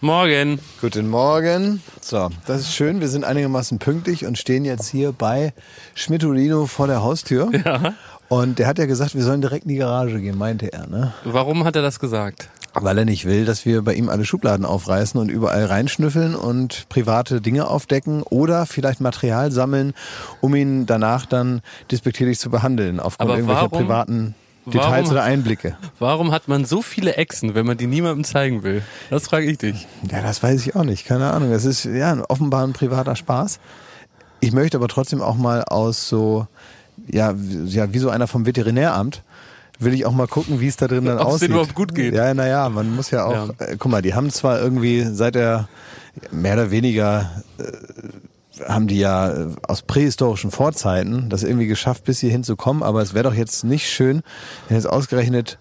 Morgen. Guten Morgen. So, das ist schön. Wir sind einigermaßen pünktlich und stehen jetzt hier bei Schmidtolino vor der Haustür. Ja. Und der hat ja gesagt, wir sollen direkt in die Garage gehen, meinte er, ne? Warum hat er das gesagt? Weil er nicht will, dass wir bei ihm alle Schubladen aufreißen und überall reinschnüffeln und private Dinge aufdecken oder vielleicht Material sammeln, um ihn danach dann despektierlich zu behandeln, aufgrund Aber irgendwelcher warum- privaten Details warum- oder Einblicke. Warum hat man so viele Echsen, wenn man die niemandem zeigen will? Das frage ich dich. Ja, das weiß ich auch nicht. Keine Ahnung. Das ist ja offenbar ein privater Spaß. Ich möchte aber trotzdem auch mal aus so, ja, wie- ja wie so einer vom Veterinäramt, will ich auch mal gucken, wie es da drin dann Ob's denen aussieht. überhaupt gut geht. Ja, naja, man muss ja auch, Äh, guck mal, die haben zwar irgendwie, seit er mehr oder weniger, äh, haben die ja äh, aus prähistorischen Vorzeiten das irgendwie geschafft, bis hierhin zu kommen, aber es wäre doch jetzt nicht schön, wenn jetzt ausgerechnet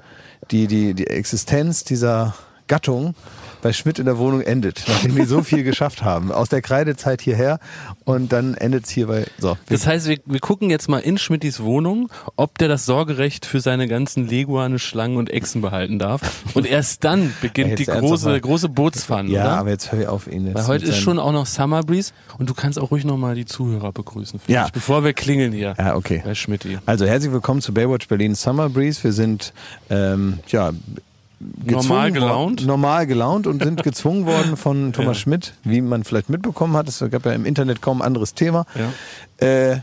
die, die, die Existenz dieser Gattung bei Schmidt in der Wohnung endet, nachdem die so viel geschafft haben. Aus der Kreidezeit hierher und dann endet's hier bei. So, wir- Das heißt, wir, wir gucken jetzt mal in Schmittis Wohnung, ob der das Sorgerecht für seine ganzen Leguane, Schlangen und Echsen behalten darf. Und erst dann Ey, beginnt die jetzt ernsthaft große, mal. große Bootsfahne, ja, oder? aber jetzt hör ich auf ihn jetzt. Weil heute mit ist seinen- schon auch noch Summer Breeze und du kannst auch ruhig nochmal die Zuhörer begrüßen, finde Ja. ich, bevor wir klingeln hier. Ja, okay. Bei Schmidti. Also herzlich willkommen zu Baywatch Berlin Summer Breeze. Wir sind ähm, ja gezwungen Normal wor- gelaunt? normal gelaunt und sind gezwungen worden von Thomas Schmidt, wie man vielleicht mitbekommen hat. Es gab ja im Internet kaum ein anderes Thema. Äh,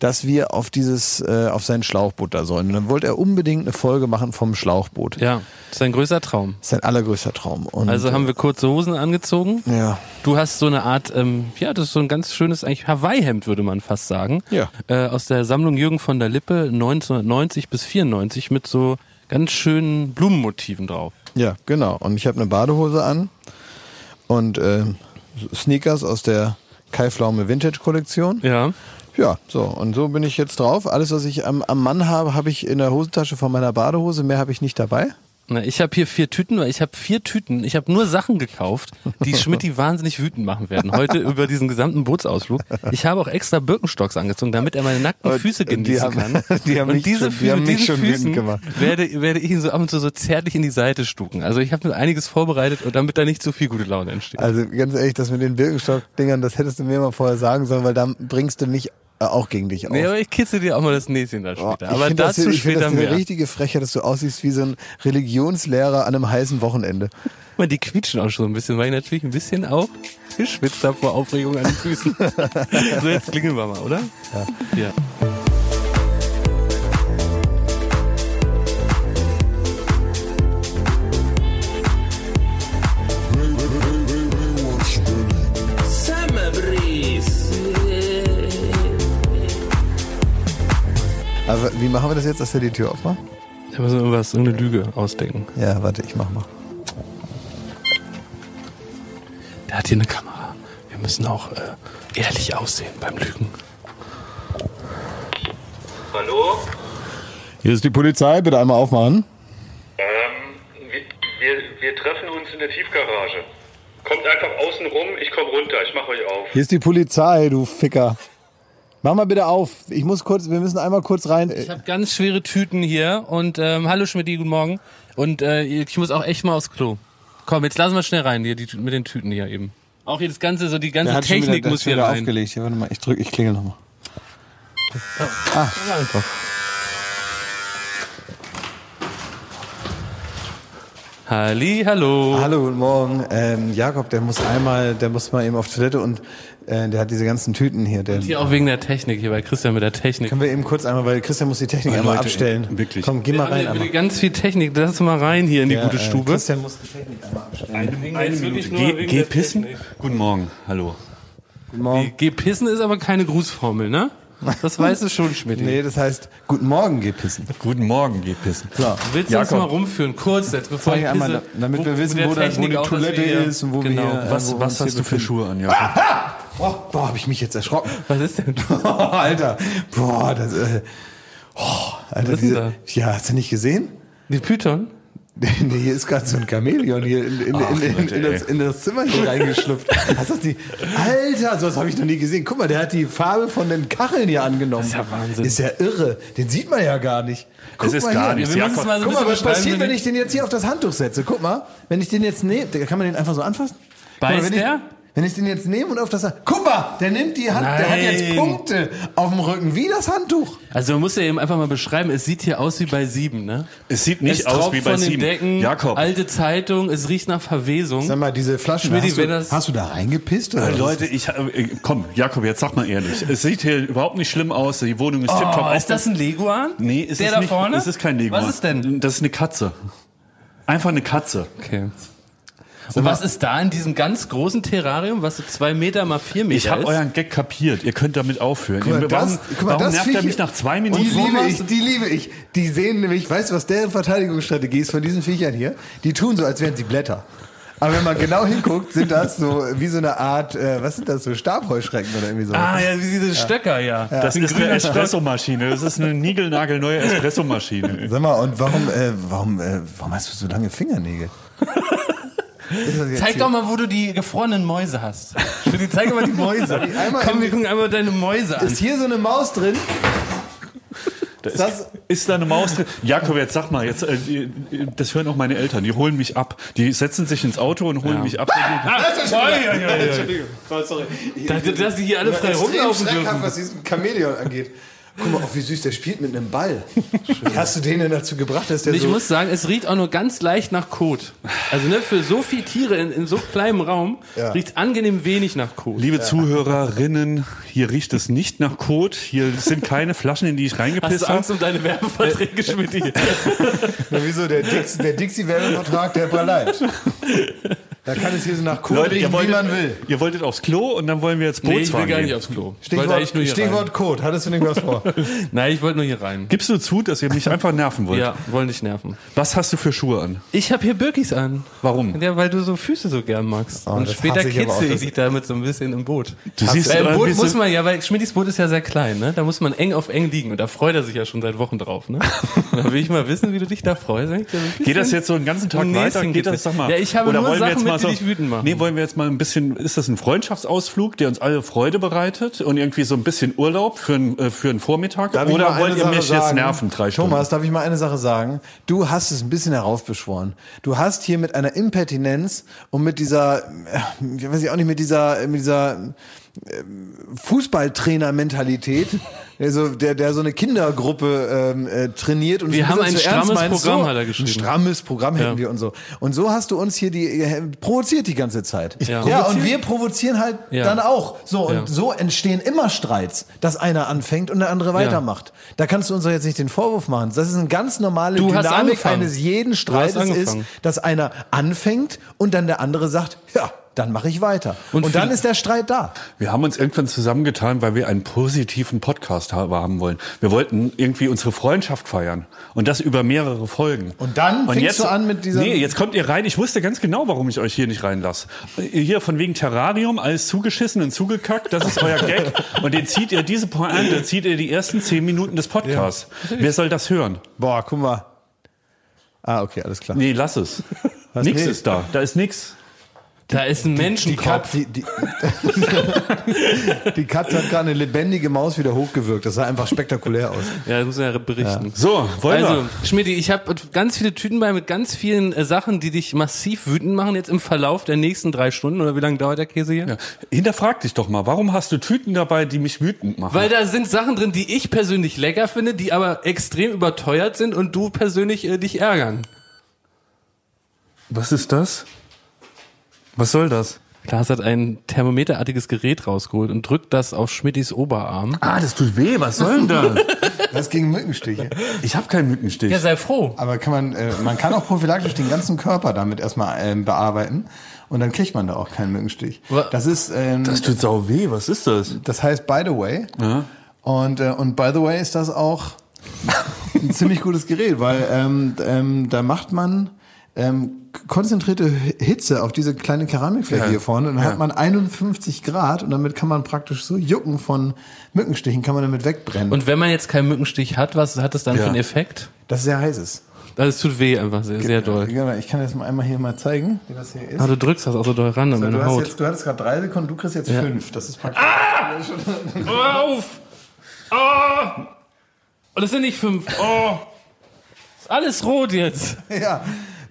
dass wir auf dieses, äh, auf sein Schlauchboot da sollen. Und dann wollte er unbedingt eine Folge machen vom Schlauchboot. Ja, das ist ein größer Traum. Das ist sein allergrößter Traum. Und, Also haben wir kurze Hosen angezogen. ja. Du hast so eine Art, ähm, ja, das ist so ein ganz schönes, eigentlich Hawaii-Hemd, würde man fast sagen. Ja. Äh, aus der Sammlung Jürgen von der Lippe 1990 bis 94 mit so ganz schönen Blumenmotiven drauf. Ja, genau. Und ich habe eine Badehose an und ähm, Sneakers aus der Kai Pflaume Vintage Kollektion. Ja. Ja, so. Und so bin ich jetzt drauf. Alles, was ich am, am Mann habe, habe ich in der Hosentasche von meiner Badehose. Mehr habe ich nicht dabei. Na, ich habe hier vier Tüten, weil ich habe vier Tüten, ich habe nur Sachen gekauft, die Schmidti wahnsinnig wütend machen werden. Heute über diesen gesamten Bootsausflug. Ich habe auch extra Birkenstocks angezogen, damit er meine nackten Und Füße die genießen haben- kann. die haben und mich diese schon- die Füße, haben mich diesen schon wütend Füßen gemacht. Werde, werde ich ihn so ab und zu so zärtlich in die Seite stuken. Also ich habe mir einiges vorbereitet, und damit da nicht zu viel gute Laune entsteht. Also ganz ehrlich, das mit den Birkenstock-Dingern, das hättest du mir mal vorher sagen sollen, weil dann bringst du mich äh, auch gegen dich auf. Nee, aber ich kitzel dir auch mal das Näschen da Oh, später. ich aber find das, dazu ich find später das eine mehr. richtige Freche, dass du aussiehst wie so ein Religionslehrer an einem heißen Wochenende. Guck mal, die quietschen auch schon so ein bisschen, weil ich natürlich ein bisschen auch geschwitzt habe vor Aufregung an den Füßen. so, jetzt klingeln wir mal, oder? Ja. Summer Breeze. Aber wie machen wir das jetzt, dass er die Tür aufmacht? Da müssen wir irgendwas, irgendeine Lüge ausdenken. Ja, warte, ich mach mal. Der hat hier eine Kamera. Wir müssen auch äh, ehrlich aussehen beim Lügen. Hallo? Hier ist die Polizei, bitte einmal aufmachen. Ähm, wir, wir, wir treffen uns in der Tiefgarage. Kommt einfach außen rum, ich komme runter, ich mache euch auf. Hier ist die Polizei, du Ficker. Mach mal bitte auf. Ich muss kurz, wir müssen einmal kurz rein. Ich habe ganz schwere Tüten hier und ähm, hallo Schmidti, guten Morgen. Und äh, ich muss auch echt mal aufs Klo. Komm, jetzt lassen wir schnell rein hier, die, Tüten- mit den Tüten hier eben. Auch hier das ganze, so die ganze Technik muss hier rein. aufgelegt. Hier, warte mal, ich drücke, ich klingel nochmal. Halli, hallo. Hallo, guten Morgen. Ähm, Jakob, der muss einmal, der muss mal eben auf Toilette und äh, der hat diese ganzen Tüten hier. Der, Hier auch wegen der Technik, hier bei Christian mit der Technik. können wir eben kurz einmal, weil Christian muss die Technik einmal Leute, abstellen. wirklich. Komm, geh mal rein Hier einmal. ganz viel Technik, lass mal rein hier in die gute Äh, Stube. Christian muss die Technik einmal abstellen. Eine Minute. Geh, geh pissen. Guten Morgen, hallo. Guten Morgen. Geh pissen ist aber keine Grußformel, ne? Das weißt du schon, Schmidti. Nee, das heißt, guten Morgen, geh pissen. Guten Morgen, geh pissen. So. Willst du uns mal rumführen, kurz jetzt, bevor Zeig ich einmal, pisse, da- damit wir wissen, der wo da- wo Technik die auch, dass wir Toilette hier- ist und wo wir genau. Was, hier- Wo wir uns also, Was hier hast du für befinden. Schuhe an, Jakob? Oh, boah, hab ich mich jetzt erschrocken. was ist denn? Alter, boah, das, äh, oh, Alter, Was ist denn diese, ja, hast du nicht gesehen? Die Python? Nee, hier ist gerade so ein Chamäleon hier in, in, Ach, in, in, Leute, in, das, ey. in das Zimmer hier reingeschlüpft. Hast du das nicht? Alter, sowas habe ich noch nie gesehen. Guck mal, der hat die Farbe von den Kacheln hier angenommen. Das ist ja Wahnsinn. Ist ja irre. Den sieht man ja gar nicht. Guck ist gar hier. nicht Wir müssen es mal so ein Guck mal, bisschen was passiert, beschreiben, wenn ich den jetzt hier auf das Handtuch setze? Guck mal, wenn ich den jetzt nehme, kann man den einfach so anfassen? Guck mal, Beißt wenn ich, der? Wenn ich den jetzt nehme und auf das Handtuch... Guck mal, der nimmt die Hand, der hat jetzt Nein. Punkte auf dem Rücken, wie das Handtuch. Also man muss ja eben einfach mal beschreiben, es sieht hier aus wie bei sieben, ne? Es sieht nicht es aus tropft wie bei von den sieben. Decken, Jakob. alte Zeitung, es riecht nach Verwesung. Sag mal, diese Flaschen, Schmitty, hast, du, wenn das- hast du da reingepisst? Oder Äh, was? Leute, ich äh, komm, Jakob, jetzt sag mal ehrlich. Es sieht hier überhaupt nicht schlimm aus. Die Wohnung ist oh, tipptopp. ist das ein Leguan? Nee, ist Der es da nicht, vorne? Ist es kein Lego. Was ist denn? Das ist eine Katze. Einfach eine Katze. Okay. Und was ist da in diesem ganz großen Terrarium, was so zwei Meter mal vier Meter Ich habe ist? euren Gag kapiert. Ihr könnt damit aufhören. Guck mal, Ihr- das- warum guck mal, warum das nervt er Viech- mich nach zwei Und Minuten? die liebe sowas? ich, die liebe ich. Die sehen nämlich, weißt du, was deren Verteidigungsstrategie ist von diesen Viechern hier? Die tun so, als wären sie Blätter. Aber wenn man genau hinguckt, sind das so wie so eine Art, äh, was sind das, so Stabheuschrecken oder irgendwie so. Ah, ja, wie diese Stöcker, ja. Das ist eine grüner Stock. Espressomaschine. Das ist eine niegelnagelneue Espressomaschine. Sag mal, und warum, äh, warum, äh, warum hast du so lange Fingernägel? Ist das jetzt Zeig hier- doch mal, wo du die gefrorenen Mäuse hast. Bitte zeig doch mal die Mäuse. Einmal Komm, in- wir gucken einmal deine Mäuse an. Ist hier so eine Maus drin? Da ist, Das- ist da eine Maus drin? Jakob, jetzt sag mal, jetzt, äh, die- das hören auch meine Eltern. Die holen mich ab. Die setzen sich ins Auto und holen mich ab. Entschuldigung. Oh, sorry. Dass- dass die hier alle frei Extrem rumlaufen schreckhaft, dürfen. was diesen Chamäleon angeht. Guck mal, auch wie süß der spielt mit einem Ball. Wie hast du den denn dazu gebracht, dass der Ich so... muss sagen, es riecht auch nur ganz leicht nach Kot. Also ne, für so viele Tiere in, in so kleinem Raum Ja. riecht's angenehm wenig nach Kot. Liebe Zuhörerinnen, hier riecht es nicht nach Kot. Hier sind keine Flaschen, in die ich Hast du reingepisst habe. Angst um deine Werbeverträge, Schmidt? Na, wieso? Der, Dix, der Dixie-Werbevertrag, der bleibt. Da kann es hier so nach Kot Leute, ihr riechen, wie man will. wolltet, ihr wolltet aufs Klo und dann wollen wir jetzt Nee, ich will Bootsfahren gar gehen. nicht aufs Klo. Ich wollte eigentlich nur Stichwort, hier Stichwort Kot. Hattest du denn was vor? rein. Nein, ich wollte nur hier rein. Gibst du zu, dass ihr mich einfach nerven wollt? Ja, wollen dich nerven. Was hast du für Schuhe an? Ich habe hier Birkis an. Warum? Ah, Ja, weil du so Füße so gern magst. Und das später hasse ich aber auch, kitzle ich das- dich damit so ein bisschen im Boot. Du siehst Weil im ein Boot bisschen- muss man ja, weil Schmidtis Boot ist ja sehr klein, ne? Da muss man eng auf eng liegen und da freut er sich ja schon seit Wochen drauf, ne? Und da will ich mal wissen, wie du dich da freust. Sag ich dir so ein Geht das bisschen- jetzt so einen ganzen Tag Ein weiter? Näschen Geht das, gibt's. sag mal. Ja, ich habe Oder nur wollen wir Sachen jetzt mal mit, so, die dich wütend machen. Nee, wollen wir jetzt mal ein bisschen, ist das ein Freundschaftsausflug, der uns alle Freude bereitet und irgendwie so ein bisschen Urlaub für, ein, äh, für einen Vormittag? Darf ich mal Oder eine wollt ihr Sache mich jetzt sagen? nerven, drei Stunden? Thomas, darf ich mal eine Sache sagen? Du hast es ein bisschen heraufbeschworen. Du hast hier mit einer Impertinenz und mit dieser, äh, ich weiß ich auch nicht, mit dieser, mit dieser äh, Fußballtrainer-Mentalität, der so, der, der so eine Kindergruppe ähm, äh, trainiert und Wir es haben bisschen ein zu ernst strammes meint. Programm, hat er Ein geschrieben. strammes Programm hätten wir und so. Und so hast du uns hier die äh, provoziert die ganze Zeit. Ja. und wir provozieren halt Ja. dann auch. So und Ja. so entstehen immer Streits, dass einer anfängt und der andere weitermacht. Da kannst du uns doch jetzt nicht den Vorwurf machen. Das ist eine ganz normale Du hast Dynamik angefangen. eines jeden Streites ist, angefangen. dass einer anfängt und dann der andere sagt, ja, dann mache ich weiter. Und, Und dann viel- ist der Streit da. Wir haben uns irgendwann zusammengetan, weil wir einen positiven Podcast ha- haben wollen. Wir wollten irgendwie unsere Freundschaft feiern. Und das über mehrere Folgen. Und dann fingst du an mit dieser- Nee, jetzt kommt ihr rein. Ich wusste ganz genau, warum ich euch hier nicht reinlasse. Hier von wegen Terrarium, alles zugeschissen und zugekackt. Das ist euer Gag. Und den zieht ihr diese Pointe, zieht ihr die ersten zehn Minuten des Podcasts. Wer soll das hören? Boah, guck mal. Ah, okay, alles klar. Nee, lass es. Nix Nee. ist da. Da ist nix. Da ist ein Die, Kat, Menschenkopf. die, die, die Katze hat gerade eine lebendige Maus wieder hochgewirkt. Das sah einfach spektakulär aus. Ja, das muss man ja berichten. So, wollen Also, wir. Schmidt, ich habe ganz viele Tüten bei mit ganz vielen äh, Sachen, die dich massiv wütend machen, jetzt im Verlauf der nächsten drei Stunden. Oder wie lange dauert der Käse hier? Ja. Hinterfrag dich doch mal, warum hast du Tüten dabei, die mich wütend machen? Weil da sind Sachen drin, die ich persönlich lecker finde, die aber extrem überteuert sind und du persönlich äh, dich ärgern. Was ist das? Was soll das? Klaas hat halt ein thermometerartiges Gerät rausgeholt und drückt das auf Schmidtis Oberarm. Ah, das tut weh, was soll denn das? Das gegen Mückenstiche. Ich habe keinen Mückenstich. Ja, sei froh. Aber kann man, äh, man kann auch prophylaktisch den ganzen Körper damit erstmal ähm, bearbeiten und dann kriegt man da auch keinen Mückenstich. Wa- Das ist, ähm, das, das tut sau weh, was ist das? heißt by the way. Und, äh, und by the way ist das auch ein ziemlich gutes Gerät, weil ähm, ähm, da macht man ähm, konzentrierte Hitze auf diese kleine Keramikfläche Ja. hier vorne und dann Ja. hat man 51 Grad und damit kann man praktisch so Jucken von Mückenstichen kann man damit wegbrennen. Und wenn man jetzt keinen Mückenstich hat, was hat das dann Ja. für einen Effekt? das ist sehr heißes. Also es tut weh einfach sehr, sehr doll. Genau, ich kann das mal einmal hier mal zeigen, wie das hier ist. Ah, du drückst das auch so doll ran an du, meine hast Haut. jetzt, du hattest gerade drei Sekunden, du kriegst jetzt fünf. Das ist praktisch. Hör auf! Oh! Und das sind nicht fünf. Oh! Ist alles rot jetzt. Ja.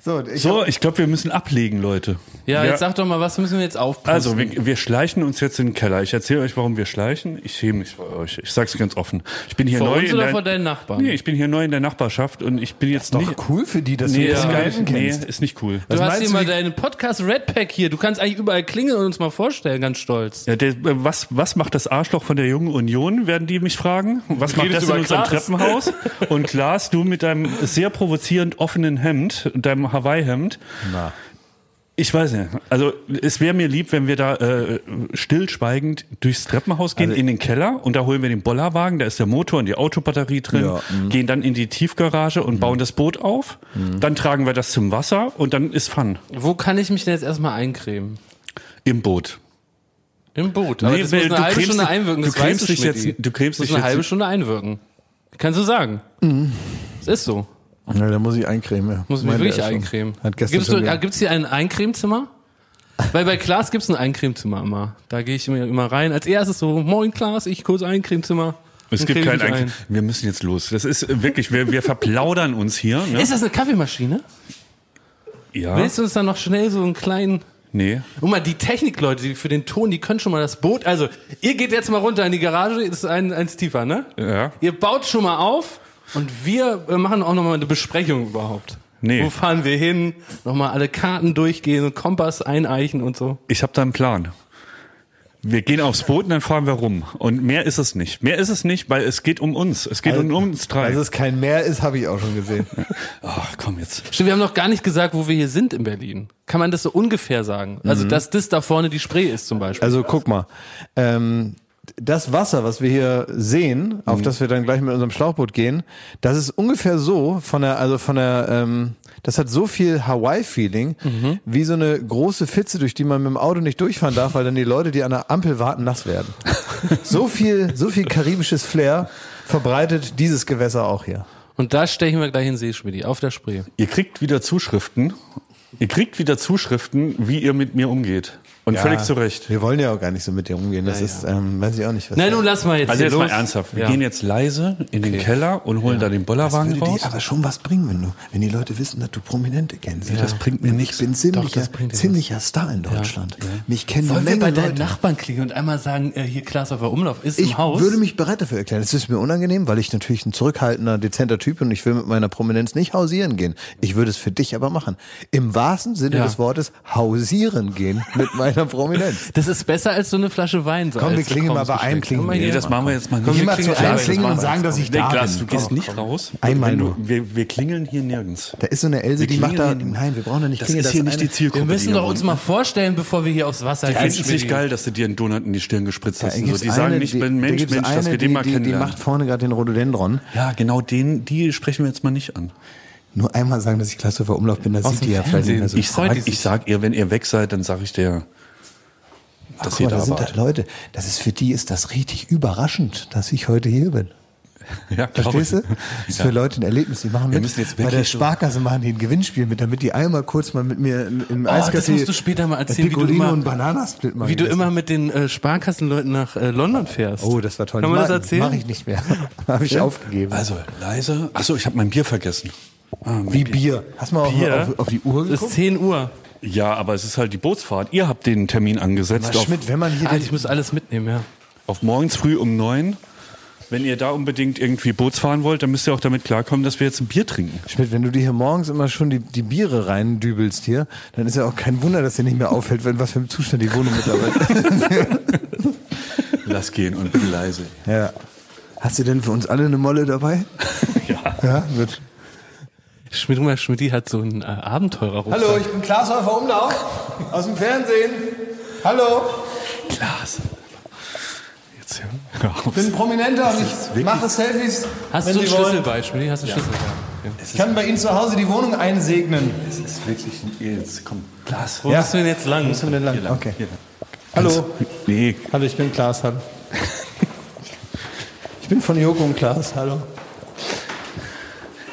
So, ich So, ich glaube, wir müssen ablegen, Leute. Ja, Ja. jetzt sag doch mal, was müssen wir jetzt aufpassen? Also, wir, wir schleichen uns jetzt in den Keller. Ich erzähle euch, warum wir schleichen. Ich schäme mich vor euch. Ich sag's ganz offen. Ich bin hier Vor neu uns in oder der, vor deinen Nachbarn? Nee, ich bin hier neu in der Nachbarschaft und ich bin jetzt nicht cool für die, dass Nee, die ist, ja. geil. Menschen nee kennst. ist nicht cool. Also du hast meinst hier du, mal wie- deinen Podcast Red Pack hier. Du kannst eigentlich überall klingeln und uns mal vorstellen, ganz stolz. Ja, der, äh, was, was macht das Arschloch von der Jungen Union, werden die mich fragen. Und Was macht redest das in über unserem Klaas? Treppenhaus? Und Klaas, du mit deinem sehr provozierend offenen Hemd, deinem Hawaii-Hemd. Ich weiß nicht. Also es wäre mir lieb, wenn wir da äh, stillschweigend durchs Treppenhaus gehen, in den Keller und da holen wir den Bollerwagen, da ist der Motor und die Autobatterie drin, Ja, gehen dann in die Tiefgarage und bauen das Boot auf, dann tragen wir das zum Wasser und dann ist Fun Wo kann ich mich denn jetzt erstmal eincremen? im Boot. Im Boot. Aber das muss weil eine halbe cremst Stunde dich- einwirken. Du Das weißt cremst dich Schmidti. jetzt, du cremst Das dich muss eine jetzt halbe Stunde einwirken. Kannst du sagen. Mhm. Es ist so. Ja, da muss ich eincremen. ja. Muss mich Meinte wirklich er schon. eincremen. Hat gestern Gibt's, schon du, gesagt. ah, gibt's hier ein Eincremezimmer? Weil bei Klaas gibt's ein Eincremezimmer immer. Da gehe ich immer, immer rein. Als erstes so, moin Klaas, ich kurz Eincremezimmer. Es Dann gibt creme ich keinen Eigentlich. ein. Wir müssen jetzt los. Das ist äh, wirklich, wir, wir verplaudern uns hier. Ne? Ist das eine Kaffeemaschine? ja. Willst du uns dann noch schnell so einen kleinen... Nee. Guck mal, die Technikleute die für den Ton, die können schon mal das Boot. Also, ihr geht jetzt mal runter in die Garage, ist ein, eins tiefer, ne? Ja. Ihr baut schon mal auf und wir äh, machen auch nochmal eine Besprechung überhaupt. Nee. Wo fahren wir hin? Nochmal alle Karten durchgehen und Kompass eineichen und so. Ich habe da einen Plan. Wir gehen aufs Boot und dann fahren wir rum. Und mehr ist es nicht. Mehr ist es nicht, weil es geht um uns. Es geht um uns drei. Dass es kein Meer ist, habe ich auch schon gesehen. Ach, komm jetzt. Stimmt, wir haben noch gar nicht gesagt, wo wir hier sind in Berlin. Kann man das so ungefähr sagen? Mhm. Also, dass das da vorne die Spree ist zum Beispiel. Also guck mal. Ähm, das Wasser, was wir hier sehen, auf Mhm. das wir dann gleich mit unserem Schlauchboot gehen, das ist ungefähr so von der, also von der, ähm, das hat so viel Hawaii-Feeling, Mhm. wie so eine große Fitze, durch die man mit dem Auto nicht durchfahren darf, weil dann die Leute, die an der Ampel warten, nass werden. so viel, so viel karibisches Flair verbreitet dieses Gewässer auch hier. und da stechen wir gleich in Seeschmidi, auf der Spree. Ihr kriegt wieder Zuschriften. Ihr kriegt wieder Zuschriften, wie ihr mit mir umgeht. Und völlig zu Recht. Wir wollen ja auch gar nicht so mit dir umgehen. Das ist, ähm, weiß ich auch nicht, was Na, nun lass mal jetzt Also hier jetzt los. mal ernsthaft. Wir ja. gehen jetzt leise in den Keller und holen da den Bollerwagen würde raus. dir aber schon was bringen, wenn, du, wenn die Leute wissen, dass du Prominente kennst. Das bringt mir nichts. Ich bin Doch, ziemlicher, das bringt dir was. ziemlicher Star in Deutschland. Mich kennen eine Wollen wir Menge bei deinen Leute. Nachbarn klingen und einmal sagen, äh, hier Klaas auf der Umlauf ist Ich im Haus? würde mich bereit dafür erklären. Es ist mir unangenehm, weil ich natürlich ein zurückhaltender, dezenter Typ bin und ich will mit meiner Prominenz nicht hausieren gehen. Ich würde es für dich aber machen. Im wahrsten Sinne Ja. des Wortes hausieren gehen mit meiner Prominenz. das ist besser als so eine Flasche Wein. So Komm, wir als klingeln mal bei Willkommensgeschenk. einem Klingeln. Komm mal hier. Nee, das machen wir jetzt mal nicht. Geh mal zu klingeln einmal, einem klingeln und das machen sagen, wir dass ich Nee, da Glas, bin. du gehst nicht raus. Einmal Wenn du, nur. wir, wir klingeln hier nirgends. Da ist so eine Else, die macht da. Nein, wir brauchen da nicht Das klingeln. ist hier nicht die eine- Zielgruppe. Wir müssen die doch uns mal vorstellen, bevor wir hier aufs Wasser Ich gehen. finde es nicht geil, dass du dir einen Donut in die Stirn gespritzt hast. und gibt's so. Die sagen eine, nicht, die- Mensch, da Mensch, gibt's Mensch, dass eine, wir den die, mal die, die kennenlernen. macht vorne gerade den Rhododendron. Ja, genau den, die sprechen wir jetzt mal nicht an. Nur einmal sagen, dass ich Christopher Umlauf bin, das Aus sieht dem Also die ja vielleicht nicht mehr so. Fernsehen. Ich freut die sag, sich. ich sag ihr, wenn ihr weg seid, dann sag ich dir, dass Guck ihr mal, da da sind wart. da Leute, das ist für die ist das richtig überraschend, dass ich heute hier bin. Ja, glaub ich. Verstehst du? Das ist für Leute ein Erlebnis. Die machen Wir mit. müssen jetzt Bei der wirklich so- Sparkasse machen die ein Gewinnspiel mit, damit die einmal kurz mal mit mir im- im Eiscafé Oh, das musst du später mal erzählen, wie du Piccolino immer- und Bananasplit machen. Wie du lässt. immer mit den äh, Sparkassenleuten nach äh, London fährst. Oh, das war toll. Kann man das Nein, erzählen? Mach ich nicht mehr. Habe ich aufgegeben. Also, leise. Achso, ich habe mein Bier vergessen. Ah, mein Wie Bier. Hast du mal auf, Bier? auf, auf die Uhr Es geguckt? ist 10 Uhr. Ja, aber es ist halt die Bootsfahrt. Ihr habt den Termin angesetzt Herr auf, Schmidt, wenn man hier Alter, Ah, ich muss alles mitnehmen, ja. auf morgens früh um neun. Wenn ihr da unbedingt irgendwie Boots fahren wollt, dann müsst ihr auch damit klarkommen, dass wir jetzt ein Bier trinken. Schmidt, wenn du dir hier morgens immer schon die, die Biere reindübelst hier, dann ist ja auch kein Wunder, dass dir nicht mehr auffällt, wenn was für ein Zustand die Wohnung mittlerweile ist. Lass gehen und bitte leise. ja. Hast du denn für uns alle eine Molle dabei? Ja. Ja, wird. Schmidt Schmidti hat so einen äh, Abenteurer Hallo, ich bin Klaas Häufer Umlauf aus dem Fernsehen. Hallo, Klaas. Jetzt hör auf. bin Prominenter und ich mache Selfies. Hast wenn du einen Sie wollen. Schlüssel bei, Schmidti? Hast du einen Schlüssel bei? Okay. Ich kann bei Ihnen zu Hause die Wohnung einsegnen. Das ist wirklich ein Jetzt komm. Klaas. Wo bist du denn jetzt lang? Zum den Land. Okay. Hallo. Nee, Hallo, ich bin Klaas. Hallo. Ich bin von Joko und Klaas. Hallo.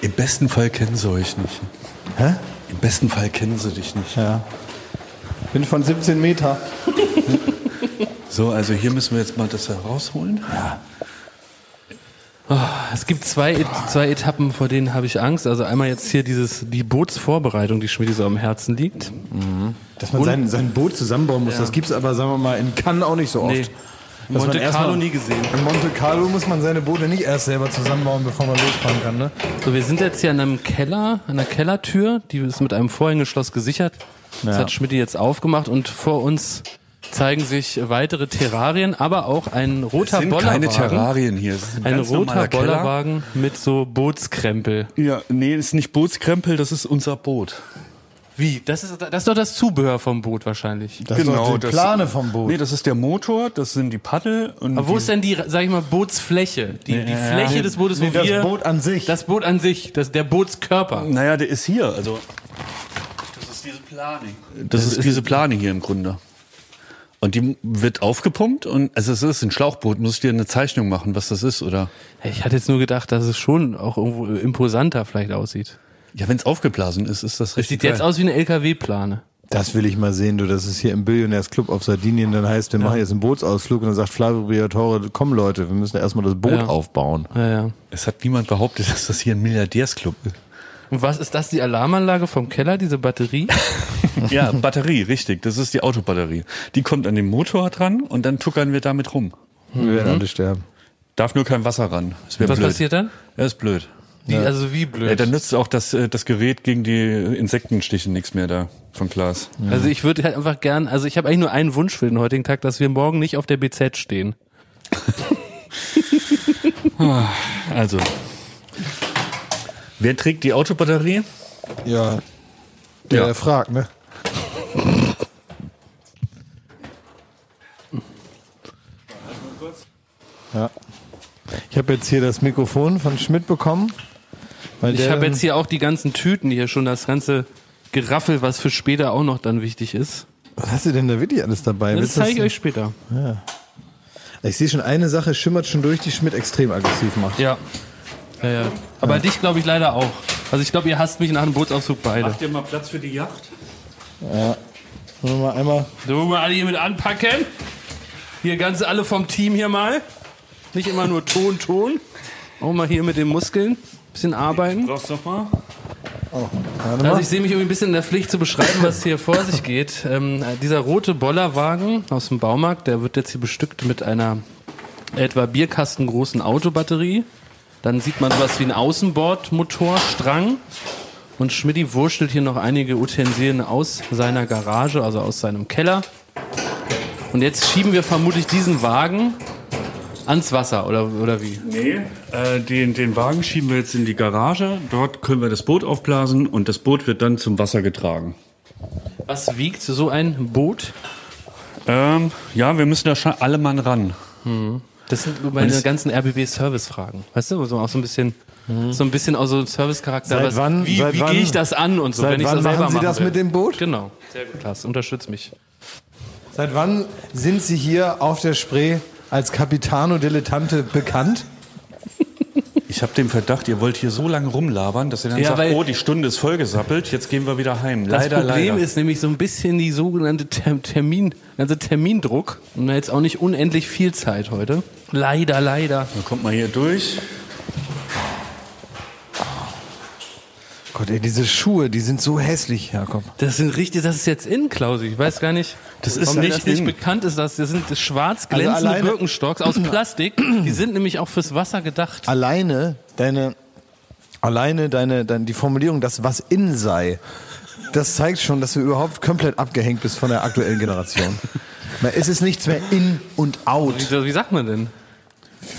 Im besten Fall kennen sie euch nicht. Hä? Im besten Fall kennen sie dich nicht. Ja. Bin von 17 Meter. So, also hier müssen wir jetzt mal das herausholen. Es gibt zwei, E- zwei Etappen, vor denen habe ich Angst. Also einmal jetzt hier dieses, die Bootsvorbereitung, die Schmidt so am Herzen liegt. Dass man sein, sein Boot zusammenbauen muss, das gibt's aber, sagen wir mal, in Cannes auch nicht so oft. Nee. Dass man Monte erstmal- Carlo nie gesehen. In Monte Carlo muss man seine Boote nicht erst selber zusammenbauen, bevor man losfahren kann, ne? So, wir sind jetzt hier an einem Keller, an einer Kellertür, die ist mit einem Vorhängeschloss gesichert. Das Ja. hat Schmidt jetzt aufgemacht und vor uns zeigen sich weitere Terrarien, aber auch ein Es roter sind keine Bollerwagen. Terrarien hier. Es ist ein, Ein ganz normaler roter Keller. Bollerwagen mit so Bootskrempel. Ja, nee, ist nicht Bootskrempel, das ist unser Boot. Wie? Das ist, das ist doch das Zubehör vom Boot wahrscheinlich. Das ist doch die Plane vom Boot. Genau, Nee, das ist der Motor, das sind die Paddel und Aber wo ist die, denn die, sag ich mal, Bootsfläche? Die, die Fläche des Bootes, wo das wir... Boot an sich. Das Boot an sich, das, der Bootskörper. Naja, der ist hier, also das ist diese Plane. Das, ist, diese Plane hier im Grunde. Und die wird aufgepumpt und also es ist ein Schlauchboot. Muss ich dir eine Zeichnung machen, was das ist, oder? Ich hatte jetzt nur gedacht, dass es schon auch irgendwo imposanter vielleicht aussieht. Ja, wenn es aufgeblasen ist, ist das Es richtig. sieht jetzt geil. aus wie eine LKW-Plane. Das will ich mal sehen, du, dass es hier im Billionärsclub auf Sardinien dann heißt, wir machen jetzt einen Bootsausflug und dann sagt Flavio Briatore, komm Leute, wir müssen erstmal das Boot Ja. aufbauen. Ja, ja. Es hat niemand behauptet, dass das hier ein Milliardärsclub ist. Und was ist das, die Alarmanlage vom Keller, diese Batterie? Ja, Batterie, richtig. Das ist die Autobatterie. Die kommt an den Motor dran und dann tuckern wir damit rum. Mhm. Wir werden alle sterben. Darf nur kein Wasser ran. Das wäre Was blöd. passiert dann? Ja, ist blöd. Die, Also wie blöd. Ja, dann nützt auch das, äh, das Gerät gegen die Insektenstiche nichts mehr da von Glas. Also ich würde halt einfach gern, also ich habe eigentlich nur einen Wunsch für den heutigen Tag, dass wir morgen nicht auf der BZ stehen. Also, wer trägt die Autobatterie? Ja. Der Ja. fragt, ne? Ja. Ich habe jetzt hier das Mikrofon von Schmidt bekommen. weil Ich der habe dann- jetzt hier auch die ganzen Tüten hier schon, das ganze Geraffel, was für später auch noch dann wichtig ist. Was hast du denn da wirklich alles dabei? Das Willst du zeige ich das- euch später. Ich sehe schon eine Sache schimmert schon durch, die Schmidt extrem aggressiv macht. Ja. ja, ja. Aber dich glaube ich leider auch. Also ich glaube, ihr hasst mich nach dem Bootsausflug beide. Habt ihr mal Platz für die Yacht? Wollen wir mal einmal. So, wollen wir alle hier mit anpacken? Hier ganz alle vom Team hier mal. Nicht immer nur Ton, Ton. Auch mal hier mit den Muskeln. Bisschen arbeiten. Brauchst du noch mal? Warte Also mal. ich sehe mich irgendwie ein bisschen in der Pflicht zu beschreiben, was hier vor sich geht. Ähm, dieser rote Bollerwagen aus dem Baumarkt, der wird jetzt hier bestückt mit einer etwa bierkastengroßen Autobatterie. Dann sieht man sowas wie einen Außenbordmotorstrang. Und Schmidti wurschtelt hier noch einige Utensilien aus seiner Garage, also aus seinem Keller. Und jetzt schieben wir vermutlich diesen Wagen ans Wasser, oder, oder wie? Nee, äh, den, den Wagen schieben wir jetzt in die Garage. Dort können wir das Boot aufblasen und das Boot wird dann zum Wasser getragen. Was wiegt so ein Boot? Ähm, ja, wir müssen da schon alle Mann ran. Das sind meine es- ganzen RBB-Service-Fragen. Weißt du, so auch so ein bisschen, so ein bisschen auch so ein Service-Charakter. Mhm. Seit Was- wann- Wie, seit wie wann- gehe ich das an und so, seit wenn ich wann das machen selber Sie machen das will. mit dem Boot? Genau. Sehr gut, Klaas. Unterstützt mich. Seit wann sind Sie hier auf der Spree als Capitano Dilettante bekannt? Ich habe den Verdacht, ihr wollt hier so lange rumlabern, dass ihr dann Ja, sagt, weil- oh, die Stunde ist vollgesappelt, jetzt gehen wir wieder heim. Das leider, Problem leider. ist nämlich so ein bisschen die sogenannte Ter- Termin, also Termindruck. Und jetzt auch nicht unendlich viel Zeit heute. Leider, leider. Dann kommt mal hier durch. Gott, ey, diese Schuhe, die sind so hässlich, Jakob. Das sind richtig, das ist jetzt in, Klausi. Ich weiß gar nicht, Das ist warum dir nicht das nicht in. bekannt ist. Das, das sind schwarz glänzende Also alleine- Birkenstocks aus Plastik. Die sind nämlich auch fürs Wasser gedacht. Ah. Alleine deine, alleine deine, dein, die Formulierung, das was in sei, das zeigt schon, dass du überhaupt komplett abgehängt bist von der aktuellen Generation. Na, Es ist nichts mehr in und out. Wie, wie sagt man denn?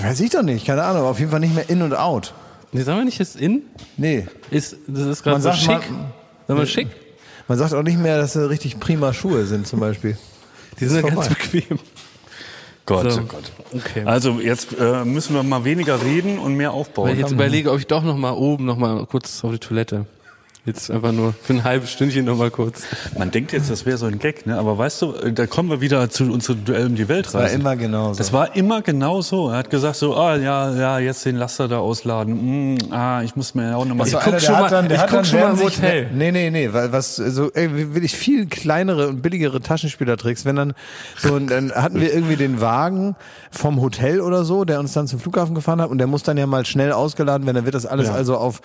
Weiß ich doch nicht, keine Ahnung, aber auf jeden Fall nicht mehr in und out. Nee, sagen wir nicht jetzt in? Nee. Ist, das ist gerade Man so sagt schick. mal- äh, Sagen wir schick? Man sagt auch nicht mehr, dass das richtig prima Schuhe sind, zum Beispiel. Die sind ja vorbei. ganz bequem. Gott, So. oh Gott. Okay. Also jetzt äh, müssen wir mal weniger reden und mehr Weil aufbauen. ich jetzt überlege, ob ich doch noch mal oben noch mal kurz auf die Toilette. Jetzt einfach nur für ein halbes Stündchen nochmal kurz. Man denkt jetzt, das wäre so ein Gag, ne? aber weißt du, da kommen wir wieder zu unserem Duell um die Welt War immer genauso. Das war immer genau so. Er hat gesagt so, ah ja, ja, jetzt den Laster da ausladen. Mm, ah, ich muss mir auch nochmal... war guck schon mal- ich guck schon mal während im sich- Hotel. Nee, nee, nee, weil was so ey, will ich viel kleinere und billigere Taschenspielertricks, wenn dann so und dann hatten wir irgendwie den Wagen vom Hotel oder so, der uns dann zum Flughafen gefahren hat und der muss dann ja mal schnell ausgeladen werden, dann wird das alles also auf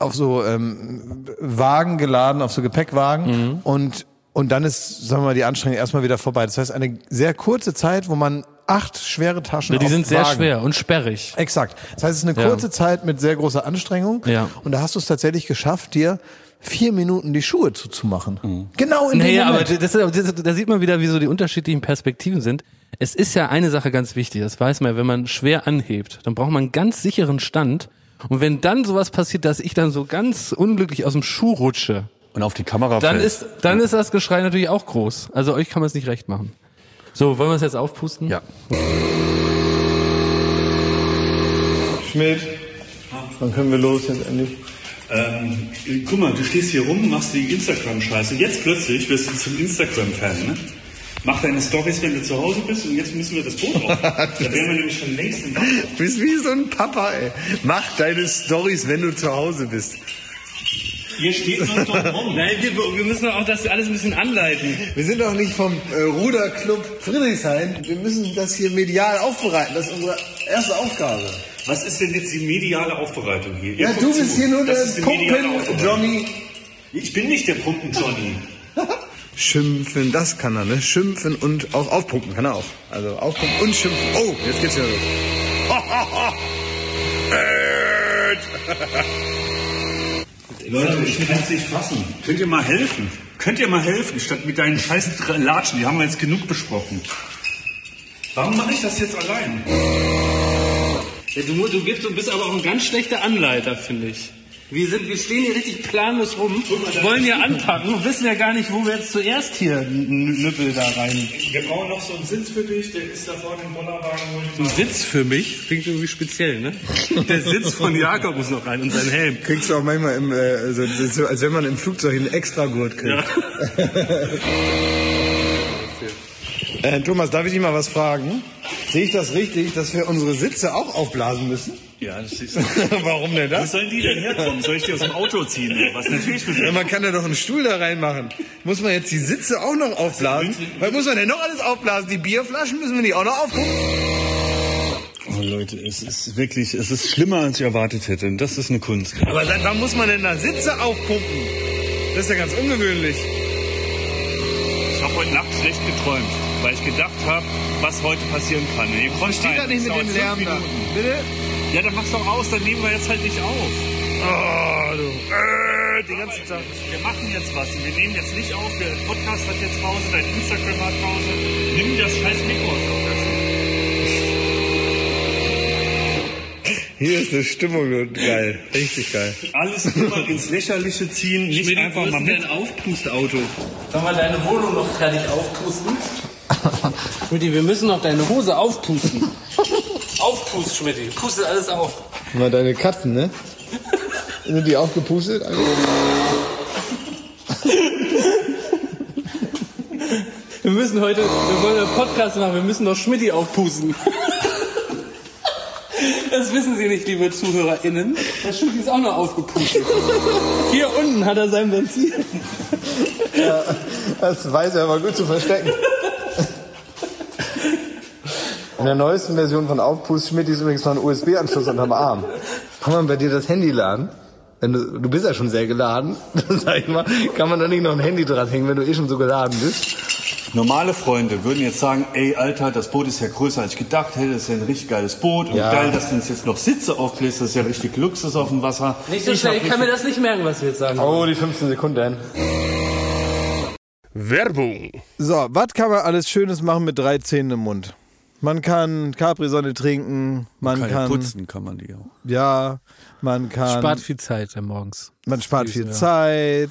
auf so ähm, Wagen geladen, auf so Gepäckwagen Mhm. und und dann ist sagen wir mal die Anstrengung erstmal wieder vorbei. Das heißt eine sehr kurze Zeit, wo man acht schwere Taschen Die auf sind sehr Wagen schwer und sperrig. Exakt. Das heißt, es ist eine Ja. kurze Zeit mit sehr großer Anstrengung. Ja. Und da hast du es tatsächlich geschafft, dir vier Minuten die Schuhe zuzumachen. Mhm. Genau in Naja, dem aber Moment. das, ist- das, da sieht man wieder, wie so die unterschiedlichen Perspektiven sind. Es ist ja eine Sache ganz wichtig, das weiß man, ja, wenn man schwer anhebt, dann braucht man einen ganz sicheren Stand. Und wenn dann sowas passiert, dass ich dann so ganz unglücklich aus dem Schuh rutsche, Und auf die Kamera dann fällt. ist, dann ist das Geschrei natürlich auch groß. Also euch kann man es nicht recht machen. So, wollen wir es jetzt aufpusten? Ja. Schmidt, wann können wir los jetzt endlich? Ähm, guck mal, du stehst hier rum, machst die Instagram-Scheiße und jetzt plötzlich wirst du zum Instagram-Fan, ne? Mach deine Stories, wenn du zu Hause bist und jetzt müssen wir das Boot auf. da wären wir nämlich schon längst im Wasser. Du bist wie so ein Papa, ey. Mach deine Stories, wenn du zu Hause bist. Hier steht noch doch rum. Nein, wir, wir müssen auch das alles ein bisschen anleiten. Wir sind doch nicht vom äh, Ruderclub Friedrichshain. Wir müssen das hier medial aufbereiten. Das ist unsere erste Aufgabe. Was ist denn jetzt die mediale Aufbereitung hier? Ihr Ja, guckt du bist zu. hier nur Das der ist die mediale Aufbereitung. Pumpen-Johnny. Ich bin nicht der Pumpen-Johnny. Schimpfen, das kann er, ne? Schimpfen und auch aufpumpen kann er auch. Also aufpumpen und schimpfen. Oh, jetzt geht's wieder los. Leute, ich kann es nicht fassen. Könnt ihr mal helfen? Könnt ihr mal helfen, statt mit deinen scheiß Dr- Latschen? Die haben wir jetzt genug besprochen. Warum mache ich das jetzt allein? du, gibst, du bist aber auch ein ganz schlechter Anleiter, finde ich. Wir, sind, wir stehen hier richtig planlos rum, wollen ja anpacken und wissen ja gar nicht, wo wir jetzt zuerst hier einen Nüppel da rein. Wir brauchen noch so einen Sitz für dich, der ist da vorne im Bollerwagen. wo ich- Ein Sitz für mich klingt irgendwie speziell, ne? Der Sitz von Jakob muss noch rein und sein Helm. Kriegst du auch manchmal, im, äh, so, so, als wenn man im Flugzeug einen Extragurt kriegt. äh, Thomas, darf ich dich mal was fragen? Sehe ich das richtig, dass wir unsere Sitze auch aufblasen müssen? Ja, das ist. Warum denn Was sollen die denn herkommen? Soll ich die aus dem Auto ziehen? Oder was natürlich mit Ja, man kann da doch einen Stuhl da reinmachen. Muss man jetzt die Sitze auch noch aufblasen? Was muss man denn noch alles aufblasen? Die Bierflaschen müssen wir nicht auch noch aufpumpen? Oh Leute, es ist wirklich, es ist schlimmer als ich erwartet hätte. Und das ist eine Kunst. Aber seit wann muss man denn da Sitze aufpumpen? Das ist ja ganz ungewöhnlich. Ich habe heute Nacht schlecht geträumt, weil ich gedacht habe, was heute passieren kann. Ihr kommt Steht da nicht mit dem Lärm da. Bitte? Ja, dann mach's doch aus, dann nehmen wir jetzt halt nicht auf. Oh, du. Äh, den ganzen Tag. Wir machen jetzt was und wir nehmen jetzt nicht auf. Der Podcast hat jetzt Pause, dein Instagram hat Pause. Nimm das scheiß Mikro aus. Hier ist eine Stimmung und geil. Richtig geil. Alles nur mal ins Lächerliche ziehen, nicht einfach mal mit. Aufpustauto. Sollen wir deine Wohnung noch fertig aufpusten? Schmidti, wir müssen noch deine Hose aufpusten. Aufpust, Schmidti. Pustet alles auf. Mal deine Katzen, ne? Sind die aufgepustet? Wir müssen heute, wir wollen einen Podcast machen, wir müssen noch Schmidti aufpusten. Das wissen Sie nicht, liebe ZuhörerInnen. Der Schmidti ist auch noch aufgepustet. Hier unten hat er sein Benzin. Das weiß er aber gut zu verstecken. In der neuesten Version von Aufpust Schmidt ist übrigens noch ein USB-Anschluss unterm Arm. Kann man bei dir das Handy laden? Wenn du, du bist ja schon sehr geladen, sag ich mal. Kann man da nicht noch ein Handy dranhängen, wenn du eh schon so geladen bist? Normale Freunde würden jetzt sagen, ey Alter, das Boot ist ja größer als ich gedacht hätte, das ist ja ein richtig geiles Boot und Ja. geil, dass du uns jetzt noch Sitze aufbläst, das ist ja richtig Luxus auf dem Wasser. Nicht so schnell, ich kann mir das nicht merken, was wir jetzt sagen. Oh, die 15 Sekunden. Werbung. So, was kann man alles Schönes machen mit drei Zähnen im Mund? Man kann Capri-Sonne trinken, man putzen kann man die auch. ja, man kann, viel Zeit morgens. man spart viel Zeit,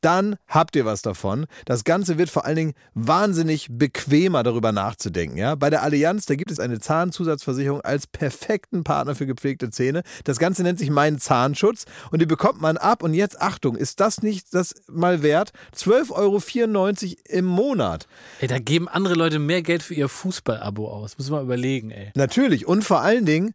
dann habt ihr was davon. Das Ganze wird vor allen Dingen wahnsinnig bequemer, darüber nachzudenken. Ja? Bei der Allianz, da gibt es eine Zahnzusatzversicherung als perfekten Partner für gepflegte Zähne. Das Ganze nennt sich Mein Zahnschutz und die bekommt man ab. Und jetzt Achtung, ist das nicht das mal wert? 12,94 Euro im Monat. Ey, da geben andere Leute mehr Geld für ihr Fußball-Abo aus. Muss man überlegen, ey. Natürlich. Und vor allen Dingen,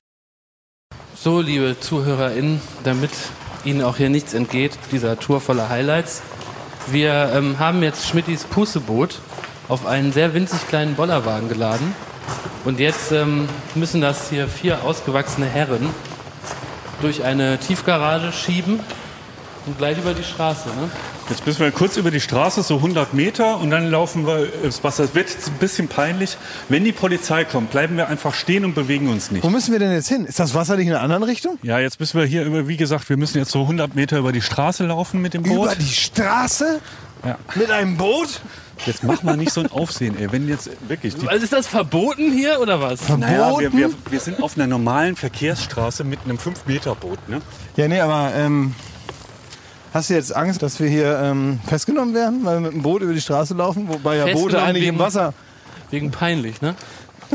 So, liebe ZuhörerInnen, damit Ihnen auch hier nichts entgeht, dieser Tour voller Highlights. Wir ähm, haben jetzt Schmittis Pusseboot auf einen sehr winzig kleinen Bollerwagen geladen. Und jetzt ähm, müssen das hier vier ausgewachsene Herren durch eine Tiefgarage schieben und gleich über die Straße. Ne? Jetzt müssen wir kurz über die Straße, so 100 Meter, und dann laufen wir ins Wasser. Es wird jetzt ein bisschen peinlich. Wenn die Polizei kommt, bleiben wir einfach stehen und bewegen uns nicht. Wo müssen wir denn jetzt hin? Ist das Wasser nicht in einer anderen Richtung? Ja, jetzt müssen wir hier über, wie gesagt, wir müssen jetzt so 100 Meter über die Straße laufen mit dem Boot. Über die Straße? Ja. Mit einem Boot? Jetzt mach mal nicht so ein Aufsehen, ey. Wenn jetzt wirklich die. Also ist das verboten hier oder was? Naja, wir, Verboten? wir, wir sind auf einer normalen Verkehrsstraße mit einem 5-Meter-Boot, ne? Ja, nee, aber ähm, hast du jetzt Angst, dass wir hier ähm, festgenommen werden, weil wir mit dem Boot über die Straße laufen? Wobei ja Boote Festgenommen eigentlich im wegen- Wasser Wegen peinlich, ne?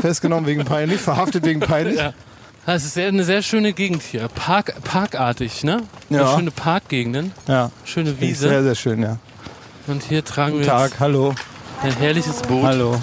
festgenommen wegen peinlich, verhaftet wegen peinlich. Ja. Das ist sehr, eine sehr schöne Gegend hier. Park, parkartig, ne? Ja. Schöne Parkgegenden. Ja. Schöne Finde ich Wiese. Sehr, sehr schön, ja. Und hier tragen wir Tag, hallo, jetzt ein herrliches Boot hallo.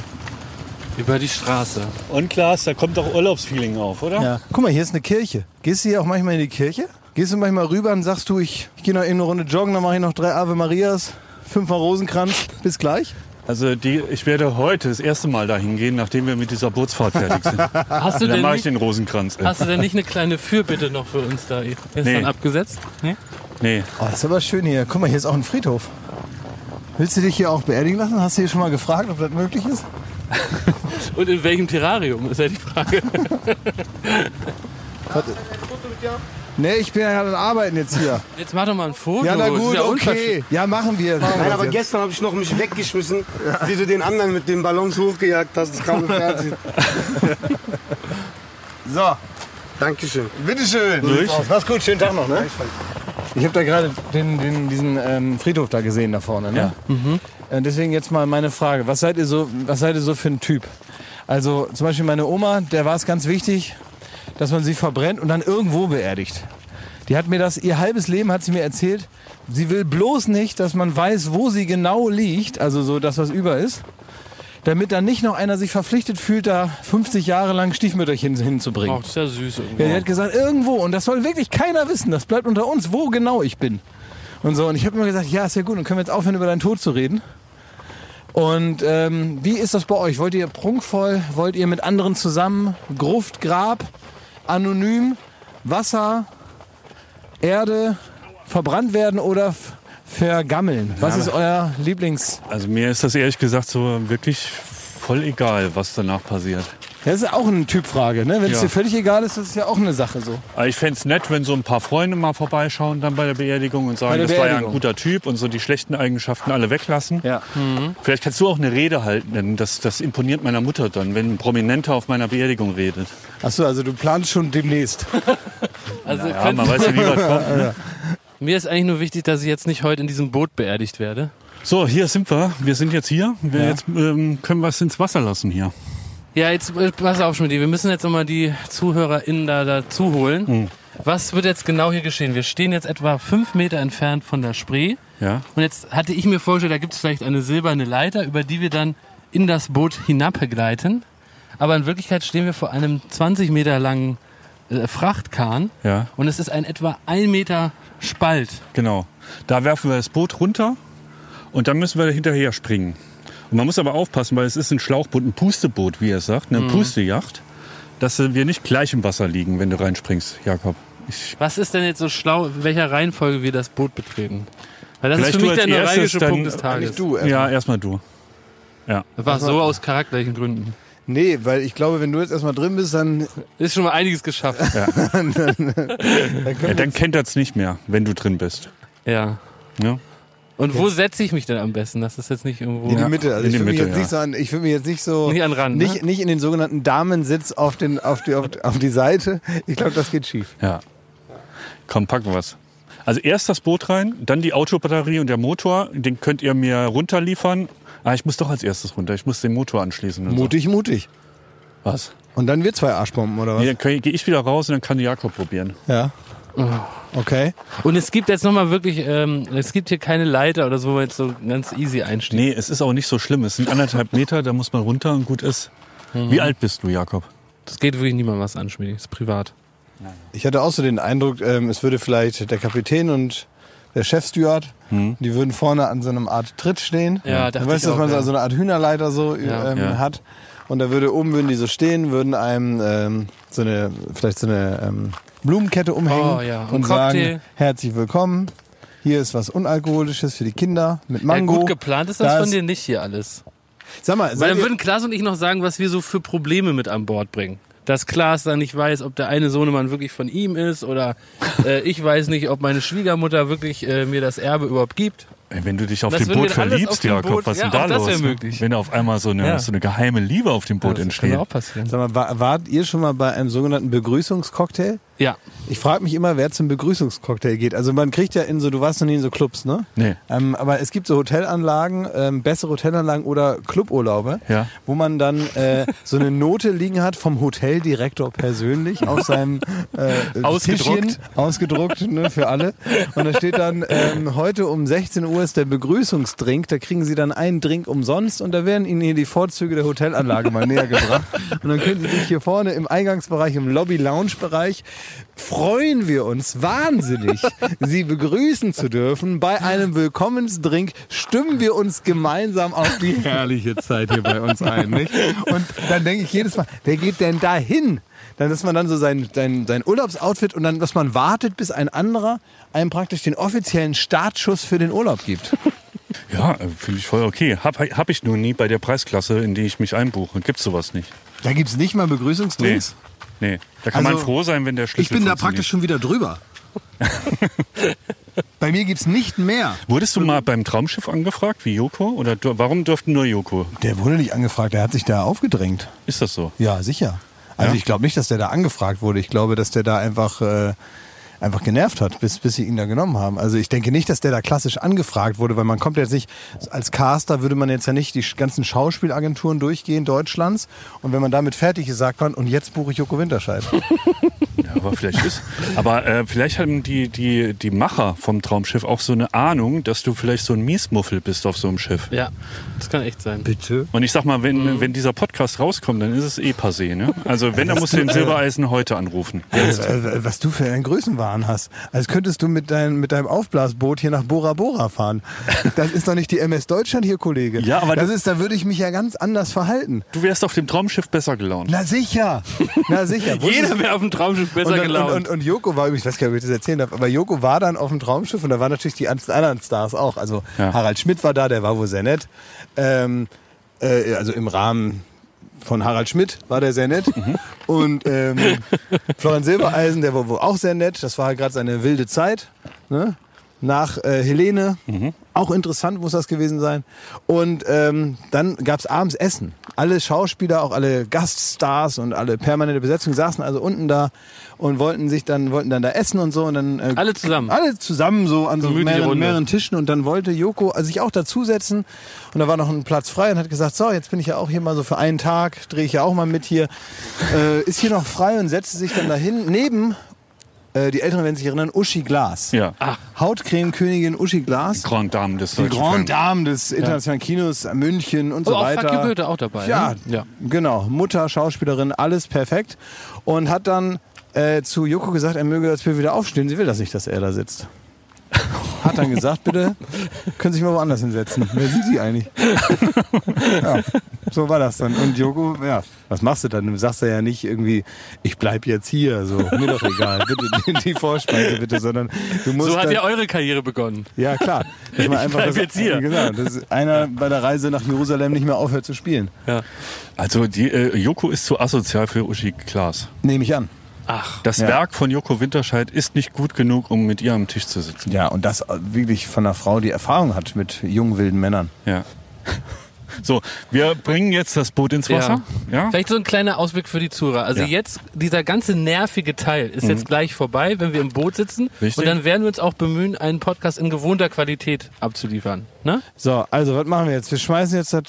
über die Straße. Und Klaas, da kommt auch Urlaubsfeeling auf, oder? Ja. Guck mal, hier ist eine Kirche. Gehst du hier auch manchmal in die Kirche? Gehst du manchmal rüber und sagst du, ich, ich gehe noch eben eine Runde joggen, dann mache ich noch drei Ave Marias, fünfmal Rosenkranz, bis gleich? Also die, ich werde heute das erste Mal dahin gehen, nachdem wir mit dieser Bootsfahrt fertig sind. Ah, Hast du, Dann denn mache ich nicht, den Rosenkranz. Ey. hast du denn nicht eine kleine Fürbitte noch für uns da gestern Nee. abgesetzt? Nee? Nee, Oh, das ist aber schön hier. Guck mal, hier ist auch ein Friedhof. Willst du dich hier auch beerdigen lassen? Hast du hier schon mal gefragt, ob das möglich ist? Und in welchem Terrarium, ist ja die Frage. Nee, ich bin ja gerade am Arbeiten jetzt hier. Jetzt mach doch mal ein Foto. Ja, na Das ist gut, ja unverschämt. okay. Ja, machen wir. Nein, aber gestern habe ich noch mich weggeschmissen, wie du den anderen mit den Ballons hochgejagt hast. Das kam im Fernsehen. So, Dankeschön. bitteschön. Mach's gut, schönen Tag noch, ne? Ich habe da gerade den, den, diesen ähm, Friedhof da gesehen da vorne, ne? Äh, Deswegen jetzt mal meine Frage. Was seid ihr so, was seid ihr so für ein Typ? Also zum Beispiel meine Oma, der war es ganz wichtig, dass man sie verbrennt und dann irgendwo beerdigt. Die hat mir das, ihr halbes Leben hat sie mir erzählt, sie will bloß nicht, dass man weiß, wo sie genau liegt, also so das, was über ist. damit dann nicht noch einer sich verpflichtet fühlt, da 50 Jahre lang Stiefmütterchen hinzubringen. Auch Oh, ist ja süß irgendwie. Ja, die hat gesagt, irgendwo, und das soll wirklich keiner wissen, das bleibt unter uns, wo genau ich bin. Und so, und ich habe immer gesagt, ja, ist ja gut, dann können wir jetzt aufhören, über deinen Tod zu reden. Und ähm, wie ist das bei euch? Wollt ihr prunkvoll? Wollt ihr mit anderen zusammen? Gruft, Grab, anonym, Wasser, Erde, verbrannt werden oder f- vergammeln? Was ist euer Lieblings... Also mir ist das ehrlich gesagt so wirklich voll egal, was danach passiert. Das ist auch eine Typfrage, ne? Wenn es Ja. dir völlig egal ist, das ist ja auch eine Sache so. Aber ich fänd's nett, wenn so ein paar Freunde mal vorbeischauen dann bei der Beerdigung und Bei sagen, der das war ja ein Beerdigung. guter Typ und so die schlechten Eigenschaften alle weglassen. Ja. Vielleicht kannst du auch eine Rede halten, denn das, das imponiert meiner Mutter dann, wenn ein Prominenter auf meiner Beerdigung redet. Achso, also du planst schon demnächst. Also Ja, könnt- man weiß ja, wie weit kommt. Ne? mir ist eigentlich nur wichtig, dass ich jetzt nicht heute in diesem Boot beerdigt werde. So, hier sind wir. Wir sind jetzt hier. Wir Jetzt ähm, können wir es ins Wasser lassen hier. Ja, jetzt äh, pass auf, Schmidt. Wir müssen jetzt nochmal die ZuhörerInnen da dazu holen. Hm. Was wird jetzt genau hier geschehen? Wir stehen jetzt etwa fünf Meter entfernt von der Spree. Ja. Und jetzt hatte ich mir vorgestellt, da gibt es vielleicht eine silberne Leiter, über die wir dann in das Boot hinabgleiten. Aber in Wirklichkeit stehen wir vor einem 20 Meter langen äh, Frachtkahn. Ja. Und es ist ein etwa ein Meter Spalt. Genau. Da werfen wir das Boot runter und dann müssen wir hinterher springen. Und man muss aber aufpassen, weil es ist ein Schlauchboot, ein Pusteboot, wie er es sagt, eine Pustejacht, dass äh, wir nicht gleich im Wasser liegen, wenn du reinspringst, Jakob. Ich, Was ist denn jetzt so schlau, in welcher Reihenfolge wir das Boot betreten? Weil das Vielleicht ist für mich du der als neuralgische erstes, dann- Punkt des Tages. Du, äh, ja, erstmal du. Also War so aus charakterlichen Gründen. nee, weil ich glaube, wenn du jetzt erstmal drin bist, dann Ist schon mal einiges geschafft. Ja, dann kennt er es nicht mehr, wenn du drin bist. Ja. Ja? Und wo setze ich mich denn am besten? Das ist jetzt nicht irgendwo. in Ja, die Mitte. Also in ich die würde mich, Mitte, jetzt nicht so an- ich würd mich jetzt nicht so Nicht an den ne? Rand, nicht, nicht in den sogenannten Damensitz auf den auf die auf, auf die Seite. Ich glaube, das geht schief. Ja. Komm, packen wir's. Also erst das Boot rein, dann die Autobatterie und der Motor. Den könnt ihr mir runterliefern. Ah, ich muss doch als erstes runter. Ich muss den Motor anschließen. Und so. Mutig, mutig. Was? Und dann wir zwei Arschbomben oder was? Nee, dann gehe ich wieder raus und dann kann Jakob probieren. Ja. Okay. Und es gibt jetzt nochmal wirklich, ähm, es gibt hier keine Leiter oder so, wo man jetzt so ganz easy einsteigt. Nee, es ist auch nicht so schlimm. Es sind anderthalb Meter, da muss man runter und gut ist. Wie alt bist du, Jakob? Das geht wirklich niemandem was an, Schmiedi. Ist privat. Ich hatte auch so den Eindruck, ähm, es würde vielleicht der Kapitän und der Chefsteward, die würden vorne an so einem Art Tritt stehen. Ja, du dachte weißt, ich dass man auch, so- ja. so eine Art Hühnerleiter so Ja. ähm, Ja. hat. Und da würde oben würden die so stehen, würden einem ähm, so eine vielleicht so eine ähm, Blumenkette umhängen Oh, ja. Und und Cocktail. sagen: Herzlich willkommen. Hier ist was unalkoholisches für die Kinder mit Mango. Ja, gut geplant ist das Da von ist- dir nicht hier alles. Sag mal, Weil seid dann ihr, würden Klaas und ich noch sagen, was wir so für Probleme mit an Bord bringen. Dass Klaas dann nicht weiß, ob der eine Sohnemann wirklich von ihm ist oder äh, ich weiß nicht, ob meine Schwiegermutter wirklich äh, mir das Erbe überhaupt gibt. Ey, wenn du dich auf Das dem würden Boot wir alles auf verliebst, dem Jakob, Boot- was ist ja, denn da auch das los? wär möglich. Wenn auf einmal so eine, Ja. so eine geheime Liebe auf dem Boot das kann genau. entsteht. auch passieren. sag mal, wa- wart ihr schon mal bei einem sogenannten Begrüßungscocktail? Ja. Ich frage mich immer, wer zum Begrüßungscocktail geht. Also man kriegt ja in so, du warst noch nie in so Clubs, ne? Nee. Ähm, aber es gibt so Hotelanlagen, ähm, bessere Hotelanlagen oder Cluburlaube, Ja. wo man dann äh, so eine Note liegen hat vom Hoteldirektor persönlich auf seinem äh, Ausgedruckt. Tischchen, ausgedruckt ne, für alle. Und da steht dann, ähm, heute um 16 Uhr ist der Begrüßungsdrink, da kriegen Sie dann einen Drink umsonst und da werden Ihnen hier die Vorzüge der Hotelanlage mal näher gebracht. Und dann können Sie sich hier vorne im Eingangsbereich, im Lobby-Lounge-Bereich freuen wir uns wahnsinnig, Sie begrüßen zu dürfen. Bei einem Willkommensdrink stimmen wir uns gemeinsam auf die herrliche Zeit hier bei uns ein. Nicht? Und dann denke ich jedes Mal, wer geht denn da hin? Dann, dass man dann so sein, sein, sein Urlaubsoutfit und dann, dass man wartet, bis ein anderer einem praktisch den offiziellen Startschuss für den Urlaub gibt. Ja, äh, finde ich voll okay. Hab, hab ich nur nie bei der Preisklasse, in die ich mich einbuche. Gibt's sowas nicht? Da gibt es nicht mal Nee. Begrüßungsdrinks. nee. Da kann Also, man froh sein, wenn der ich Schlüssel bin da funktioniert. praktisch schon wieder drüber. bei mir gibt es nicht mehr. Wurdest du mal beim Traumschiff angefragt, wie Joko? Oder du, warum durften nur Joko? Der wurde nicht angefragt, der hat sich da aufgedrängt. Ist das so? Ja, sicher. Also ich glaube nicht, dass der da angefragt wurde. Ich glaube, dass der da einfach äh, einfach genervt hat, bis, bis sie ihn da genommen haben. Also ich denke nicht, dass der da klassisch angefragt wurde, weil man kommt jetzt nicht, als Caster würde man jetzt ja nicht die sch- ganzen Schauspielagenturen durchgehen Deutschlands und wenn man damit fertig ist, sagt man, und jetzt buche ich Joko Winterscheid. Aber vielleicht ist. Aber äh, vielleicht haben die, die, die Macher vom Traumschiff auch so eine Ahnung, dass du vielleicht so ein Miesmuffel bist auf so einem Schiff. Ja, Mhm. das kann echt sein. Bitte? Und ich sag mal, wenn, wenn dieser Podcast rauskommt, dann ist es eh passé, ne? Also wenn, dann musst du den Silbereisen heute anrufen. Äh, Was du für einen Größenwahn hast. Als könntest du mit, dein, mit deinem Aufblasboot hier nach Bora Bora fahren. Das ist doch nicht die MS Deutschland hier, Kollege. Ja, aber das du- ist, da würde ich mich ja ganz anders verhalten. Du wärst auf dem Traumschiff besser gelaunt. Na sicher, na sicher. Jeder wäre auf dem Traumschiff besser und, dann- gelaunt. und, und, und Joko war, ich weiß gar nicht, ob ich das erzählen darf, aber Joko war dann auf dem Traumschiff und da waren natürlich die ganzen anderen Stars auch. Also Ja. Harald Schmidt war da, der war wohl sehr nett. Ähm, äh, also im Rahmen von Harald Schmidt war der sehr nett. Und ähm, Florian Silbereisen, der war wohl auch sehr nett. Das war halt gerade seine wilde Zeit. Ne? Nach äh, Helene. Mhm. Auch interessant muss das gewesen sein. Und ähm, dann gab's abends Essen. Alle Schauspieler, auch alle Gaststars und alle permanente Besetzung saßen also unten da und wollten sich dann, wollten dann da essen und so. Und dann, äh, Alle zusammen? Alle zusammen so an so Gemütliche mehreren, Runde. mehreren Tischen. Und dann wollte Joko also sich auch dazusetzen. Und da war noch ein Platz frei und hat gesagt, so, jetzt bin ich ja auch hier mal so für einen Tag, drehe ich ja auch mal mit hier. Äh, ist hier noch frei und setzte sich dann dahin neben... äh, Die Älteren werden sich erinnern, Uschi Glas. Ja. Hautcreme-Königin Uschi Glas. Grand Dame des Die deutschen Grand Fernsehens. Dame des internationalen Kinos äh, München und so Oh, auch weiter. Fatke Böte auch dabei, Ja, ne? Ja. genau. Mutter, Schauspielerin, alles perfekt. Und hat dann äh, zu Joko gesagt, er möge jetzt bitte wieder aufstehen. Sie will das nicht, dass er da sitzt. Hat dann gesagt, bitte können Sie sich mal woanders hinsetzen. Wer sind Sie eigentlich? ja, so war das dann. Und Joko, ja, was machst du dann? Du sagst ja nicht irgendwie, ich bleib jetzt hier, so, mir doch egal, bitte die- die Vorspeise bitte, sondern du musst So hat dann, ja eure Karriere begonnen. ja, klar. Dass man einfach, bleib dass, jetzt hier. Genau, dass einer bei der Reise nach Jerusalem nicht mehr aufhört zu spielen. Also die, äh, Joko ist zu asozial für Uschi Klaas. Nehme ich an. Das Werk von Joko Winterscheid ist nicht gut genug, um mit ihr am Tisch zu sitzen. Ja, und das äh, wirklich von einer Frau, die Erfahrung hat mit jungen, wilden Männern. Ja. So, wir bringen jetzt das Boot ins Wasser. Ja. Vielleicht so ein kleiner Ausblick für die Zuhörer. Also Ja. jetzt, dieser ganze nervige Teil ist jetzt gleich vorbei, wenn wir im Boot sitzen. Richtig. Und dann werden wir uns auch bemühen, einen Podcast in gewohnter Qualität abzuliefern. Ne? So, also, was machen wir jetzt? Wir schmeißen jetzt das.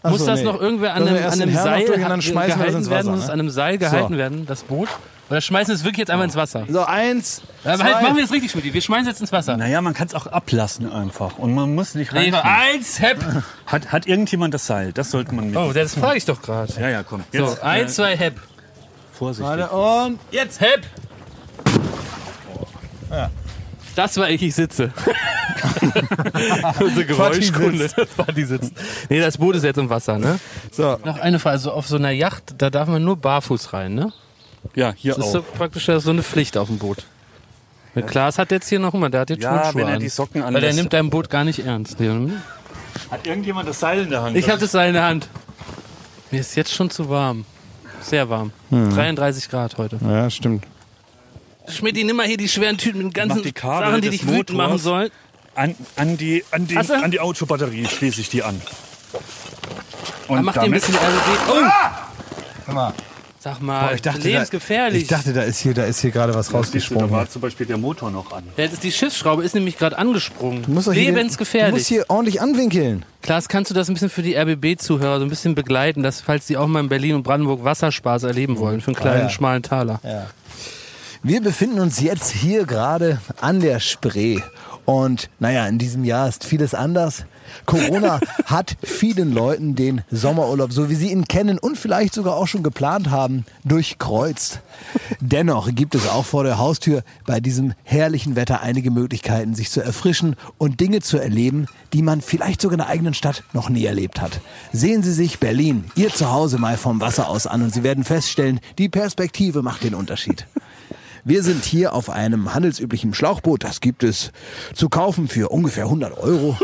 Ach Muss so, das nee. noch irgendwer an Lassen einem, wir erst an den einem Herrn noch Seil durch und dann ge- schmeißen wir das gehalten ins werden? Wasser, Muss es ne? an einem Seil gehalten So. werden, das Boot? Oder schmeißen wir es wirklich jetzt einmal ins Wasser? So, eins. Aber halt, zwei. machen wir es richtig, Schmidi. Wir schmeißen es jetzt ins Wasser. Naja, man kann es auch ablassen einfach. Und man muss nicht Nee, rein. eins, hepp. Hat, hat irgendjemand das Seil? Das sollte man mit. Oh, das frage ich doch gerade. Ja, ja, komm. So, Jetzt, äh, eins, zwei, hepp. Vorsicht. Warte, und. Jetzt, hepp. Das war ich, ich sitze. Unsere Geräuschkunde. Das war die Sitz. Nee, das Boot ist jetzt im Wasser, ne? So. Noch eine Frage. Also auf so einer Yacht, da darf man nur barfuß rein, ne? Ja, hier Das auch. ist so praktisch so eine Pflicht auf dem Boot. Mit Klaas hat jetzt hier noch immer, der hat jetzt Ja, Turnschuhe wenn er an. die Socken Weil der anlässt. nimmt dein Boot gar nicht ernst. Leon. Hat irgendjemand das Seil in der Hand? Ich habe das in der Hand. Mir ist jetzt schon zu warm. Sehr warm. Hm. 33 Grad heute. Ja, stimmt. Schmidti, nimm mal hier die schweren Tüten mit den ganzen Mach die Kabel Sachen, die des dich wütend Motors. machen sollen. an, an die, an die, Hast du? an die Autobatterie schließe ich die an. Ah, Und Mach dir ein bisschen RGB. Oh! Sag Ah! mal. Sag mal, ich dachte, lebensgefährlich. Da, ich dachte, da ist hier, da ist hier gerade was Siehst du, da rausgesprungen. war zum Beispiel der Motor noch an. Ja, das ist die Schiffsschraube ist nämlich gerade angesprungen. Du musst doch hier- Du musst lebensgefährlich. hier ordentlich anwinkeln. Klaas, kannst du das ein bisschen für die RBB-Zuhörer so ein bisschen begleiten, dass falls sie auch mal in Berlin und Brandenburg Wasserspaß erleben wollen, für einen kleinen, Ah, ja. schmalen Taler. Wir befinden uns jetzt hier gerade an der Spree. Und naja, in diesem Jahr ist vieles anders. Corona hat vielen Leuten den Sommerurlaub, so wie sie ihn kennen und vielleicht sogar auch schon geplant haben, durchkreuzt. Dennoch gibt es auch vor der Haustür bei diesem herrlichen Wetter einige Möglichkeiten, sich zu erfrischen und Dinge zu erleben, die man vielleicht sogar in der eigenen Stadt noch nie erlebt hat. Sehen Sie sich Berlin, Ihr Zuhause mal vom Wasser aus an und Sie werden feststellen, die Perspektive macht den Unterschied. Wir sind hier auf einem handelsüblichen Schlauchboot. Das gibt es zu kaufen für ungefähr 100 Euro.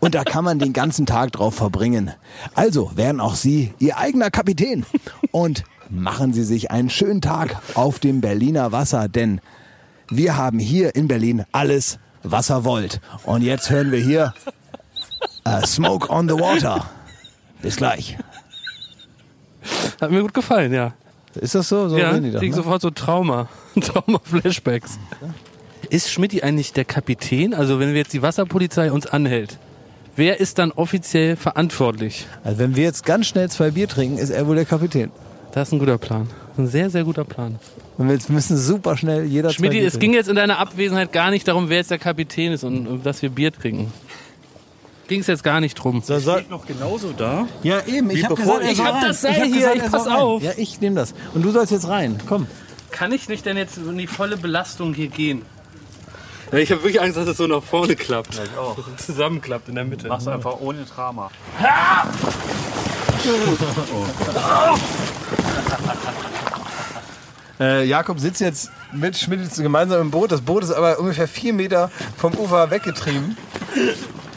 Und da kann man den ganzen Tag drauf verbringen. Also wären auch Sie Ihr eigener Kapitän. Und machen Sie sich einen schönen Tag auf dem Berliner Wasser, denn wir haben hier in Berlin alles, was ihr wollt. Und jetzt hören wir hier äh, Smoke on the Water. Bis gleich. Hat mir gut gefallen, ja. Ist das so? So ja, reden die doch, krieg ne? sofort so Trauma. Trauma-Flashbacks. Ist Schmidti eigentlich der Kapitän? Also wenn wir jetzt die Wasserpolizei uns anhält, wer ist dann offiziell verantwortlich? Also wenn wir jetzt ganz schnell zwei Bier trinken, ist er wohl der Kapitän. Das ist ein guter Plan. Das ist ein sehr, sehr guter Plan. Und wir jetzt müssen super schnell jeder zwei Schmidti, Bier es ging jetzt in deiner Abwesenheit gar nicht darum, wer jetzt der Kapitän ist und äh, dass wir Bier trinken. Ging es jetzt gar nicht drum. trinken. So, so, Noch genauso da. ja, eben. Ich habe gesagt, ich hab das Seil hier, ich pass auf. Ja, ich nehme das. Und du sollst jetzt rein. Komm. Kann ich nicht denn jetzt in die volle Belastung hier gehen? Ich habe wirklich Angst, dass es so nach vorne klappt. ich auch. Zusammenklappt in der Mitte. Mach's einfach ohne Drama. Äh, Jakob sitzt jetzt mit Schmidt gemeinsam im Boot. Das Boot ist aber ungefähr vier Meter vom Ufer weggetrieben.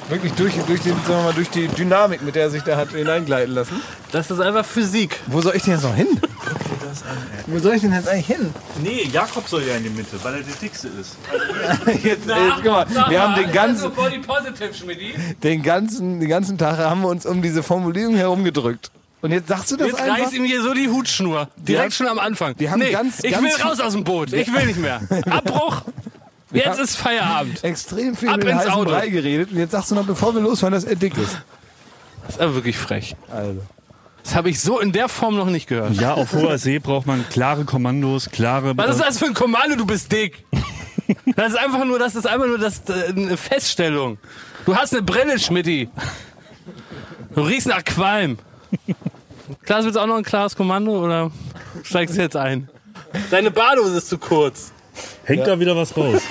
Wirklich durch, durch, den, sagen wir mal, durch die Dynamik, mit der er sich da hat hineingleiten lassen. Das ist einfach Physik. Wo soll ich denn jetzt noch hin? Wo soll ich denn jetzt eigentlich hin? Nee, Jakob soll ja in die Mitte, weil er der Dickste ist. Jetzt, jetzt, Äh, guck mal, wir haben den ganzen, Body Positive, Schmidti. den, ganzen, den ganzen Tag haben wir uns um diese Formulierung herumgedrückt. Und jetzt sagst du das Jetzt einfach? reißt ihm hier so die Hutschnur. Direkt schon am Anfang. die haben ganz- ich ganz will viel- raus aus dem Boot. Ich will nicht mehr. Abbruch. Jetzt haben- ist Feierabend. Extrem viel Ab mit den ins heißen Auto. Brei geredet. Und jetzt sagst du noch, bevor wir losfahren, dass er dick ist. Das ist aber wirklich frech. Also. Das habe ich so in der Form noch nicht gehört. Ja, auf hoher See braucht man klare Kommandos, klare. Was ist das für ein Kommando, du bist dick? Das ist einfach nur, das ist einfach nur das, äh, eine Feststellung. Du hast eine Brille, Schmidti. Du riechst nach Qualm. Klaas, willst du auch noch ein klares Kommando oder steigst du jetzt ein? Deine Badehose ist zu kurz. Hängt da wieder was raus?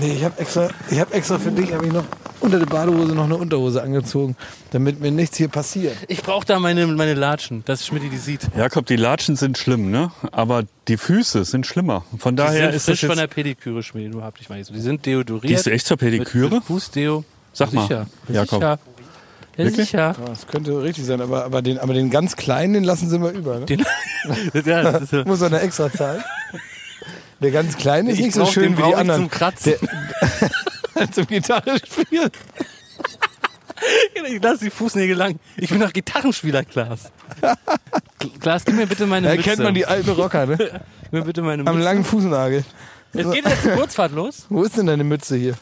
Nee, ich habe extra, ich hab extra für dich hab ich noch unter der Badehose noch eine Unterhose angezogen, damit mir nichts hier passiert. Ich brauche da meine, meine Latschen, dass Schmidti die sieht. Jakob, die Latschen sind schlimm, ne? Aber die Füße sind schlimmer. Von Die daher sind Ah ist frisch das von der jetzt. Pediküre, Schmidti, du hab dich mal nicht so. Die sind deodoriert. Gehst du echt zur Pediküre? Mit Fußdeo. Sag mal, Sicher. Jakob. Sicher. Ja, Wirklich? sicher. Das könnte richtig sein, aber, aber, den, aber den ganz kleinen, den lassen sie mal über. Ne? Den, ja, das ist so. Muss er eine extra zahlen. Der ganz kleine ist Ich nicht so brauch- den schön wie brauch die ich anderen. zum Kratzen. Der, zum Gitarre spielen. Ich lasse die Fußnägel lang. Ich bin doch Gitarrenspieler, Klaas. Klaas, gib mir bitte meine Mütze. Erkennt man die alten Rocker, ne? Gib mir bitte meine Am Mütze. langen Fußnagel. Es geht jetzt die Kurzfahrt los. Wo ist denn deine Mütze hier?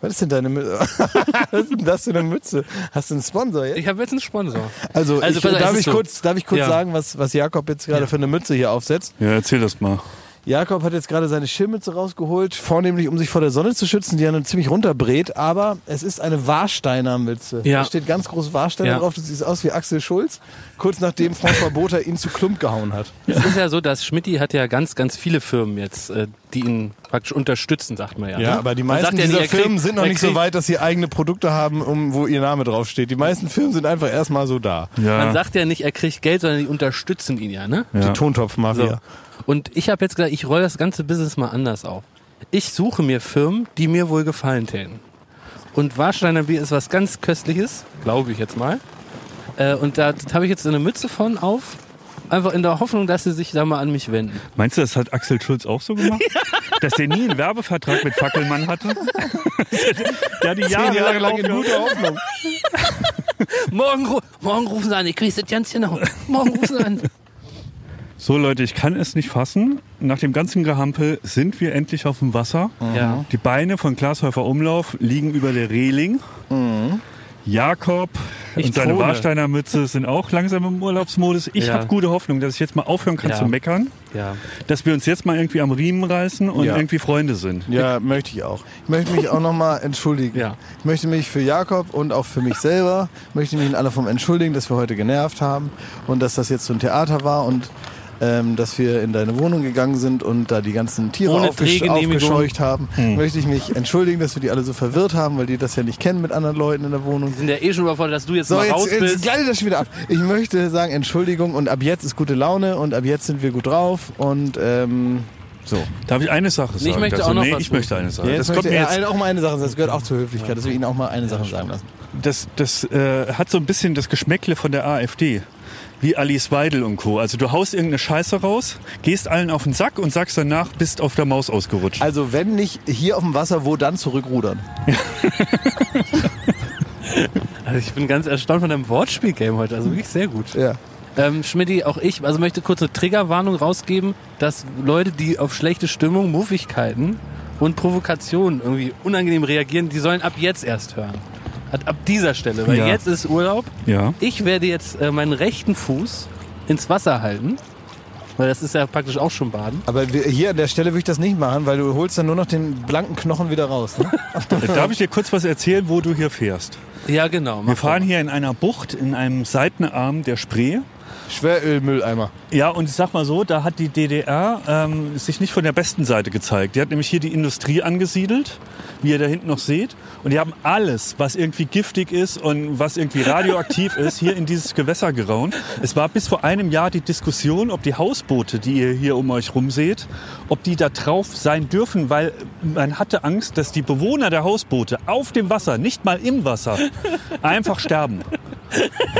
Was ist denn deine Mütze? Was ist denn das für eine Mütze? Hast du einen Sponsor jetzt? Ich habe jetzt einen Sponsor. Also, Also, ich, pass auf, es darf, ist ich so. kurz, darf ich kurz Ja. sagen, was, was Jakob jetzt gerade für eine Mütze hier aufsetzt? Ja, erzähl das mal. Jakob hat jetzt gerade seine Schirmmütze rausgeholt, vornehmlich um sich vor der Sonne zu schützen, die ja nun ziemlich runterbrät, aber es ist eine Warsteiner Mütze. Ja. Da steht ganz groß Warsteiner Ja. drauf, das sieht aus wie Axel Schulz, kurz nachdem François Botha ihn zu Klump gehauen hat. Es ist ja so, dass Schmidti hat ja ganz, ganz viele Firmen jetzt, äh, die ihn praktisch unterstützen, sagt man ja. ne? aber die Man meisten sagt ja nicht, dieser er kriegt- Firmen sind noch er nicht so kriegt- weit, dass sie eigene Produkte haben, um, wo ihr Name draufsteht. Die meisten Firmen sind einfach erstmal so da. Man Ja. sagt ja nicht, er kriegt Geld, sondern die unterstützen ihn ja, ne? Die Tontopfmafia. So. Und ich habe jetzt gedacht, ich roll das ganze Business mal anders auf. Ich suche mir Firmen, die mir wohl gefallen täten. Und Warsteiner Bier ist was ganz Köstliches, glaube ich jetzt mal. Äh, und da habe ich jetzt eine Mütze von auf. Einfach in der Hoffnung, dass sie sich da mal an mich wenden. Meinst du, das hat Axel Schulz auch so gemacht? Dass der nie einen Werbevertrag mit Fackelmann hatte? ja, die Jahre, Jahre lang lang in aufgehört. guter Hoffnung. Morgen, ru morgen rufen sie an, ich weiß das ganz genau. Morgen rufen sie an. So, Leute, ich kann es nicht fassen. Nach dem ganzen Gehampel sind wir endlich auf dem Wasser. Mhm. Ja. Die Beine von Glashäufer Umlauf liegen über der Reling. Jakob Mhm. Ich und seine throne. Warsteiner Mütze sind auch langsam im Urlaubsmodus. Ich Ja. habe gute Hoffnung, dass ich jetzt mal aufhören kann Ja. zu meckern, ja. dass wir uns jetzt mal irgendwie am Riemen reißen und Ja. irgendwie Freunde sind. Ja, möchte ich auch. Ich möchte mich auch nochmal entschuldigen. Ja. Ich möchte mich für Jakob und auch für mich selber, möchte mich in aller Form entschuldigen, dass wir heute genervt haben und dass das jetzt so ein Theater war und ähm, dass wir in deine Wohnung gegangen sind und da die ganzen Tiere Ohne aufgesch Drehgenehmigung. aufgescheucht haben. Hm. Möchte ich mich entschuldigen, dass wir die alle so verwirrt haben, weil die das ja nicht kennen mit anderen Leuten in der Wohnung. Sind ja eh schon überfordert, dass du jetzt So, mal raus jetzt, jetzt bist. gleitet das schon wieder ab. Ich möchte sagen, Entschuldigung und ab jetzt ist gute Laune und ab jetzt sind wir gut drauf und ähm, so. Darf ich eine Sache sagen? ich möchte dazu? auch noch nee, was ich möchte eine Sache. Ja, jetzt das kommt möchte mir er jetzt, auch mal eine Sache sagen. Das gehört auch zur Höflichkeit, dass wir ihn auch mal eine Sache sagen lassen. das das äh, hat so ein bisschen das Geschmäckle von der AfD. Wie Alice Weidel und Co. Also du haust irgendeine Scheiße raus, gehst allen auf den Sack und sagst danach, bist auf der Maus ausgerutscht. Also wenn nicht hier auf dem Wasser, wo dann zurückrudern? Also ich bin ganz erstaunt von deinem Wortspielgame heute. Also wirklich sehr gut. Ja. Ähm, Schmidti, auch ich, also möchte kurze Triggerwarnung rausgeben, dass Leute, die auf schlechte Stimmung, Muffigkeiten und Provokationen irgendwie unangenehm reagieren, die sollen ab jetzt erst hören. Ab, ab dieser Stelle, weil Ja. jetzt ist Urlaub. Ja. Ich werde jetzt äh, meinen rechten Fuß ins Wasser halten, weil das ist ja praktisch auch schon Baden. Aber wir, hier an der Stelle würde ich das nicht machen, weil du holst dann nur noch den blanken Knochen wieder raus. Ne? Also- Äh, Darf ich dir kurz was erzählen, wo du hier fährst? Ja, genau. Wir fahren hier in einer Bucht in einem Seitenarm der Spree. Schwerölmülleimer. Ja, und ich sag mal so, da hat die DDR ähm, sich nicht von der besten Seite gezeigt. Die hat nämlich hier die Industrie angesiedelt, wie ihr da hinten noch seht. Und die haben alles, was irgendwie giftig ist und was irgendwie radioaktiv ist, hier in dieses Gewässer geraunt. Es war bis vor einem Jahr die Diskussion, ob die Hausboote, die ihr hier um euch rum seht, ob die da drauf sein dürfen, weil man hatte Angst, dass die Bewohner der Hausboote auf dem Wasser, nicht mal im Wasser, einfach sterben.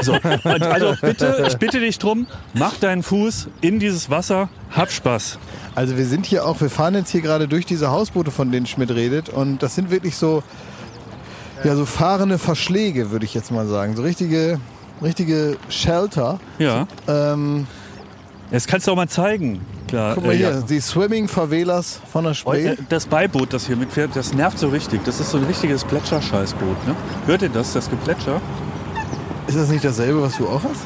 So, und also bitte, ich bitte dich drum, mach deinen Fuß in dieses Wasser, hab Spaß. Also wir sind hier auch, wir fahren jetzt hier gerade durch diese Hausboote, von denen Schmidt redet. Und das sind wirklich so, ja, so fahrende Verschläge, würde ich jetzt mal sagen. So richtige, richtige Shelter. Ja, Ähm, das kannst du auch mal zeigen. Klar, guck mal äh, hier, ja. die Swimming Favelas von der Oh, Spree. äh, Das Beiboot, das hier mitfährt, das nervt so richtig. Das ist so ein richtiges Plätscherscheißboot. Ne? Hört ihr das, das Geplätscher? Ist das nicht dasselbe, was du auch hast?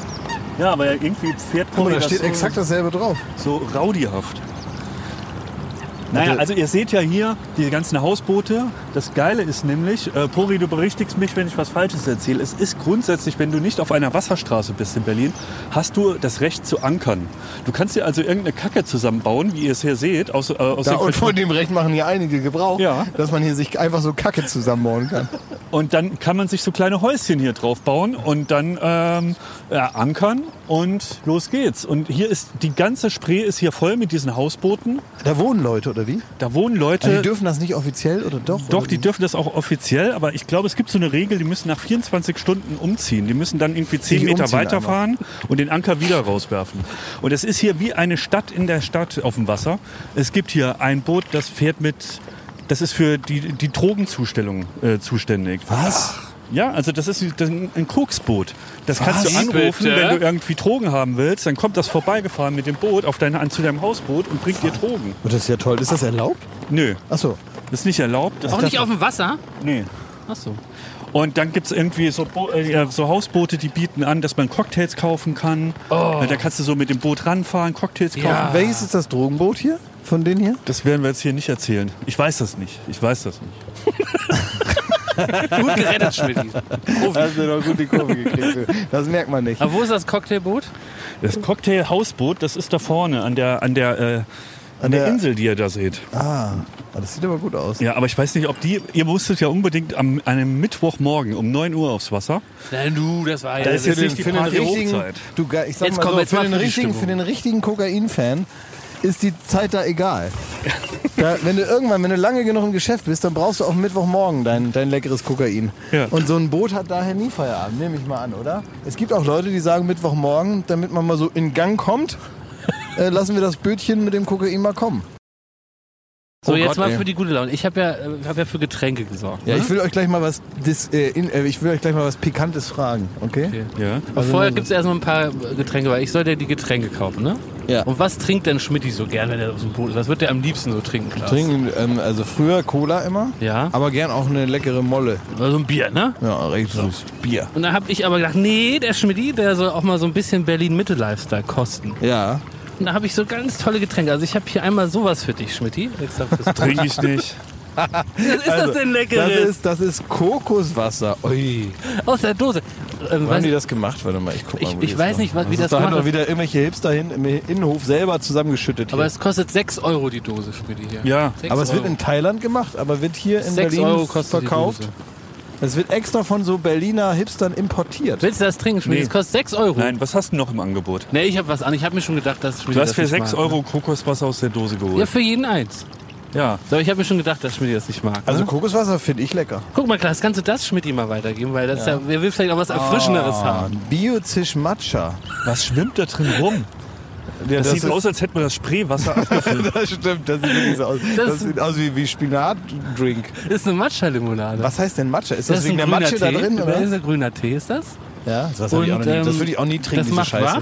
Ja, aber irgendwie fährt Guck mal, da das steht so, exakt dasselbe drauf. so raudihaft. Naja, Warte. also ihr seht ja hier die ganzen Hausboote. Das Geile ist nämlich, äh, Pori, du berichtigst mich, wenn ich was Falsches erzähle. Es ist grundsätzlich, wenn du nicht auf einer Wasserstraße bist in Berlin, hast du das Recht zu ankern. Du kannst dir also irgendeine Kacke zusammenbauen, wie ihr es hier seht. Aus, äh, aus Da, den und verschiedenen- von dem Recht machen hier einige Gebrauch, Ja. dass man hier sich einfach so Kacke zusammenbauen kann. Und dann kann man sich so kleine Häuschen hier drauf bauen und dann ähm, ja, ankern und los geht's. Und hier ist die ganze Spree ist hier voll mit diesen Hausbooten. Da wohnen Leute, oder wie? Da wohnen Leute. Also die dürfen das nicht offiziell, oder doch? doch, oder die dürfen das auch offiziell, aber ich glaube, es gibt so eine Regel, die müssen nach 24 Stunden umziehen. Die müssen dann irgendwie 10 Die Meter umziehen weiterfahren und den Anker wieder rauswerfen. Und es ist hier wie eine Stadt in der Stadt auf dem Wasser. Es gibt hier ein Boot, das fährt mit, das ist für die, die Drogenzustellung äh, zuständig. Was? Ja, also das ist das- ein Koksboot. Das kannst du Was? anrufen, Bitte? wenn du irgendwie Drogen haben willst, dann kommt das vorbeigefahren mit dem Boot auf deine, zu deinem Hausboot und bringt dir Drogen. Das ist ja toll. Ist das erlaubt? Nö, Achso. das ist nicht erlaubt. Das Auch nicht auf dem Wasser? nee. Achso. Und dann gibt's irgendwie so, Bo äh, so Hausboote, die bieten an, dass man Cocktails kaufen kann. Ja, Da kannst du so mit dem Boot ranfahren, Cocktails kaufen. Ja. Welches ist das Drogenboot hier? Von denen hier? Das werden wir jetzt hier nicht erzählen. Ich weiß das nicht. Ich weiß das nicht. Gut gerettet, Schmidti. Hast du doch gut die Kurve gekriegt. Das merkt man nicht. Aber wo ist das Cocktailboot? Das Cocktail-Hausboot, das ist da vorne an der, an der, äh, an der der- Insel, die ihr da seht. Ah, das sieht aber gut aus. Ja, aber ich weiß nicht, ob die. Ihr musstet ja unbedingt am einem Mittwochmorgen um 9 Uhr aufs Wasser. Nein, du, das war ja. Das ist jetzt hier nicht die Party Hochzeit. du, ge- ich sag Jetzt mal kommen so, wir jetzt für, mal den für die richtigen, Stimmung. für den richtigen Kokain-Fan ist die Zeit da egal. Da, wenn du irgendwann, wenn du lange genug im Geschäft bist, dann brauchst du auch Mittwochmorgen dein, dein leckeres Kokain. Ja. Und so ein Boot hat daher nie Feierabend, nehme ich mal an, oder? Es gibt auch Leute, die sagen Mittwochmorgen, damit man mal so in Gang kommt, äh, lassen wir das Bötchen mit dem Kokain mal kommen. So, Oh jetzt Gott, mal ey. für die gute Laune. Ich habe ja, äh, hab ja für Getränke gesorgt. Ja, ne? ich will euch gleich mal was, dis, äh, in, äh, ich will euch gleich mal was Pikantes fragen, okay? Okay. Ja. Aber vorher gibt's erstmal ein paar äh, Getränke, weil ich soll dir die Getränke kaufen, ne? Ja. Und was trinkt denn Schmidti so gern, wenn er auf dem Boot ist? Was wird er am liebsten so trinken, Klaas? Trinken, ähm, also früher Cola immer, Ja. aber gern auch eine leckere Molle. Also ein Bier, ne? Ja, richtig süß. Bier. Und dann habe ich aber gedacht, nee, der Schmidti, der soll auch mal so ein bisschen Berlin-Mitte-Lifestyle kosten. Ja. Und da habe ich so ganz tolle Getränke. Also ich habe hier einmal sowas für dich, Schmidti. Extra fürs Trinken. Trinke ich nicht. Was ist das denn Das Leckeres? ist, das ist Kokoswasser. Ui. Aus der Dose. Ähm, Wann haben was, die das gemacht? Warte mal, ich guck mal. Ich- ich wo die das weiß machen. nicht, was- wie ist- das Da haben gemacht doch wird. wieder irgendwelche Hipster hin, im Innenhof selber zusammengeschüttet. aber hier. es kostet 6 Euro die Dose, Schmidti, hier. Ja. Sechs aber es wird Euro. in Thailand gemacht, aber wird hier in Sechs Berlin Euro kostet die verkauft. Dose. Es wird extra von so Berliner Hipstern importiert. Willst du das trinken, Schmidti? Nee. Es kostet 6 Euro. Nein, was hast du noch im Angebot? Nee, ich habe was an. Ich habe mir schon gedacht, dass Schmidti Du hast das für nicht 6 mag, ne? Euro Kokoswasser aus der Dose Ja, geholt. für jeden eins. Ja. So, ich habe mir schon gedacht, dass Schmidti das nicht mag. Also ne? Kokoswasser finde ich lecker. guck mal, Klaas, kannst du das Schmidti mal weitergeben? Weil das ja. Ja, wir will vielleicht auch Ah. was Erfrischenderes haben. Biozisch Matcha. Was schwimmt da drin rum? Das, sieht aus, als hätte man das Spreewasser abgefüllt. Das stimmt, das sieht wirklich so aus. Das, Das- sieht aus wie, wie Spinatdrink. Ist eine Matcha-Limonade. Was heißt denn Matcha? Ist Das das, ist ein wegen der grüner Matsche da Tee. drin? Das Oder? ist ein grüner Tee, ist das? Ja, das, hab ich auch noch nie- das würde ich auch nie trinken, Das macht wach.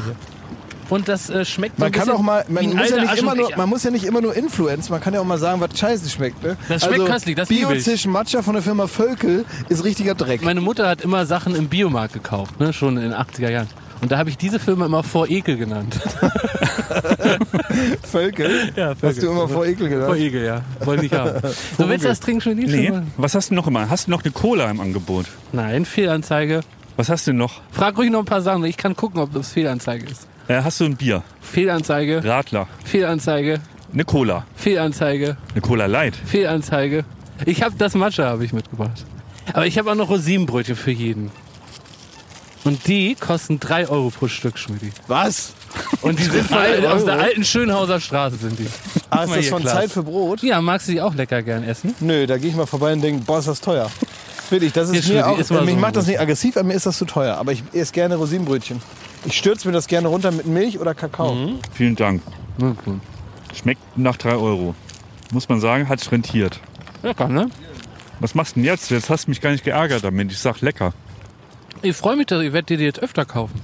und das äh, schmeckt so Man ein kann bisschen auch mal, wie man ein muss, ja alter nicht immer nur, Aschenbecher. man muss ja nicht immer nur Influencer, man kann ja auch mal sagen, was scheiße schmeckt. Ne? Das schmeckt köstlich, das liebe ich. Biozisch Matcha von der Firma Völkel ist richtiger Dreck. Meine Mutter hat immer Sachen im Biomarkt gekauft, ne? schon in den 80er Jahren. Und da habe ich diese Firma immer vor Ekel genannt. Völkel? Ja, Hast du immer vor Ekel Vor gedacht? Ekel, ja. Wollte ich haben. Du willst das trinken schon nicht? Nee. Schon mal? Was hast du noch immer? Hast du noch eine Cola im Angebot? Nein, Fehlanzeige. Was hast du denn noch? Frag ruhig noch ein paar Sachen. Ich kann gucken, ob das Fehlanzeige ist. Äh, hast du ein Bier? Fehlanzeige, Radler. Fehlanzeige, Eine Cola. Fehlanzeige, Eine Cola Light. Fehlanzeige. Ich habe das Matcha habe ich mitgebracht. Aber ich habe auch noch Rosinenbrötchen für jeden. Und die kosten 3 Euro pro Stück, Schmidti. Was? Und die sind von, Drei aus der Euro? alten Schönhauser Straße sind die. Ah, ist mal das hier, von Klaas. Zeit für Brot? Ja, magst du die auch lecker gern essen? Nö, da gehe ich mal vorbei und denke, boah, ist das teuer. Wirklich, das Hier, ist Schnüti, mir auch, äh, iss mal mich so. macht das nicht aggressiv, an mir ist das zu teuer. Aber ich esse gerne Rosinenbrötchen. Ich stürze mir das gerne runter mit Milch oder Kakao. Vielen Dank. Schmeckt nach 3 Euro. Muss man sagen, hat's rentiert. Lecker, ne? Was machst du denn jetzt? Jetzt hast du mich gar nicht geärgert damit. Ich sag lecker. Ich freue mich, dass ich werde dir die jetzt öfter kaufen.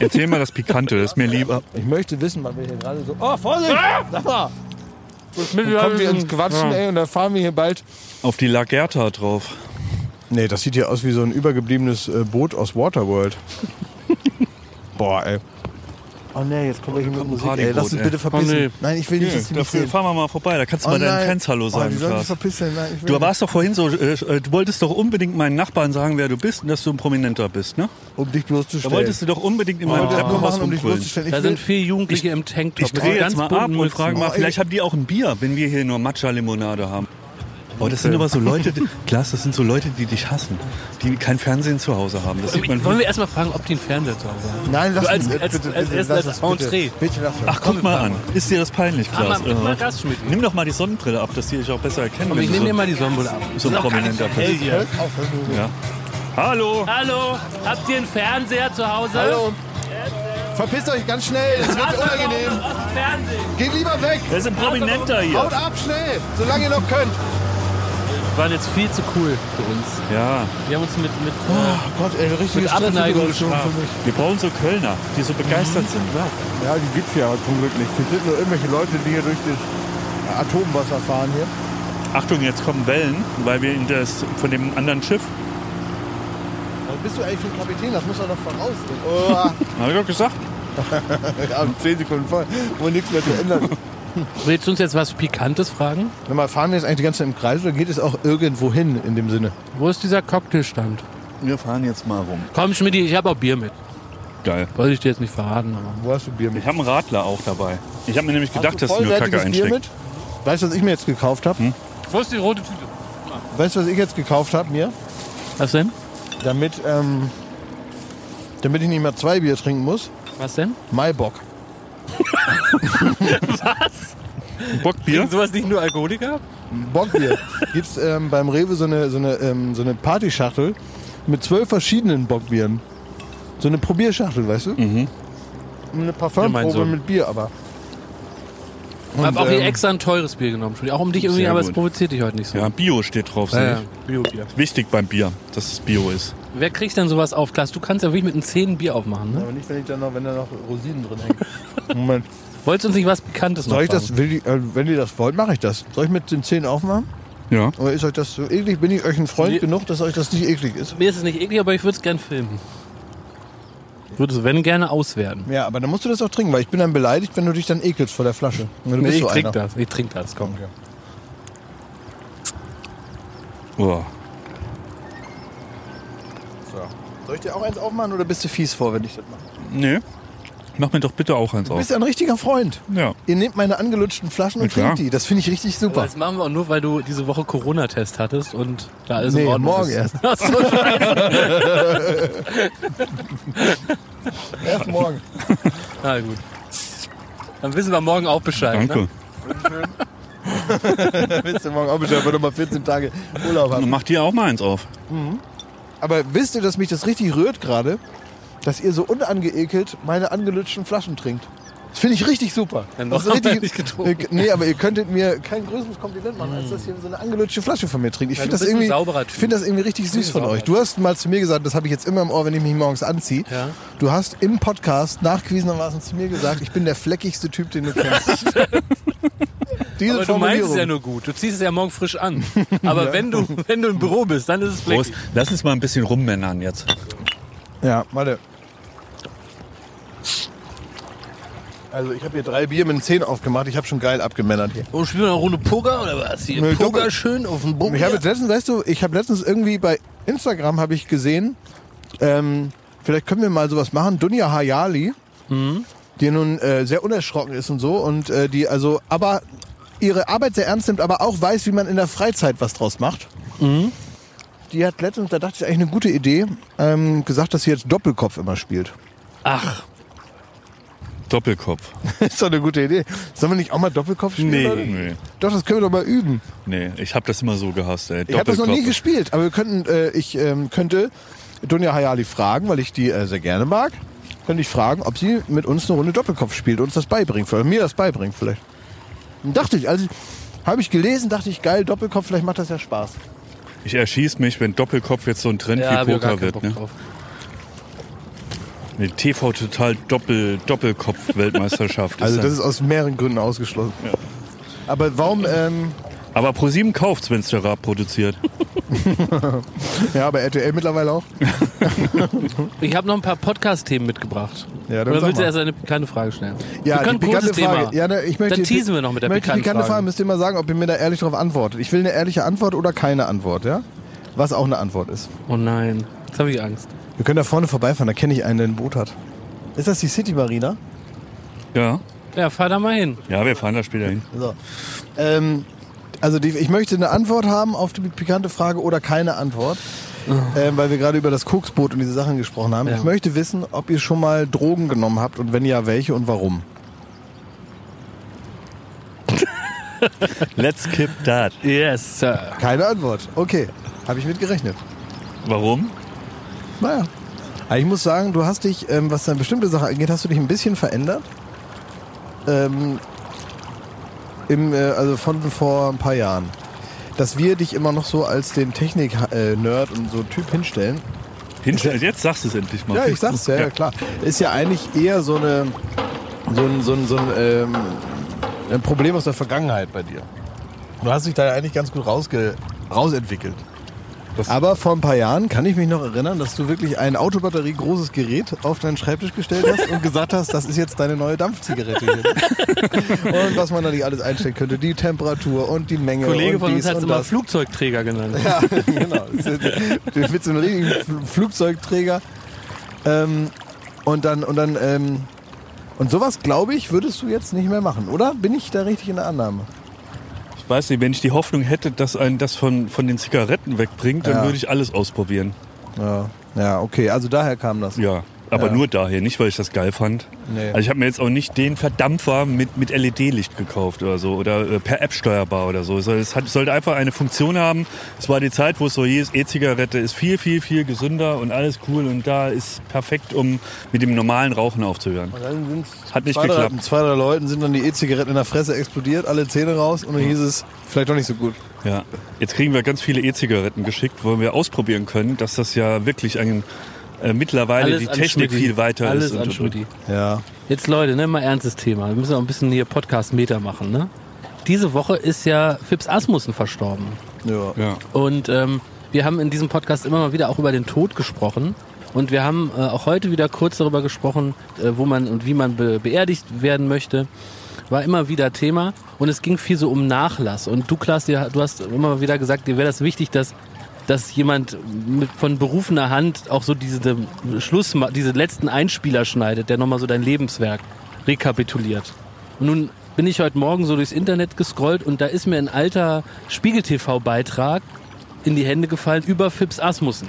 Erzähl mal das Pikante, ist mir lieber. Ich möchte wissen, was wir hier gerade so. Oh, Vorsicht! Sag mal! Kommen wir ins Mittlerweile- Quatschen, ey, und dann fahren wir hier bald. Auf die Lagerta drauf. Nee, das sieht hier aus wie so ein übergebliebenes äh, Boot aus Waterworld. Boah, ey. Oh nee, jetzt kommt welche mit Musik. Ey, lass uns ey. bitte verpissen. Oh, nee. Nein, ich will nicht, dass die mich Dafür sehen. fahren wir mal vorbei. Da kannst du Oh, mal deinen nein. Fans Hallo Oh, sagen. die sollen Klaas. mich verpissen. Nein, ich will Du warst doch vorhin so, äh, äh, du wolltest doch unbedingt meinen Nachbarn sagen, wer du bist und dass du ein Prominenter bist, ne? nicht. um dich Da bloßzustellen. wolltest du doch unbedingt in meinem Ich wollte das nur Club was machen, um dich rumbrüllen. bloßzustellen. Ich Da will- sind vier Jugendliche im Tanktop. Ich drehe jetzt mal ab und frage mal, Oh, ey. vielleicht haben die auch ein Bier, wenn wir hier nur Matcha-Limonade haben. Oh, das sind aber so Leute, die- Klaas, das sind so Leute, die dich hassen, die kein Fernsehen zu Hause haben. Das sieht man Wollen wir erstmal fragen, ob die einen Fernseher zu Hause haben? Nein, lass So als- uns als- bitte, als- bitte, als- lass als uns, bitte. Entree. Bitte lass uns. Ach, guck mal an. Ist dir das peinlich, Ah, Klaas? mal- mal Aha. das, Schmidt. Nimm doch mal die Sonnenbrille ab, dass die dich auch besser erkennen. Aber ich wenn du nehme dir so- mal die Sonnenbrille ab. so ein Ist auch gar nicht prominenter hell hier. Hallo! Hallo, habt ihr einen Fernseher zu Hause? Hallo. Verpisst euch ganz schnell, es wird unangenehm. Fernsehen. Geht lieber weg. Das ist ein Prominenter hier. Haut ab schnell, solange ihr noch könnt. Waren jetzt viel zu cool für uns. Ja, Wir haben uns mit, mit Oh Gott, ey, richtige Ah, Mit Abneigung Stresssituation gestraft. mich. wir brauchen so Kölner, die so begeistert sind. Ja, die gibt's ja zum Glück nicht. Das sind nur irgendwelche Leute, die hier durch das Atomwasser fahren hier. Achtung, jetzt kommen Wellen, weil wir in das, von dem anderen Schiff. Bist du eigentlich ein Kapitän? Das muss er doch voraussehen. Oh, Hab ich doch gesagt. ja, 10 Sekunden voll, wo nichts mehr zu ändern. ist. Willst du uns jetzt was Pikantes fragen? Sag mal, fahren wir jetzt eigentlich die ganze Zeit im Kreis oder geht es auch irgendwo hin in dem Sinne? Wo ist dieser Cocktailstand? Wir fahren jetzt mal rum. Komm, Schmidti, ich habe auch Bier mit. Geil. Wollte ich dir jetzt nicht verraten. Aber. Wo hast du Bier mit? Ich habe einen Radler auch dabei. Ich habe mir nämlich gedacht, dass du nur Kacke vollwertiges Bier einsteckst. Hm? mit? Weißt du, was ich mir jetzt gekauft habe? Wo ist die rote Tüte? Weißt du, was ich jetzt gekauft habe mir? Was denn? Damit, ähm, damit ich nicht mehr zwei Bier trinken muss? Was denn? Maibock. Bockbier? Sowas nicht nur Alkoholiker? Bockbier. Gibt's ähm, beim Rewe so eine, so eine, ähm, so eine Partyschachtel mit zwölf verschiedenen Bockbieren. So eine Probierschachtel, weißt du? Mhm. Eine Ja, mein Parfümprobe Sohn. mit Bier, aber. Ich habe auch hier ähm, extra ein teures Bier genommen. Schmidti. Auch um dich irgendwie, Sehr aber es gut. provoziert dich heute nicht so. Ja, Bio steht drauf. sehe ich. Biobier. Wichtig beim Bier, dass es Bio ist. Wer kriegt denn sowas auf? Klaas, du kannst ja wirklich mit einem Zehn Bier aufmachen, ne? Aber nicht, wenn, ich da noch, wenn da noch Rosinen drin hängen. Moment. Wolltest du uns nicht was Bekanntes noch Soll ich fragen? das, will die, äh, wenn ihr das wollt, mache ich das. Soll ich mit den Zehen aufmachen? Ja. Oder ist euch das so eklig? Bin ich euch ein Freund Nee. genug, dass euch das nicht eklig ist? Mir ist es nicht eklig, aber ich würde es gern filmen. Ich würde es, wenn, gerne auswerten. Ja, aber dann musst du das auch trinken, weil ich bin dann beleidigt, wenn du dich dann ekelst vor der Flasche. Und du bist ich so trink einer. das. Ich trink das, komm. Oh. Soll ich dir auch eins aufmachen oder bist du fies vor, wenn ich das Oh. mache? Nee. Mach mir doch bitte auch eins Du auf. bist ein richtiger Freund. Ja. Ihr nehmt meine angelutschten Flaschen und Ja, klar. trinkt die. Das finde ich richtig super. Das machen wir auch nur, weil du diese Woche Corona-Test hattest und da alles Nee, in Ordnung morgen ist. erst. Ach so, scheiße. Erst morgen. Na gut. Dann wissen wir morgen auch Bescheid. Ne? Danke. Wisst ihr morgen auch Bescheid, weil du mal 14 Tage Urlaub Dann haben. mach dir auch mal eins auf. Aber wisst ihr, dass mich das richtig rührt gerade? Dass ihr so unangeekelt meine angelutschten Flaschen trinkt. Das finde ich richtig super. Dann das haben wir richtig, nicht getrunken. Ihr- Nee, aber ihr könntet mir kein größeres Kompliment machen, als dass ihr so eine angelutschte Flasche von mir trinkt. Ich finde du das, bist ein irgendwie- sauberer ich Typ. find das irgendwie richtig süß von euch. Du hast mal zu mir gesagt, das habe ich jetzt immer im Ohr, wenn ich mich morgens anziehe. Ja. Du hast im Podcast nachgewiesenermaßen zu mir gesagt, ich bin der fleckigste Typ, den du kennst. Diese Aber du meinst Formulierung. es ja nur gut. Du ziehst es ja morgen frisch an. Aber wenn, du, wenn du im Büro bist, dann ist es Prost. fleckig. Lass uns mal ein bisschen rummännern jetzt. ja, warte. Also ich habe hier drei Bier mit einem Zehn aufgemacht. Ich habe schon geil abgemännert hier. Oh, spielen wir eine Runde Poker oder was? Hier, Nee, Poker Doppel. schön auf dem Bogen. Ich habe jetzt letztens, weißt du, ich habe letztens irgendwie bei Instagram habe ich gesehen, ähm, vielleicht können wir mal sowas machen. Dunja Hayali, Mhm. die nun äh, sehr unerschrocken ist und so und äh, die also aber ihre Arbeit sehr ernst nimmt, aber auch weiß, wie man in der Freizeit was draus macht. Mhm. Die hat letztens, da dachte ich eigentlich eine gute Idee, ähm, gesagt, dass sie jetzt Doppelkopf immer spielt. Ach, Doppelkopf. ist doch eine gute Idee. Sollen wir nicht auch mal Doppelkopf spielen? Leute? nee. Doch, das können wir doch mal üben. Nee, ich habe das immer so gehasst, ey. Ich habe das noch nie Doppelkopf. gespielt, aber wir könnten, äh, ich ähm, könnte Dunja Hayali fragen, weil ich die äh, sehr gerne mag, könnte ich fragen, ob sie mit uns eine Runde Doppelkopf spielt und uns das beibringt, oder mir das beibringt vielleicht. Und dachte ich, also habe ich gelesen, dachte ich, geil, Doppelkopf, vielleicht macht das ja Spaß. Ich erschieß mich, wenn Doppelkopf jetzt so ein Trend ja, hab wie ich auch gar Poker keinen Bock wird. Ne? drauf. Eine TV total Doppel Doppelkopf Weltmeisterschaft. Also das ist aus mehreren Gründen ausgeschlossen. Aber warum, ähm, Aber ProSieben kauft's, wenn's der Raab produziert. ja, bei RTL mittlerweile auch. Ich habe noch ein paar Podcast-Themen mitgebracht. Ja, dann Oder sag willst du mal. erst eine pikante Frage stellen? Ja, wir können die ein kurzes pikante Frage. Thema. Ja, ne, ich möchte, dann teasen wir noch mit der möchte pikanten die pikante Frage. Frage. Müsst ihr mal sagen, ob ihr mir da ehrlich drauf antwortet. Ich will eine ehrliche Antwort oder keine Antwort, ja? Was auch eine Antwort ist. Oh nein, jetzt habe ich Angst. Wir können da vorne vorbeifahren, da kenne ich einen, der ein Boot hat. Ist das die City Marina? Ja. Ja, fahr da mal hin. Ja, wir fahren da später hin. So. Ähm, also die, ich möchte eine Antwort haben auf die pikante Frage oder keine Antwort, ähm, weil wir gerade über das Koksboot und diese Sachen gesprochen haben. Ja. Ich möchte wissen, ob ihr schon mal Drogen genommen habt und wenn ja, welche und warum. Let's keep that. Yes, Sir. Keine Antwort. Okay, habe ich mit gerechnet. Warum? Naja. Aber ich muss sagen, du hast dich, ähm, was eine bestimmte Sache angeht, hast du dich ein bisschen verändert. Ähm, im, äh, also von vor ein paar Jahren. Dass wir dich immer noch so als den Technik-Nerd und so Typ hinstellen. Hinstellen. Also Jetzt sagst du es endlich mal. Ja, ich sag's, ja, ja klar. Ist ja eigentlich eher so, eine, so ein, so ein, so ein, ähm, ein Problem aus der Vergangenheit bei dir. Du hast dich da ja eigentlich ganz gut rausge rausentwickelt. Das- Aber vor ein paar Jahren kann ich mich noch erinnern, dass du wirklich ein Autobatterie großes Gerät auf deinen Schreibtisch gestellt hast und gesagt hast, das ist jetzt deine neue Dampfzigarette. Hier. und was man da nicht alles einstellen könnte, die Temperatur und die Menge. Kollege und von uns dies hat es und immer das. Flugzeugträger genannt. Ja, genau. Mit so einem riesigen Fl- Flugzeugträger. Ähm, und dann, und dann, ähm, und sowas, glaube ich, würdest du jetzt nicht mehr machen, oder? Bin ich da richtig in der Annahme? Ich weiß nicht, wenn ich die Hoffnung hätte, dass einen das von, von den Zigaretten wegbringt, dann Ja. würde ich alles ausprobieren. Ja. Ja, okay, also daher kam das. Ja. Aber Ja. nur daher, nicht weil ich das geil fand. Nee. Also ich habe mir jetzt auch nicht den Verdampfer mit, mit LED-Licht gekauft oder so oder äh, per App steuerbar oder so. Es soll- Es hat, sollte einfach eine Funktion haben. Es war die Zeit, wo es so hieß, E-Zigarette ist viel, viel, viel gesünder und alles cool und da ist perfekt, um mit dem normalen Rauchen aufzuhören. Dann sind's Hat nicht zwei, drei, geklappt. zwei, drei Leuten sind dann die E-Zigaretten in der Fresse explodiert, alle Zähne raus und dann hieß es, vielleicht doch nicht so gut. Ja. Jetzt kriegen wir ganz viele E-Zigaretten geschickt, wo wir ausprobieren können, dass das ja wirklich ein, äh, mittlerweile die an Technik Schmidti. viel weiter Alles ist. und- an und- Schmidti. Ja. Jetzt Leute, ne, mal ernstes Thema. Wir müssen auch ein bisschen hier Podcast-Meter machen, ne? Diese Woche ist ja Fips Asmussen verstorben. Ja. Ja. Und ähm, wir haben in diesem Podcast immer mal wieder auch über den Tod gesprochen. Und wir haben äh, auch heute wieder kurz darüber gesprochen, äh, wo man und wie man be beerdigt werden möchte. War immer wieder Thema. Und es ging viel so um Nachlass. Und du, Klaas, dir, du hast immer wieder gesagt, dir wäre das wichtig, dass, dass jemand mit, von berufener Hand auch so diese Schluss, diese letzten Einspieler schneidet, der nochmal so dein Lebenswerk rekapituliert. Und nun bin ich heute Morgen so durchs Internet gescrollt und da ist mir ein alter Spiegel-TV-Beitrag in die Hände gefallen über Fips Asmussen,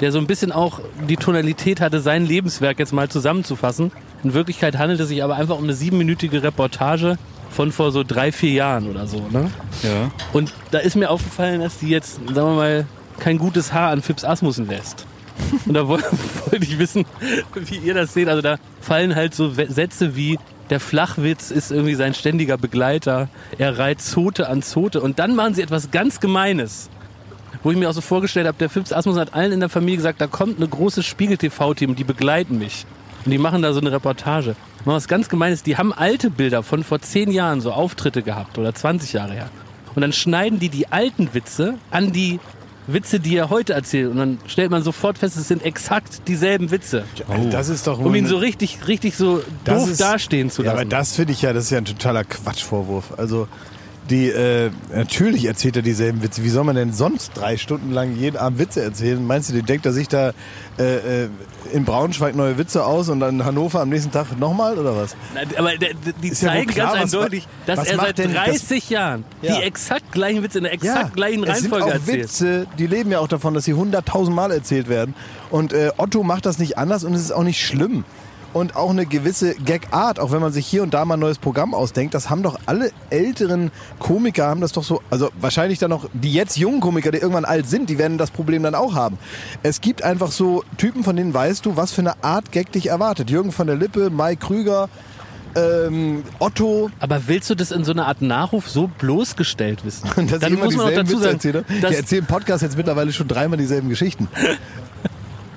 der so ein bisschen auch die Tonalität hatte, sein Lebenswerk jetzt mal zusammenzufassen. In Wirklichkeit handelt es sich aber einfach um eine siebenminütige Reportage von vor so drei, vier Jahren oder so. Ne? ja. Und da ist mir aufgefallen, dass die jetzt, sagen wir mal, kein gutes Haar an Fips Asmussen lässt. Und da woll- wollte ich wissen, wie ihr das seht. Also da fallen halt so We- Sätze wie, Der Flachwitz ist irgendwie sein ständiger Begleiter. Er reiht Zote an Zote. Und dann machen sie etwas ganz Gemeines. Wo ich mir auch so vorgestellt habe, der Fips Asmus hat allen in der Familie gesagt, da kommt eine große Spiegel-TV-Team, die begleiten mich. Und die machen da so eine Reportage. Machen was ganz Gemeines. Die haben alte Bilder von vor zehn Jahren, so Auftritte gehabt oder 20 Jahre her. Und dann schneiden die die alten Witze an die Witze, die er heute erzählt. Und dann stellt man sofort fest, es sind exakt dieselben Witze. Also Das ist doch Um ihn so richtig, richtig so Das doof ist- dastehen zu Ja, lassen. aber das finde ich ja, das ist ja ein totaler Quatschvorwurf. Also die, äh, natürlich erzählt er dieselben Witze. Wie soll man denn sonst drei Stunden lang jeden Abend Witze erzählen? Meinst du, die denkt er sich da äh, äh, in Braunschweig neue Witze aus und dann in Hannover am nächsten Tag nochmal oder was? Na, Aber der- der- die Ist ja wohl zeigen klar, ganz was- eindeutig, dass was er macht seit denn das- 30 Jahren Ja. die exakt gleichen Witze in der exakt gleichen es sind auch Reihenfolge erzählt. Witze, die leben ja auch davon, dass sie hunderttausendmal erzählt werden. Und äh, Otto macht das nicht anders und es ist auch nicht schlimm. Und auch eine gewisse Gag-Art, auch wenn man sich hier und da mal ein neues Programm ausdenkt, das haben doch alle älteren Komiker, haben das doch so, also wahrscheinlich dann noch die jetzt jungen Komiker, die irgendwann alt sind, die werden das Problem dann auch haben. Es gibt einfach so Typen, von denen weißt du, was für eine Art Gag dich erwartet. Jürgen von der Lippe, Mai Krüger, ähm, Otto, Aber willst du das in so einer Art Nachruf so bloßgestellt wissen? dass ich immer dieselben Witze erzähle. ne? Ich dass, erzähle im Podcast jetzt mittlerweile schon dreimal dieselben Geschichten.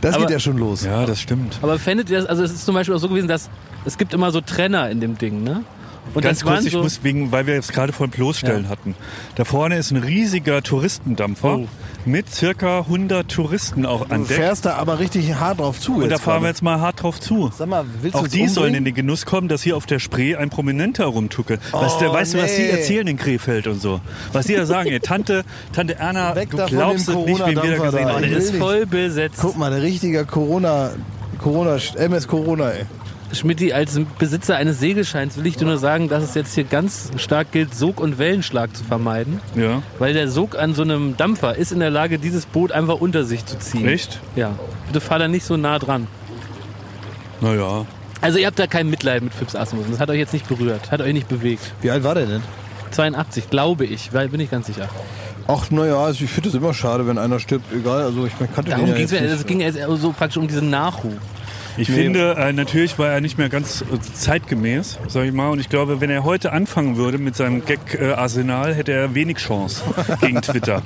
Das Aber- geht ja schon los. Ja, das stimmt. aber fändet ihr das, also es ist zum Beispiel auch so gewesen, dass es gibt immer so Trenner in dem Ding, ne? Und Ganz das waren kurz, ich so, muss wegen, weil wir jetzt gerade von Bloßstellen hatten. Da vorne ist ein riesiger Touristendampfer Oh. mit circa 100 Touristen auch Du an Deck. fährst da aber richtig hart drauf zu. Und da jetzt fahren wir gerade. jetzt mal hart drauf zu. Sag mal, willst auch du's die sollen umbringen? in den Genuss kommen, dass hier auf der Spree ein Prominenter rumtuckelt. was, der, weißt du, was die Oh, nee. erzählen in Krefeld und so? Was die da sagen, ey, Tante, Tante Erna, Weg du da von glaubst dem es nicht, wen wir da Corona-Dampfer gesehen da, oh, haben. der will ist nicht. voll besetzt. Guck mal, der richtige Corona, Corona, MS Corona, ey. Schmidti, als Besitzer eines Segelscheins will ich dir nur sagen, dass es jetzt hier ganz stark gilt, Sog- und Wellenschlag zu vermeiden. Ja. Weil der Sog an so einem Dampfer ist in der Lage, dieses Boot einfach unter sich zu ziehen. Echt? Ja. Bitte fahr da nicht so nah dran. Naja. Also ihr habt da kein Mitleid mit Fips Asmussen. Das hat euch jetzt nicht berührt, hat euch nicht bewegt. Wie alt war der denn? 82, glaube ich, weil bin ich ganz sicher. Ach, naja, also ich finde es immer schade, wenn einer stirbt. Egal, also ich man kannte Darum den ja ging's mir, jetzt also es nicht. ging es so praktisch um diesen Nachruf. Ich finde, äh, natürlich war er nicht mehr ganz äh, zeitgemäß, sag ich mal. Und ich glaube, wenn er heute anfangen würde mit seinem Gag-Arsenal, hätte er wenig Chance gegen Twitter.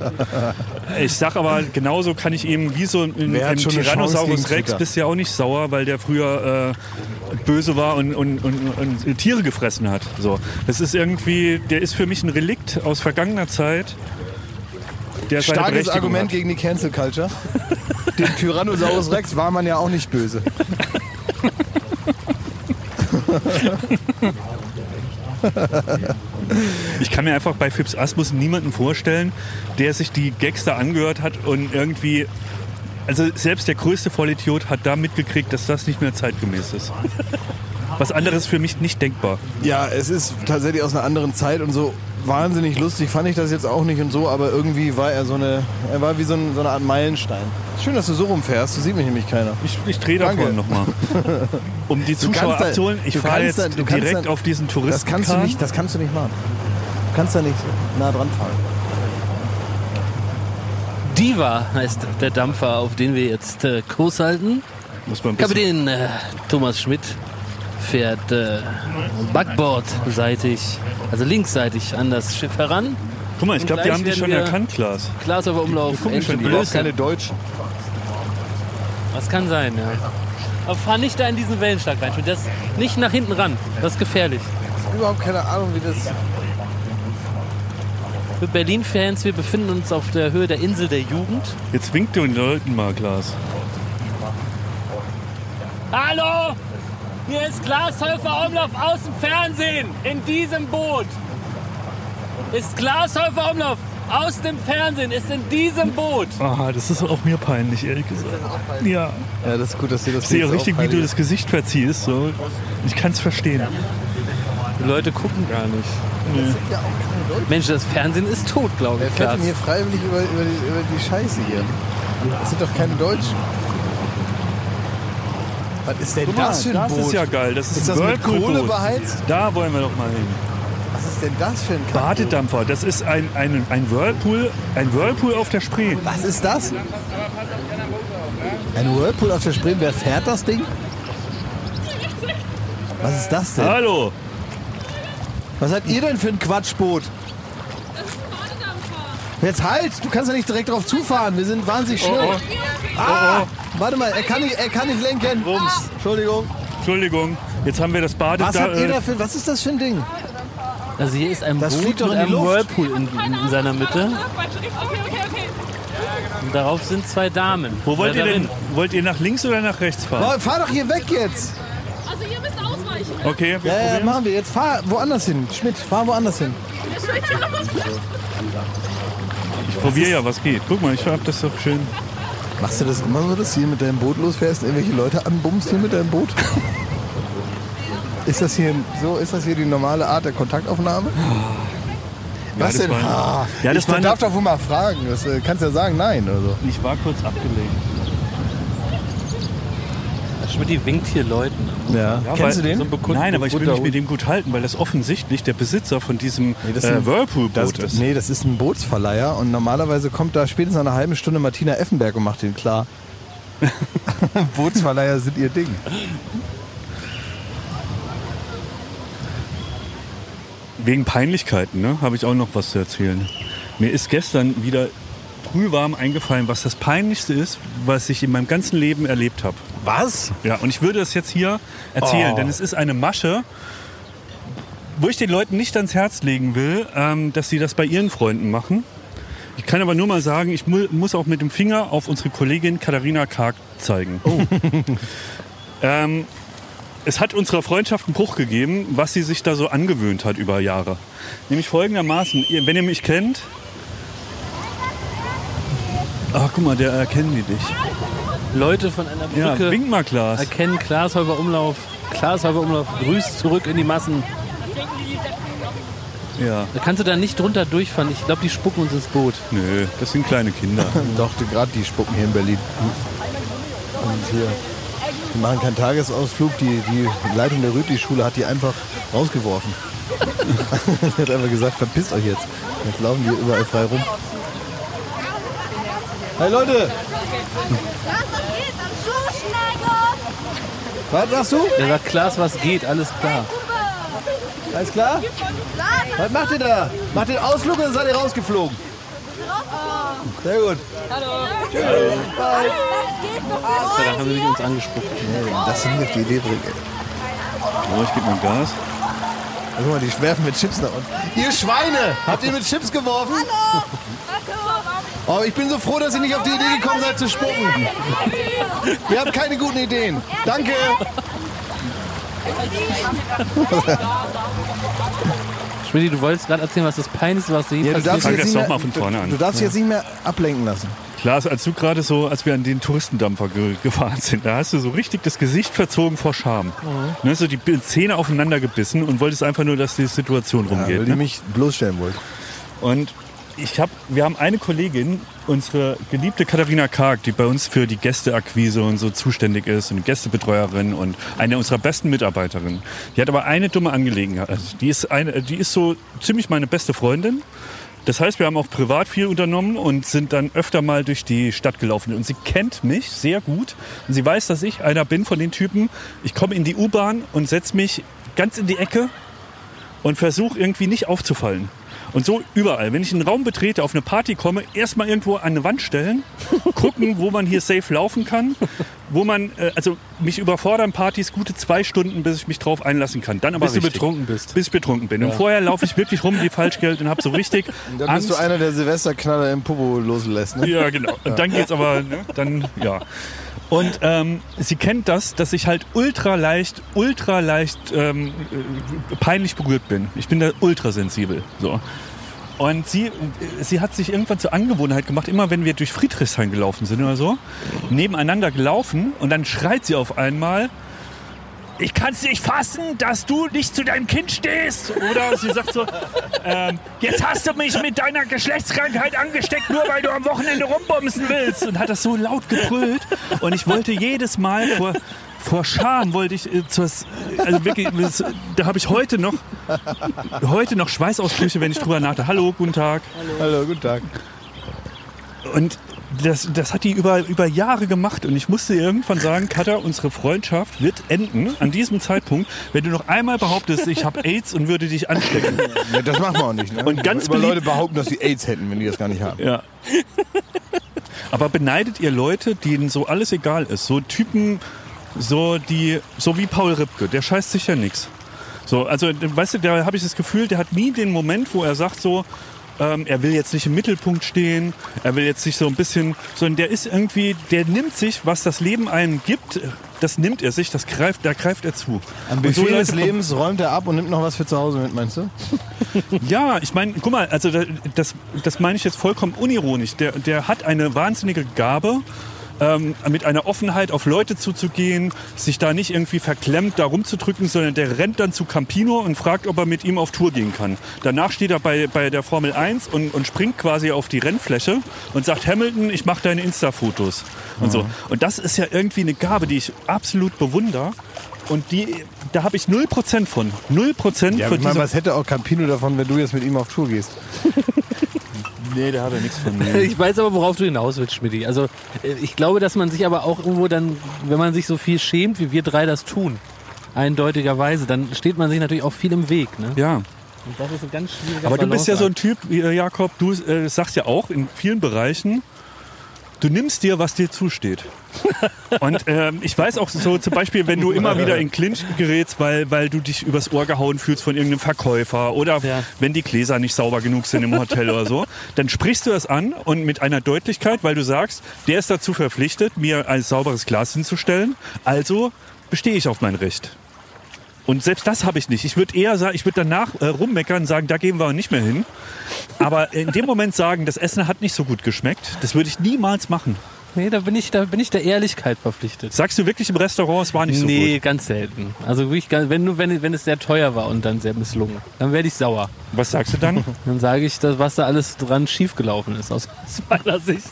ich sag aber, genauso kann ich eben, wie so ein Wer hat im schon eine Chance gegen Tyrannosaurus Rex, Twitter? bist du ja auch nicht sauer, weil der früher äh, böse war und, und, und, und Tiere gefressen hat. So. Das ist irgendwie, der ist für mich ein Relikt aus vergangener Zeit. Der seine Starkes Berechtigung Argument hat. gegen die Cancel Culture. Dem Tyrannosaurus Rex war man ja auch nicht böse. Ich kann mir einfach bei Fips Asmus niemanden vorstellen, der sich die Gags da angehört hat und irgendwie. Also selbst der größte Vollidiot hat da mitgekriegt, dass das nicht mehr zeitgemäß ist. Was anderes für mich nicht denkbar. Ja, es ist tatsächlich aus einer anderen Zeit und so wahnsinnig lustig fand ich das jetzt auch nicht und so, aber irgendwie war er so eine, er war wie so, ein, so eine Art Meilenstein. Schön, dass du so rumfährst, du sieht mich nämlich keiner. Ich, ich drehe Danke. davon nochmal. Um die Zuschauer kannst da- abzuholen, ich du fahre kannst jetzt da- du kannst direkt da- auf diesen Touristen. Das kannst du nicht, das kannst du nicht machen. Du kannst da nicht nah dran fahren. Diva heißt der Dampfer, auf den wir jetzt äh, Kurs halten. Muss man ein bisschen- Kapitän äh, Thomas Schmidt fährt äh, backboardseitig, also linksseitig an das Schiff heran. Guck mal, ich glaube, die gleich haben dich werden schon wir- erkannt, Klaas. Klaas aber Umlauf, gucken schon, die Blödsinn. brauchen keine Deutschen. Das kann sein, ja. Aber fahr nicht da in diesen Wellenschlag rein. Das, nicht nach hinten ran. Das ist gefährlich. Überhaupt keine Ahnung, wie das. Für Berlin-Fans, wir befinden uns auf der Höhe der Insel der Jugend. Jetzt winkt du den Leuten mal, Klaas. Hallo! Hier ist Klaas Häufer Umlauf aus dem Fernsehen, in diesem Boot. Ist Klaas Häufer Umlauf aus dem Fernsehen, ist in diesem Boot. Aha, das ist auch mir peinlich, ehrlich gesagt. Ja. Ja, das ist gut, dass dir das Ich sehe jetzt richtig, wie du auffällt. das Gesicht verziehst. So. Ich kann es verstehen. Die Leute gucken gar nicht. Mensch, das Fernsehen ist tot, glaube Wer ich. fährt Klaas. denn hier freiwillig über, über, die, über die Scheiße hier? Das sind doch keine Deutschen. Was ist denn das für ein das Boot? ist ja geil. Das ist, Ist ein das mit Whirlpool-Boot. Kohle beheizt? Da wollen wir doch mal hin. Was ist denn das für ein Kack? Badedampfer, das ist ein, ein, ein, Whirlpool, ein Whirlpool auf der Spree. Was ist das? Ein Whirlpool auf der Spree, wer fährt das Ding? Was ist das denn? Hallo. Was seid ihr denn für ein Quatschboot? Jetzt halt! Du kannst ja nicht direkt drauf zufahren. Wir sind wahnsinnig Oh, schnell. Ah! Warte mal, er kann nicht, er kann nicht lenken. Bums. Entschuldigung. Entschuldigung. Jetzt haben wir das Bade. äh, Was habt ihr da für, was ist das für ein Ding? Also hier ist ein Das fliegt Boot doch mit in die einem Luft. Whirlpool in, in, in seiner Mitte. Und darauf sind zwei Damen. Wo wollt Ja, ihr denn? darin. Wollt ihr nach links oder nach rechts fahren? Oh, fahr doch hier weg jetzt! Äh, Also ihr müsst ausweichen. Okay, wir Ja, ja, probieren. machen wir. Jetzt fahr woanders hin. Schmidt, fahr woanders hin. ich probiere ja, was geht. Guck mal, ich hab das doch schön. Machst du das immer so, dass du hier mit deinem Boot losfährst und irgendwelche Leute anbummst hier mit deinem Boot? Ist das hier so, ist das hier die normale Art der Kontaktaufnahme? Was das denn? war- Ah, Ja, das ich war eine- darf doch wohl mal fragen. Das, äh, kannst ja sagen, nein oder so. Ich war kurz abgelenkt. Schmidt die winkt hier Leuten. Ja. Kennst du weil- den? So ein bekunden- Nein, aber ich will bunter mich mit Hund. dem gut halten, weil das offensichtlich der Besitzer von diesem das ist äh, ein- Das, Whirlpool-Boot ist. nee, das ist ein Bootsverleiher und normalerweise kommt da spätestens nach einer halben Stunde Martina Effenberg und macht den klar. Bootsverleiher sind ihr Ding. Wegen Peinlichkeiten, ne? Habe ich auch noch was zu erzählen. Mir ist gestern wieder brühwarm eingefallen, was das Peinlichste ist, was ich in meinem ganzen Leben erlebt habe. Was? Ja, und ich würde das jetzt hier erzählen, Oh. denn es ist eine Masche, wo ich den Leuten nicht ans Herz legen will, ähm, dass sie das bei ihren Freunden machen. Ich kann aber nur mal sagen, ich mu muss auch mit dem Finger auf unsere Kollegin Katharina Karg zeigen. ähm, es hat unserer Freundschaft einen Bruch gegeben, was sie sich da so angewöhnt hat über Jahre. Nämlich folgendermaßen, ihr, wenn ihr mich kennt... Ach, Ah, guck mal, der erkennen die dich. Leute von einer Ja, Brücke wink mal, Klaas. erkennen Glashäuber Umlauf. Glashäuber Umlauf grüßt zurück in die Massen. Ja. Da kannst du da nicht drunter durchfahren. Ich glaube, die spucken uns ins Boot. Nö, das sind kleine Kinder. Doch, die- gerade die spucken hier in Berlin. Und hier. Die machen keinen Tagesausflug. Die, die Leitung der Rütli-Schule hat die einfach rausgeworfen. die hat einfach gesagt, verpisst euch jetzt. Jetzt laufen die überall frei rum. Hey Leute, was machst du? Der sagt, Klaas, was geht? Alles klar. Alles klar? Was macht ihr da? Macht ihr einen Ausflug oder seid ihr rausgeflogen? Sehr gut. Ja, dann haben sie uns angespuckt. Das sind nicht die Idee bringen. ey. So, Oh, ich gebe mal Gas. Guck mal, die werfen mit Chips nach unten. Ihr Schweine! Habt ihr mit Chips geworfen? Oh, ich bin so froh, dass ihr nicht auf die Idee gekommen seid zu spucken. Ihr habt keine guten Ideen. Danke. Schmidt, du wolltest gerade erzählen, was das Peinlichste war, was du je passiert fang das doch mehr- mal von vorne an. du darfst dich jetzt nicht mehr ablenken lassen. Klaas, als du gerade so, als wir an den Touristendampfer ge gefahren sind, da hast du so richtig das Gesicht verzogen vor Scham. Du hast so die B- Zähne aufeinander gebissen und wolltest einfach nur, dass die Situation rumgeht. ne? mich bloßstellen wollt. Und ich hab, wir haben eine Kollegin, unsere geliebte Katharina Karg, die bei uns für die Gästeakquise und so zuständig ist und Gästebetreuerin und eine unserer besten Mitarbeiterinnen. Die hat aber eine dumme Angelegenheit. Also Die ist, eine, die ist so ziemlich meine beste Freundin. Das heißt, wir haben auch privat viel unternommen und sind dann öfter mal durch die Stadt gelaufen. Und sie kennt mich sehr gut. Und sie weiß, dass ich einer bin von den Typen. Ich komme in die U-Bahn und setze mich ganz in die Ecke und versuche irgendwie nicht aufzufallen. Und so überall. Wenn ich einen Raum betrete, auf eine Party komme, erstmal irgendwo an eine Wand stellen, gucken, wo man hier safe laufen kann, wo man, äh, also mich überfordern Partys gute zwei Stunden, bis ich mich drauf einlassen kann. Dann aber Bis du richtig. betrunken bist. Bis ich betrunken bin. Und vorher laufe ich wirklich rum wie Falschgeld und habe so richtig Dann bist Angst. du einer, der Silvesterknaller im Popo loslässt. Ne? Ja, genau. Und dann geht's aber, ne? dann, ja. Und ähm, sie kennt das, dass ich halt ultra leicht, ultra leicht ähm, äh, peinlich berührt bin. Ich bin da ultra sensibel. So. Und sie, äh, sie hat sich irgendwann zur Angewohnheit gemacht, immer wenn wir durch Friedrichshain gelaufen sind oder so, nebeneinander gelaufen und dann schreit sie auf einmal, ich kann es nicht fassen, dass du nicht zu deinem Kind stehst. Oder sie sagt so, ähm, jetzt hast du mich mit deiner Geschlechtskrankheit angesteckt, nur weil du am Wochenende rumbumsen willst. Und hat das so laut gebrüllt. Und ich wollte jedes Mal vor, vor Scham, wollte ich, äh, zur, also wirklich, das, da habe ich heute noch, heute noch Schweißausbrüche, wenn ich drüber nachdenke. Hallo, guten Tag. Hallo, guten Tag. Und das, das hat die über, über Jahre gemacht und ich musste ihr irgendwann sagen, Katha, unsere Freundschaft wird enden an diesem Zeitpunkt, wenn du noch einmal behauptest, ich habe AIDS und würde dich anstecken. Ja, das machen wir auch nicht. Ne? Und ganz Über beliebt- Leute behaupten, dass sie AIDS hätten, wenn die das gar nicht haben. Ja. Aber beneidet ihr Leute, denen so alles egal ist? So Typen, so die, so wie Paul Ripke, der scheißt sich ja nix. So, also, weißt du, da habe ich das Gefühl, der hat nie den Moment, wo er sagt so, ähm, er will jetzt nicht im Mittelpunkt stehen, er will jetzt nicht so ein bisschen, sondern der ist irgendwie, der nimmt sich, was das Leben einem gibt, das nimmt er sich, das greift, da greift er zu. Am Und so Befehl des Leute- Lebens räumt er ab und nimmt noch was für zu Hause mit, meinst du? ja, ich meine, guck mal, also da- das, das meine ich jetzt vollkommen unironisch. Der, der hat eine wahnsinnige Gabe, ähm, mit einer Offenheit auf Leute zuzugehen, sich da nicht irgendwie verklemmt da rumzudrücken, sondern der rennt dann zu Campino und fragt, ob er mit ihm auf Tour gehen kann. Danach steht er bei, bei der Formel 1 und, und springt quasi auf die Rennfläche und sagt, Hamilton, ich mache deine Insta-Fotos und Mhm. so. Und das ist ja irgendwie eine Gabe, die ich absolut bewundere. Und die, da habe ich 0% von. 0% Ja, von ich meine, dieser was hätte auch Campino davon, wenn du jetzt mit ihm auf Tour gehst? Nee, der hat ja nichts von Äh, Ich weiß aber, worauf du hinaus willst, Schmidti. Also äh, ich glaube, dass man sich aber auch irgendwo dann, wenn man sich so viel schämt, wie wir drei das tun, eindeutigerweise, dann steht man sich natürlich auch viel im Weg. Ne? Ja. Und das ist ein ganz schwieriger Aber du bist ja so ein Balanceakt. Typ, äh, Jakob, du äh, sagst ja auch in vielen Bereichen, du nimmst dir, was dir zusteht. Und ähm, ich weiß auch so zum Beispiel, wenn du immer wieder in Clinch gerätst, weil, weil du dich übers Ohr gehauen fühlst von irgendeinem Verkäufer oder wenn die Gläser nicht sauber genug sind im Hotel oder so, dann sprichst du das an und mit einer Deutlichkeit, weil du sagst, der ist dazu verpflichtet, mir ein sauberes Glas hinzustellen, also bestehe ich auf mein Recht. Und selbst das habe ich nicht. Ich würde eher sagen, ich würde danach äh, rummeckern und sagen, da gehen wir nicht mehr hin. Aber in dem Moment sagen, das Essen hat nicht so gut geschmeckt, das würde ich niemals machen. Nee, da bin, ich, da bin ich der Ehrlichkeit verpflichtet. Sagst du wirklich im Restaurant, es war nicht so gut? nee, ganz selten. Also wirklich, ganz- wenn, nur- wenn, wenn es sehr teuer war und dann sehr misslungen, dann werde ich sauer. Was sagst du dann? Dann sage ich, dass, was da alles dran schiefgelaufen ist aus meiner Sicht.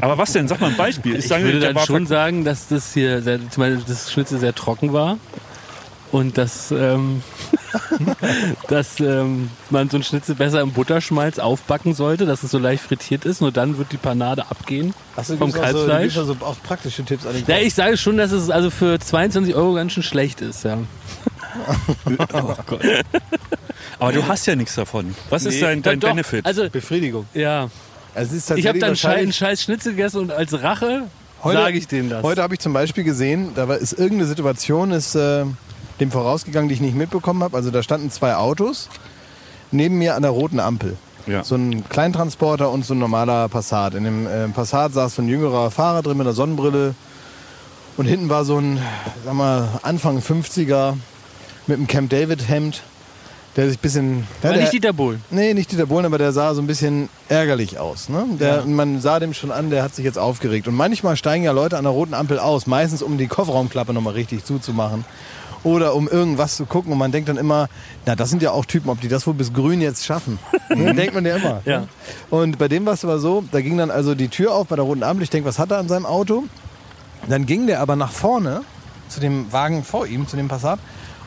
Aber was denn? Sag mal ein Beispiel. Ich sage, würde der dann war schon verk- sagen, dass das hier, sehr, zum Beispiel das Schnitzel sehr trocken war und dass, ähm, dass ähm, man so ein Schnitzel besser im Butterschmalz aufbacken sollte, dass es so leicht frittiert ist. Nur dann wird die Panade abgehen vom Kalbfleisch. So, also auch praktische Tipps an den ja, ich sage schon, dass es also für 22 Euro ganz schön schlecht ist. Ja. Oh Gott. Aber du hast ja nichts davon. Was ist dein, dein Doch, Benefit? Also, Befriedigung. ja. Also es ist Ich habe tatsächlich dann schei- einen wahrscheinlich- scheiß Schnitzel gegessen und als Rache Heute- sage ich denen das. Heute habe ich zum Beispiel gesehen, da war, ist irgendeine Situation, ist äh, dem vorausgegangen, die ich nicht mitbekommen habe. Also da standen zwei Autos neben mir an der roten Ampel. Ja. So ein Kleintransporter und so ein normaler Passat. In dem äh, Passat saß so ein jüngerer Fahrer drin mit einer Sonnenbrille. Und hinten war so ein, sag mal, Anfang 50er mit einem Camp David Hemd, der sich ein bisschen... War der, nicht Dieter Bohlen. Nee, nicht Dieter Bohlen, aber der sah so ein bisschen ärgerlich aus. Ne? Der, Man sah dem schon an, der hat sich jetzt aufgeregt. Und manchmal steigen ja Leute an der roten Ampel aus, meistens um die Kofferraumklappe nochmal richtig zuzumachen. Oder um irgendwas zu gucken. Und man denkt dann immer, na, das sind ja auch Typen, ob die das wohl bis grün jetzt schaffen. Ne? denkt man ja immer. Ja. ne? Und bei dem war es aber so, da ging dann also die Tür auf bei der roten Ampel. Ich denke, was hat er an seinem Auto? Dann ging der aber nach vorne zu dem Wagen vor ihm, zu dem Passat,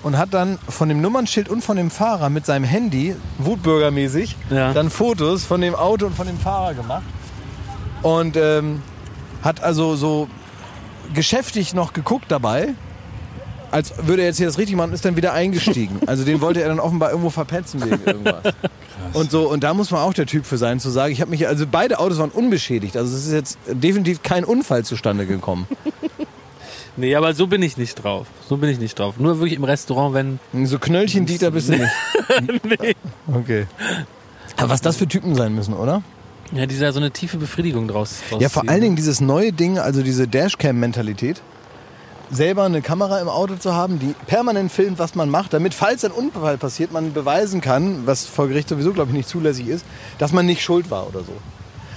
und hat dann von dem Nummernschild und von dem Fahrer mit seinem Handy, wutbürgermäßig, Ja. dann Fotos von dem Auto und von dem Fahrer gemacht. Und ähm, hat also so geschäftig noch geguckt dabei, als würde er jetzt hier das richtig machen, und ist dann wieder eingestiegen. Also den wollte er dann offenbar irgendwo verpetzen wegen irgendwas. Und so, und da muss man auch der Typ für sein, zu sagen, ich habe mich, also beide Autos waren unbeschädigt. Also es ist jetzt definitiv kein Unfall zustande gekommen. Nee, aber so bin ich nicht drauf. So bin ich nicht drauf. Nur wirklich im Restaurant, wenn. So Knöllchen Dieter bist du nicht. nee. Okay. Aber was das für Typen sein müssen, oder? Ja, die da so eine tiefe Befriedigung draus. draus Ja, vor ziehen. allen Dingen dieses neue Ding, also diese Dashcam-Mentalität. Selber eine Kamera im Auto zu haben, die permanent filmt, was man macht, damit, falls ein Unfall passiert, man beweisen kann, was vor Gericht sowieso, glaube ich, nicht zulässig ist, dass man nicht schuld war oder so.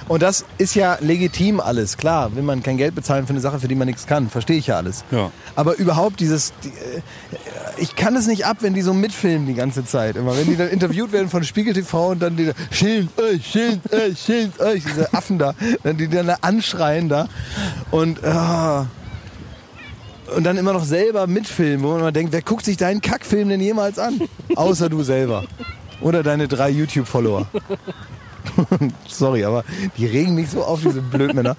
Und das ist ja legitim alles, klar. Will man kein Geld bezahlen für eine Sache, für die man nichts kann, verstehe ich ja alles. Ja. Aber überhaupt dieses, die, äh, ich kann es nicht ab, wenn die so mitfilmen die ganze Zeit. Immer wenn die dann interviewt werden von Spiegel TV und dann die da, schämt euch, schämt euch, schämt euch, diese Affen da, dann die dann da anschreien da und ah. und dann immer noch selber mitfilmen, wo man immer denkt, wer guckt sich deinen Kackfilm denn jemals an, außer du selber oder deine drei YouTube-Follower. Sorry, aber die regen mich so auf, diese Blödmänner.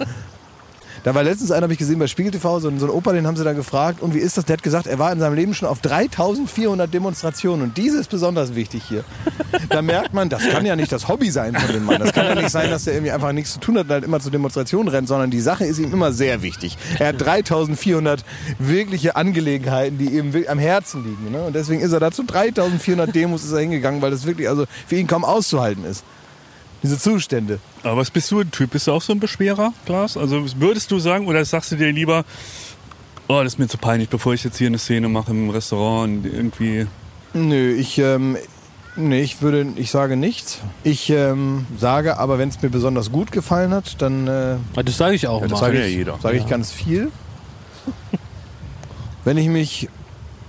Da war letztens einer, habe ich gesehen, bei Spiegel TV, so ein, so ein Opa, den haben sie da gefragt, und wie ist das? Der hat gesagt, er war in seinem Leben schon auf 3400 Demonstrationen und diese ist besonders wichtig hier. Da merkt man, das kann ja nicht das Hobby sein von dem Mann. Das kann ja nicht sein, dass der irgendwie einfach nichts zu tun hat und halt immer zu Demonstrationen rennt, sondern die Sache ist ihm immer sehr wichtig. Er hat 3400 wirkliche Angelegenheiten, die ihm wir- am Herzen liegen. Ne? Und deswegen ist er dazu 3400 Demos ist er hingegangen, weil das wirklich also für ihn kaum auszuhalten ist. Diese Zustände. Aber was bist du ein Typ? Bist du auch so ein Beschwerer, Klaas? Also würdest du sagen, oder sagst du dir lieber, oh, das ist mir zu peinlich, bevor ich jetzt hier eine Szene mache im Restaurant und irgendwie. Nö, ich, ähm, nee, ich würde, ich sage nichts. Ich ähm, sage aber, wenn es mir besonders gut gefallen hat, dann. Äh, das sage ich auch Das immer. sage Ja, ich, jeder. Sage ich Ja. ganz viel. wenn ich mich,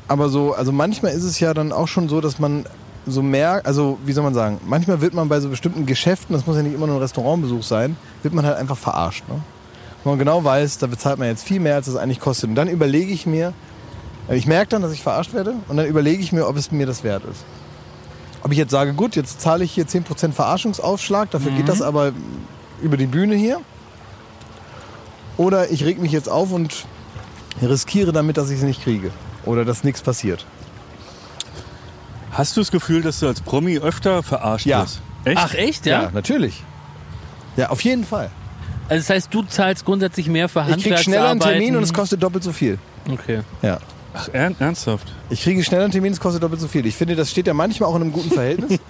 aber so, also manchmal ist es ja dann auch schon so, dass man so merkt, also wie soll man sagen, manchmal wird man bei so bestimmten Geschäften, das muss ja nicht immer nur ein Restaurantbesuch sein, wird man halt einfach verarscht. Ne? Wenn man genau weiß, da bezahlt man jetzt viel mehr, als es eigentlich kostet. Und dann überlege ich mir, also ich merke dann, dass ich verarscht werde und dann überlege ich mir, ob es mir das wert ist. Ob ich jetzt sage, gut, jetzt zahle ich hier 10% Verarschungsaufschlag, dafür Mhm. geht das aber über die Bühne hier. Oder ich reg mich jetzt auf und riskiere damit, dass ich es nicht kriege. Oder dass nichts passiert. Hast du das Gefühl, dass du als Promi öfter verarscht Ja. wirst? Ach, echt, ja? Ja, natürlich. Ja, auf jeden Fall. Also das heißt, du zahlst grundsätzlich mehr für Ich krieg Handwerksarbeiten. schneller einen Termin und es kostet doppelt so viel. Okay. Ja. Ach, ern- ernsthaft? Ich kriege schneller einen Termin, es kostet doppelt so viel. Ich finde, das steht ja manchmal auch in einem guten Verhältnis,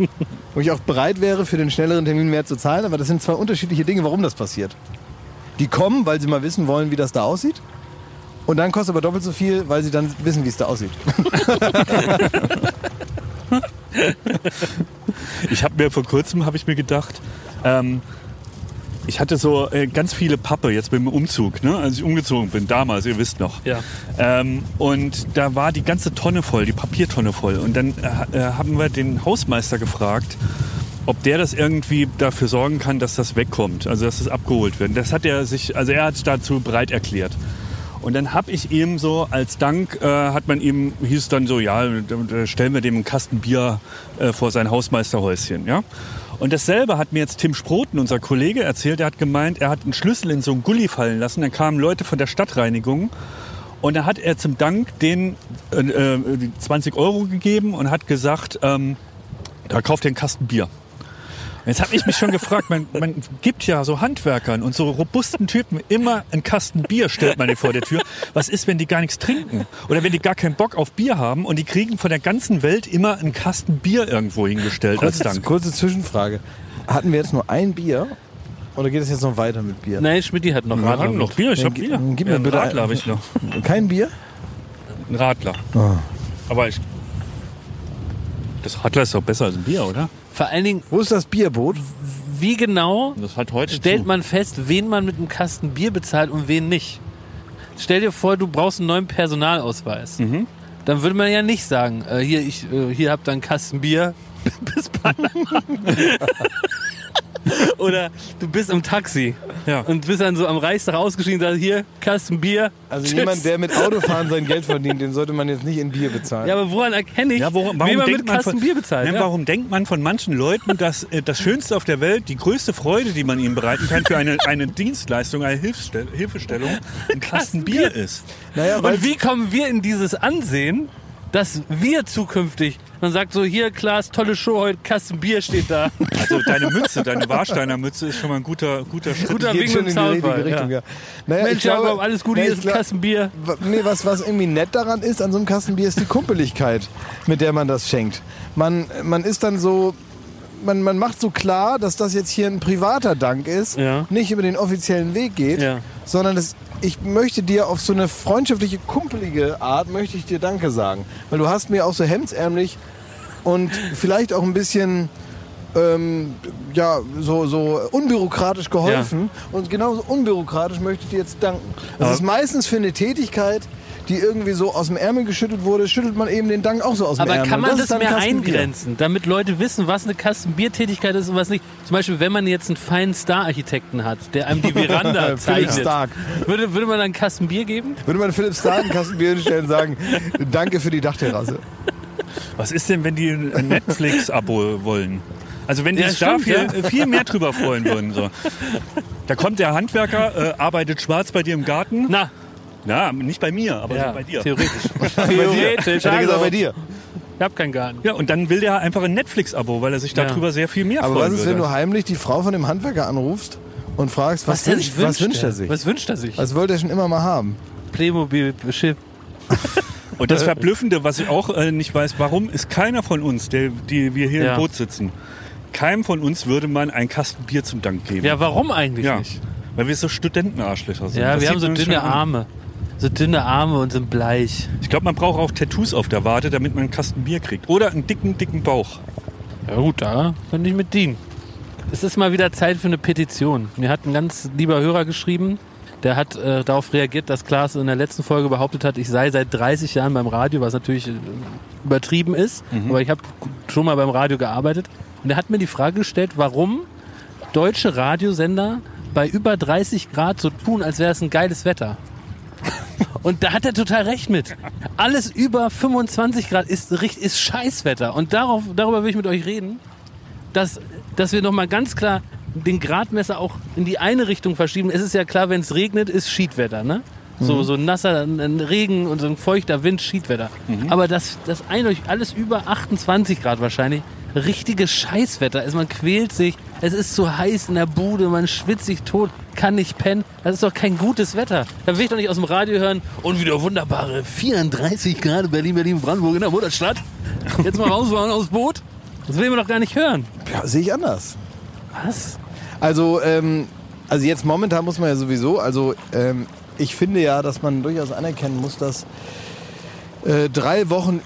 wo ich auch bereit wäre, für den schnelleren Termin mehr zu zahlen. Aber das sind zwei unterschiedliche Dinge, warum das passiert. Die kommen, weil sie mal wissen wollen, wie das da aussieht. Und dann kostet aber doppelt so viel, weil sie dann wissen, wie es da aussieht. Ich habe mir vor kurzem habe ich mir gedacht, ähm, ich hatte so äh, ganz viele Pappe jetzt beim Umzug, ne? als ich umgezogen bin damals, ihr wisst noch. Ja. Ähm, und da war die ganze Tonne voll, die Papiertonne voll. Und dann äh, äh, haben wir den Hausmeister gefragt, ob der das irgendwie dafür sorgen kann, dass das wegkommt, also dass es abgeholt wird. Und Das hat er sich, also er hat es dazu bereit erklärt. Und dann habe ich ihm so als Dank, äh, hat man ihm, hieß es dann so, ja, dann äh, stellen wir dem einen Kasten Bier äh, vor sein Hausmeisterhäuschen, ja. Und dasselbe hat mir jetzt Tim Sproten, unser Kollege, erzählt. Er hat gemeint, er hat einen Schlüssel in so einen Gully fallen lassen. Dann kamen Leute von der Stadtreinigung und da hat er zum Dank den äh, äh, die 20 Euro gegeben und hat gesagt, ähm, da kauft ihr einen Kasten Bier. Und Jetzt habe ich mich schon gefragt, man, man gibt ja so Handwerkern und so robusten Typen immer einen Kasten Bier, stellt man dir vor der Tür. Was ist, wenn die gar nichts trinken? Oder wenn die gar keinen Bock auf Bier haben und die kriegen von der ganzen Welt immer einen Kasten Bier irgendwo hingestellt als Kurze, Dank? kurze Zwischenfrage. Hatten wir jetzt nur ein Bier oder geht es jetzt noch weiter mit Bier? Nein, Schmidt hat noch Wir Radler haben noch mit. Bier, ich Ja, habe gi- Bier. gib mir einen bitte ein- Radler habe ich noch. Kein Bier? Ein Radler. Ah. Aber ich. Das Radler ist doch besser als ein Bier, oder? Vor allen Dingen, Wo ist das Bierboot? wie genau Das hat heute stellt man fest, wen man mit einem Kasten Bier bezahlt und wen nicht? Stell dir vor, du brauchst einen neuen Personalausweis. Mhm. Dann würde man ja nicht sagen, äh, hier, ich, äh, hier habt ihr einen Kasten Bier. Bis Panama. Oder du bist im Taxi Ja. und bist dann so am Reichstag ausgeschieden und sagst, hier, Kasten Bier. Also tschüss. jemand, der mit Autofahren sein Geld verdient, den sollte man jetzt nicht in Bier bezahlen. Ja, aber woran erkenne ich, Ja, warum, warum wen man denkt mit man Kasten von, Bier bezahlt? Nein, ja? Warum denkt man von manchen Leuten, dass äh, das Schönste auf der Welt, die größte Freude, die man ihnen bereiten kann für eine, eine Dienstleistung, eine Hilfsstell- Hilfestellung, ein Kasten Bier ist? naja, weil Und wie kommen wir in dieses Ansehen, dass wir zukünftig, man sagt so, hier Klaas, tolle Show heute, Kasten Bier steht da. Also deine Mütze, deine Warsteiner Mütze ist schon mal ein guter, guter Schritt. Guter geht Wink schon im in die richtige Soundball. Richtung. Ja. Ja. Naja, Mensch, ich glaube- Jakob, alles Gute, Nee, hier ich ist ein glaub- Kasten Bier. W- Nee, was, was irgendwie nett daran ist, an so einem Kastenbier, ist die Kumpeligkeit, mit der man das schenkt. Man, man ist dann so. Man, man macht so klar, dass das jetzt hier ein privater Dank ist, Ja. nicht über den offiziellen Weg geht, Ja. sondern das, ich möchte dir auf so eine freundschaftliche, kumpelige Art, möchte ich dir Danke sagen. Weil du hast mir auch so hemdsärmlich und vielleicht auch ein bisschen ähm, ja, so, so unbürokratisch geholfen. Und genauso unbürokratisch möchte ich dir jetzt danken. Das ist meistens für eine Tätigkeit, die irgendwie so aus dem Ärmel geschüttelt wurde, schüttelt man eben den Dank auch so aus dem Aber Ärmel. kann man ist das, dann mehr Kasten Bier. eingrenzen, damit Leute wissen, was eine Kastenbiertätigkeit ist und was nicht? Zum Beispiel, wenn man jetzt einen feinen Star-Architekten hat, der einem die Veranda Philipp zeichnet, Stark. Würde, würde man dann Kastenbier geben? Würde man Philipp Stark ein Kastenbier hinstellen und sagen, danke für die Dachterrasse. Was ist denn, wenn die ein Netflix-Abo wollen? Also wenn die Ja, sich stimmt, da viel, ja. viel mehr drüber freuen würden. So. Da kommt der Handwerker, äh, arbeitet schwarz bei dir im Garten. Na. Na, nicht bei mir, aber Ja, so bei dir. theoretisch. Bei dir. Theoretisch, Hätte er also. gesagt, bei dir. Ich hab keinen Garten. Ja, und dann will der einfach ein Netflix-Abo, weil er sich darüber sehr viel mehr Aber freuen was ist, wenn würde. du heimlich die Frau von dem Handwerker anrufst und fragst, was, Was der wünscht, sich was wünscht, wünscht er ja. sich? Was wünscht er sich? Was wollte er schon immer mal haben? Playmobil Chip. Und Äh, das Verblüffende, was ich auch äh, nicht weiß, warum ist keiner von uns, der, die wir hier Ja. im Boot sitzen, keinem von uns würde man einen Kasten Bier zum Dank geben. Ja, warum eigentlich nicht? Weil wir so Studentenarschlöcher sind. Ja, Das wir sieht haben so man schon dünne an. Arme. So dünne Arme und sind bleich. Ich glaube, man braucht auch Tattoos auf der Wade, damit man einen Kasten Bier kriegt. Oder einen dicken, dicken Bauch. Ja gut, da könnte ich mit dienen. Es ist mal wieder Zeit für eine Petition. Mir hat ein ganz lieber Hörer geschrieben, der hat äh, darauf reagiert, dass Klaas in der letzten Folge behauptet hat, ich sei seit 30 Jahren beim Radio, was natürlich äh, übertrieben ist, aber ich habe schon mal beim Radio gearbeitet. Und er hat mir die Frage gestellt, warum deutsche Radiosender bei über 30 Grad so tun, als wäre es ein geiles Wetter. Und da hat er total recht mit. Alles über 25 Grad ist, richt- ist Scheißwetter. Und darauf, darüber will ich mit euch reden, dass, dass wir nochmal ganz klar den Gradmesser auch in die eine Richtung verschieben. Es ist ja klar, wenn es regnet, ist Schiedwetter, ne? So, Mhm. so nasser ein- ein Regen und so ein feuchter Wind, Schiedwetter. Aber das, das eindeutig alles über 28 Grad wahrscheinlich, richtiges Scheißwetter ist. Man quält sich, es ist zu heiß in der Bude, man schwitzt sich tot, kann nicht pennen. Das ist doch kein gutes Wetter. Da will ich doch nicht aus dem Radio hören und wieder wunderbare 34 Grad Berlin, Berlin, Brandenburg in der Mutterstadt. Jetzt mal rausfahren aus Boot. Das will man doch gar nicht hören. Ja, sehe ich anders. Was? Also, ähm, also jetzt momentan muss man ja sowieso, also ähm, ich finde ja, dass man durchaus anerkennen muss, dass äh, drei Wochen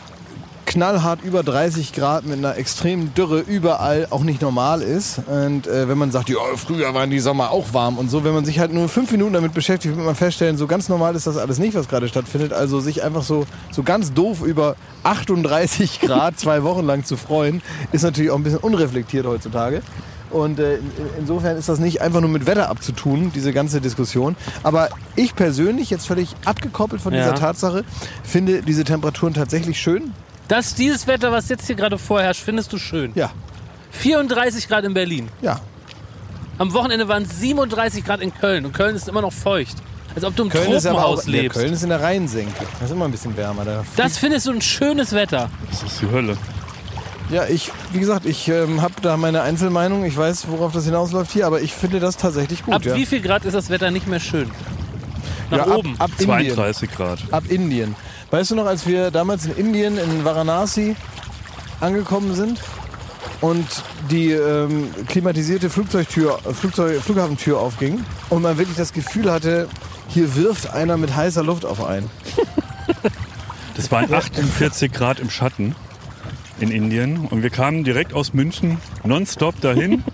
knallhart über 30 Grad mit einer extremen Dürre überall auch nicht normal ist. Und äh, wenn man sagt, ja, früher waren die Sommer auch warm und so, wenn man sich halt nur fünf Minuten damit beschäftigt, wird man feststellen, so ganz normal ist das alles nicht, was gerade stattfindet. Also sich einfach so, so ganz doof über 38 Grad zwei Wochen lang zu freuen, ist natürlich auch ein bisschen unreflektiert heutzutage. Und äh, in, insofern ist das nicht einfach nur mit Wetter abzutun, diese ganze Diskussion. Aber ich persönlich, jetzt völlig abgekoppelt von Ja. dieser Tatsache, finde diese Temperaturen tatsächlich schön. Das, dieses Wetter, was jetzt hier gerade vorherrscht, findest du schön? Ja. 34 Grad in Berlin. Ja. Am Wochenende waren es 37 Grad in Köln und Köln ist immer noch feucht. Als ob du im Köln ist, aber auch, Tropenhaus ja, lebst. Köln ist in der Rheinsenke. Das ist immer ein bisschen wärmer. Da. das findest du ein schönes Wetter. Das ist die Hölle. Ja, ich, wie gesagt, ich ähm, habe da meine Einzelmeinung. Ich weiß, worauf das hinausläuft hier, aber ich finde das tatsächlich gut. ab ja. wie viel Grad ist das Wetter nicht mehr schön? Ja, Nach ab- oben. ab Indien. 32 Grad. Ab Indien. Weißt du noch, als wir damals in Indien, in Varanasi angekommen sind und die ähm, klimatisierte Flugzeugtür, Flugzeug, Flughafentür aufging und man wirklich das Gefühl hatte, hier wirft einer mit heißer Luft auf einen. Das waren 48 Grad im Schatten in Indien. Und wir kamen direkt aus München nonstop dahin.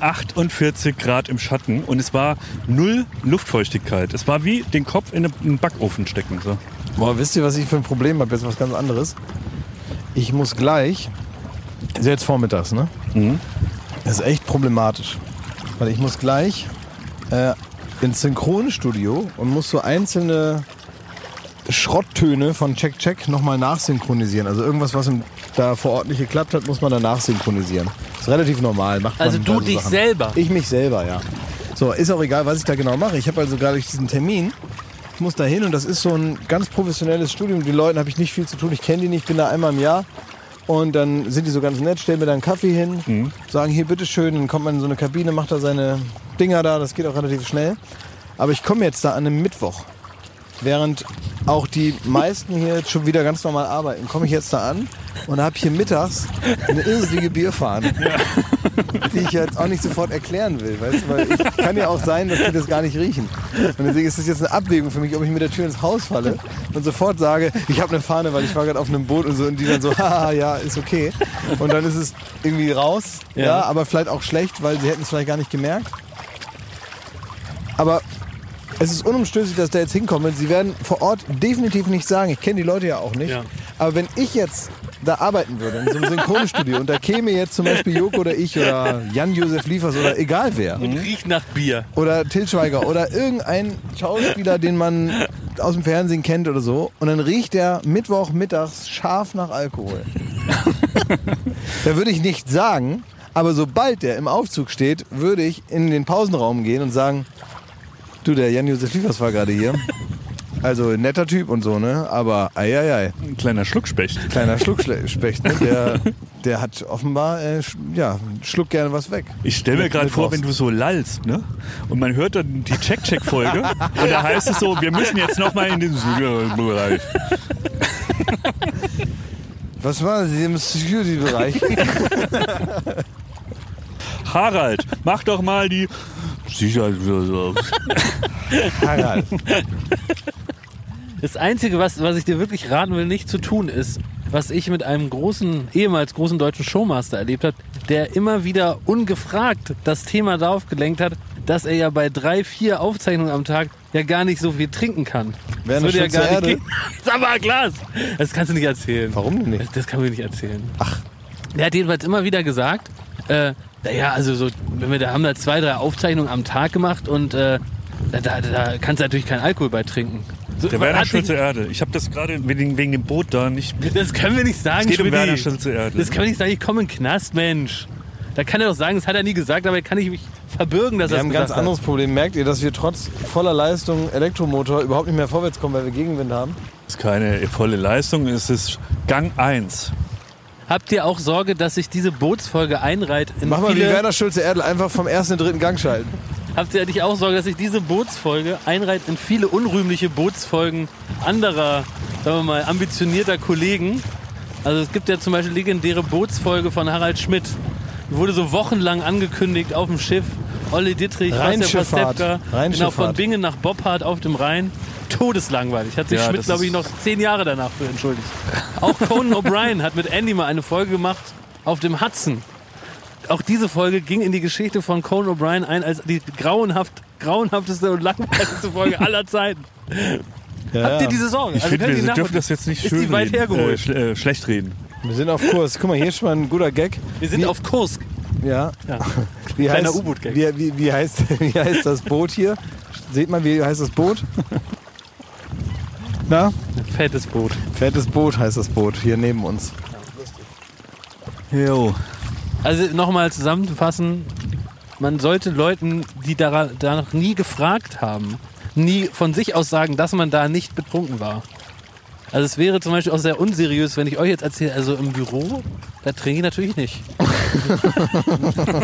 48 Grad im Schatten. Und es war null Luftfeuchtigkeit. Es war wie den Kopf in einen Backofen stecken. So. Boah, wisst ihr, was ich für ein Problem habe? Jetzt was ganz anderes. Ich muss gleich, ist ja jetzt vormittags, ne? Mhm. Das ist echt problematisch. Weil ich muss gleich äh, ins Synchronstudio und muss so einzelne Schrotttöne von Check Check nochmal nachsynchronisieren. Also irgendwas, was im, da vor Ort nicht geklappt hat, muss man dann nachsynchronisieren. Ist relativ normal. Macht Also man du bei so dich selber? Ich mich selber, ja. So, ist auch egal, was ich da genau mache. Ich habe also gerade durch diesen Termin, ich muss da hin und das ist so ein ganz professionelles Studium. Mit Den Leuten habe ich nicht viel zu tun. Ich kenne die nicht, bin da einmal im Jahr. Und dann sind die so ganz nett, stellen mir da einen Kaffee hin, sagen hier bitteschön, dann kommt man in so eine Kabine, macht da seine Dinger da, das geht auch relativ schnell. Aber ich komme jetzt da an einem Mittwoch Während auch die meisten hier jetzt schon wieder ganz normal arbeiten, komme ich jetzt da an und habe hier mittags eine irrsinnige Bierfahne, die ich jetzt auch nicht sofort erklären will. Weißt du? Weil ich kann ja auch sein, dass die das gar nicht riechen. Und deswegen ist das jetzt eine Abwägung für mich, ob ich mit der Tür ins Haus falle und sofort sage, ich habe eine Fahne, weil ich war gerade auf einem Boot und so und die dann so, haha, ja, ist okay. Und dann ist es irgendwie raus, ja, Ja. aber vielleicht auch schlecht, weil sie hätten es vielleicht gar nicht gemerkt. Aber es ist unumstößlich, dass der jetzt hinkommt. Und Sie werden vor Ort definitiv nicht sagen. Ich kenne die Leute ja auch nicht. Ja. Aber wenn ich jetzt da arbeiten würde, in so einem Synchronstudio, und da käme jetzt zum Beispiel Joko oder ich oder Jan-Josef Liefers oder egal wer. Und riecht nach Bier. Oder Til Schweiger oder irgendein Schauspieler, den man aus dem Fernsehen kennt oder so. Und dann riecht der Mittwochmittags scharf nach Alkohol. da würde ich nicht sagen, Aber sobald der im Aufzug steht, würde ich in den Pausenraum gehen und sagen, du, der Jan-Josef Liefers war gerade hier. Also netter Typ und so, ne? Aber ei, ei, ei. Ein kleiner Schluckspecht. Kleiner Schluckspecht, ne? Der, der hat offenbar, äh, sch- ja, schluckt gerne was weg. Ich stelle mir Mit- gerade mit vor, Rost. wenn du so lallst, ne? Und man hört dann die Check-Check-Folge und da heißt es so, wir müssen jetzt nochmal in den Bereich. Was war das im Security-Bereich? Harald, mach doch mal die Sicherheit. Harald. Das Einzige, was, was ich dir wirklich raten will, nicht zu tun, ist, was ich mit einem großen, ehemals großen deutschen Showmaster erlebt habe, der immer wieder ungefragt das Thema darauf gelenkt hat, dass er ja bei drei, vier Aufzeichnungen am Tag ja gar nicht so viel trinken kann. Wer eine ja Schütze Erde? gehen. Sag mal, Glas! Das kannst du nicht erzählen. Warum denn nicht? Das, das kann man nicht erzählen. Ach. Der hat jedenfalls immer wieder gesagt, äh, naja, also so, wenn wir da haben da zwei, drei Aufzeichnungen am Tag gemacht und äh, da, da, da kannst du natürlich keinen Alkohol bei trinken. So, Der man Werner hat sich- Schulze Erde. Ich habe das gerade wegen, wegen dem Boot da nicht mit. Das können wir nicht sagen, Es geht um Schmidti. Werner Schulze Erdl. Das können wir nicht sagen, ich komme in den Knast, Mensch. Da kann er doch sagen, das hat er nie gesagt, aber kann ich mich verbürgen, dass Wir er haben ein es ganz gesagt anderes Problem. Merkt ihr, dass wir trotz voller Leistung Elektromotor überhaupt nicht mehr vorwärts kommen, weil wir Gegenwind haben? Das ist keine volle Leistung, es ist Gang 1. hat. Habt ihr auch Sorge, dass sich diese Bootsfolge einreiht in Mach mal wie viele... Werner Schulze Erdl einfach vom ersten in den dritten Gang schalten. habt ihr nicht auch Sorge, dass sich diese Bootsfolge einreiht in viele unrühmliche Bootsfolgen anderer, sagen wir mal, ambitionierter Kollegen? Also es gibt ja zum Beispiel legendäre Bootsfolge von Harald Schmidt. Die wurde so wochenlang angekündigt auf dem Schiff. Olle Dittrich, Bastian Rheinschifffahrt. Pastewka, genau, Rheinschifffahrt. von Bingen nach Boppard auf dem Rhein. Todeslangweilig. Hat sich Ja, Schmidt, das glaube ich, ist- noch zehn Jahre danach für entschuldigt. Auch Conan O'Brien hat mit Andy mal eine Folge gemacht auf dem Hudson. Auch diese Folge ging in die Geschichte von Conan O'Brien ein als die grauenhaft, grauenhafteste und langweiligste Folge aller Zeiten. Habt ihr diese Sorge? Also Ich finde, könnt ihr wir die dürfen nachvollziehen? das jetzt nicht Ist schön die weit reden, äh, hergeholt? schle äh, schlecht reden. Wir sind auf Kurs. Guck mal, hier ist schon mal ein guter Gag. wir sind auf Kurs. Ja. Ja. Wie Kleiner heißt, U-Boot-Gag. Wie, wie, wie, heißt, wie heißt das Boot hier? Seht mal, wie heißt das Boot? Na? Fettes Boot. Fettes Boot heißt das Boot, hier neben uns. Jo. Also nochmal zusammenfassen, man sollte Leuten, die dara- danach nie gefragt haben, nie von sich aus sagen, dass man da nicht betrunken war. Also es wäre zum Beispiel auch sehr unseriös, wenn ich euch jetzt erzähle, also im Büro, da trinke ich natürlich nicht.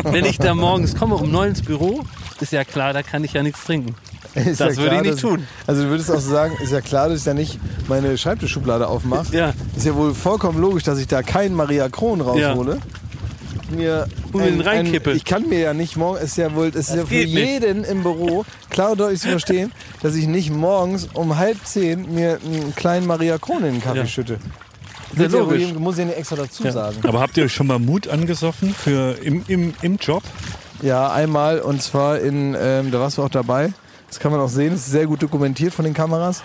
wenn ich da morgens komme um neun ins Büro, ist ja klar, da kann ich ja nichts trinken. Ist Das würde ich nicht dass- tun. Also du würdest auch sagen, ist ja klar, dass ich da nicht meine Schreibtischschublade aufmache. Ja. Ist ja wohl vollkommen logisch, dass ich da keinen Maria Kron raushole. Mir Und den reinkippe. ich kann mir ja nicht morgen, ist ja wohl, ist ja für geht nicht. jeden im Büro klar und deutlich zu verstehen, dass ich nicht morgens um halb zehn mir einen kleinen Maria Kron in den Kaffee Ja. schütte. Sehr Wird ja wohl logisch. jedem- muss ich ja nicht extra dazu sagen. Aber habt ihr euch schon mal Mut angesoffen für im, im, im Job? Ja, einmal und zwar in, ähm, da warst du auch dabei. Das kann man auch sehen, das ist sehr gut dokumentiert von den Kameras.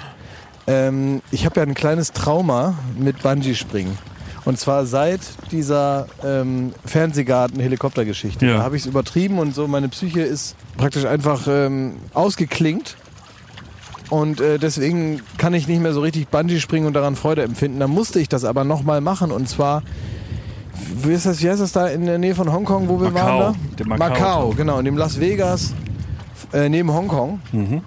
Ähm, ich habe ja ein kleines Trauma mit Bungee-Springen. Und zwar seit dieser ähm, Fernsehgarten-Helikoptergeschichte. Ja. Da habe ich es übertrieben und so, meine Psyche ist praktisch einfach ähm, ausgeklingt. Und äh, deswegen kann ich nicht mehr so richtig Bungee springen und daran Freude empfinden. Da musste ich das aber nochmal machen. Und zwar, wie, ist das, wie heißt das da in der Nähe von Hongkong, wo wir Macau. waren? Da? Der Macau. genau. In dem Las Vegas äh, neben Hongkong. Mhm.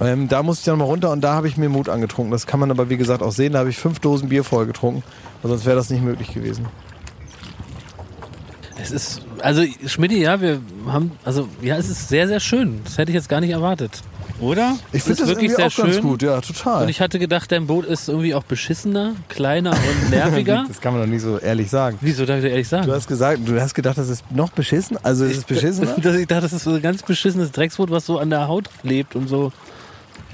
Ähm, da musste ich dann mal runter und da habe ich mir Mut angetrunken. Das kann man aber, wie gesagt, auch sehen. Da habe ich fünf Dosen Bier vorher getrunken. Weil Sonst wäre das nicht möglich gewesen. Es ist, also Schmidti, ja, wir haben, also ja, es ist sehr, sehr schön. Das hätte ich jetzt gar nicht erwartet. Oder? Ich Das ist finde das, wirklich irgendwie auch sehr ganz schön. gut. Ja, total. Und ich hatte gedacht, dein Boot ist irgendwie auch beschissener, kleiner und nerviger. das kann man doch nicht so ehrlich sagen. Wieso darf ich dir ehrlich sagen? Du hast gesagt, du hast gedacht, das ist noch beschissen. Also es ist beschissen. Dass ich dachte, das ist so ein ganz beschissenes Drecksboot, was so an der Haut lebt und so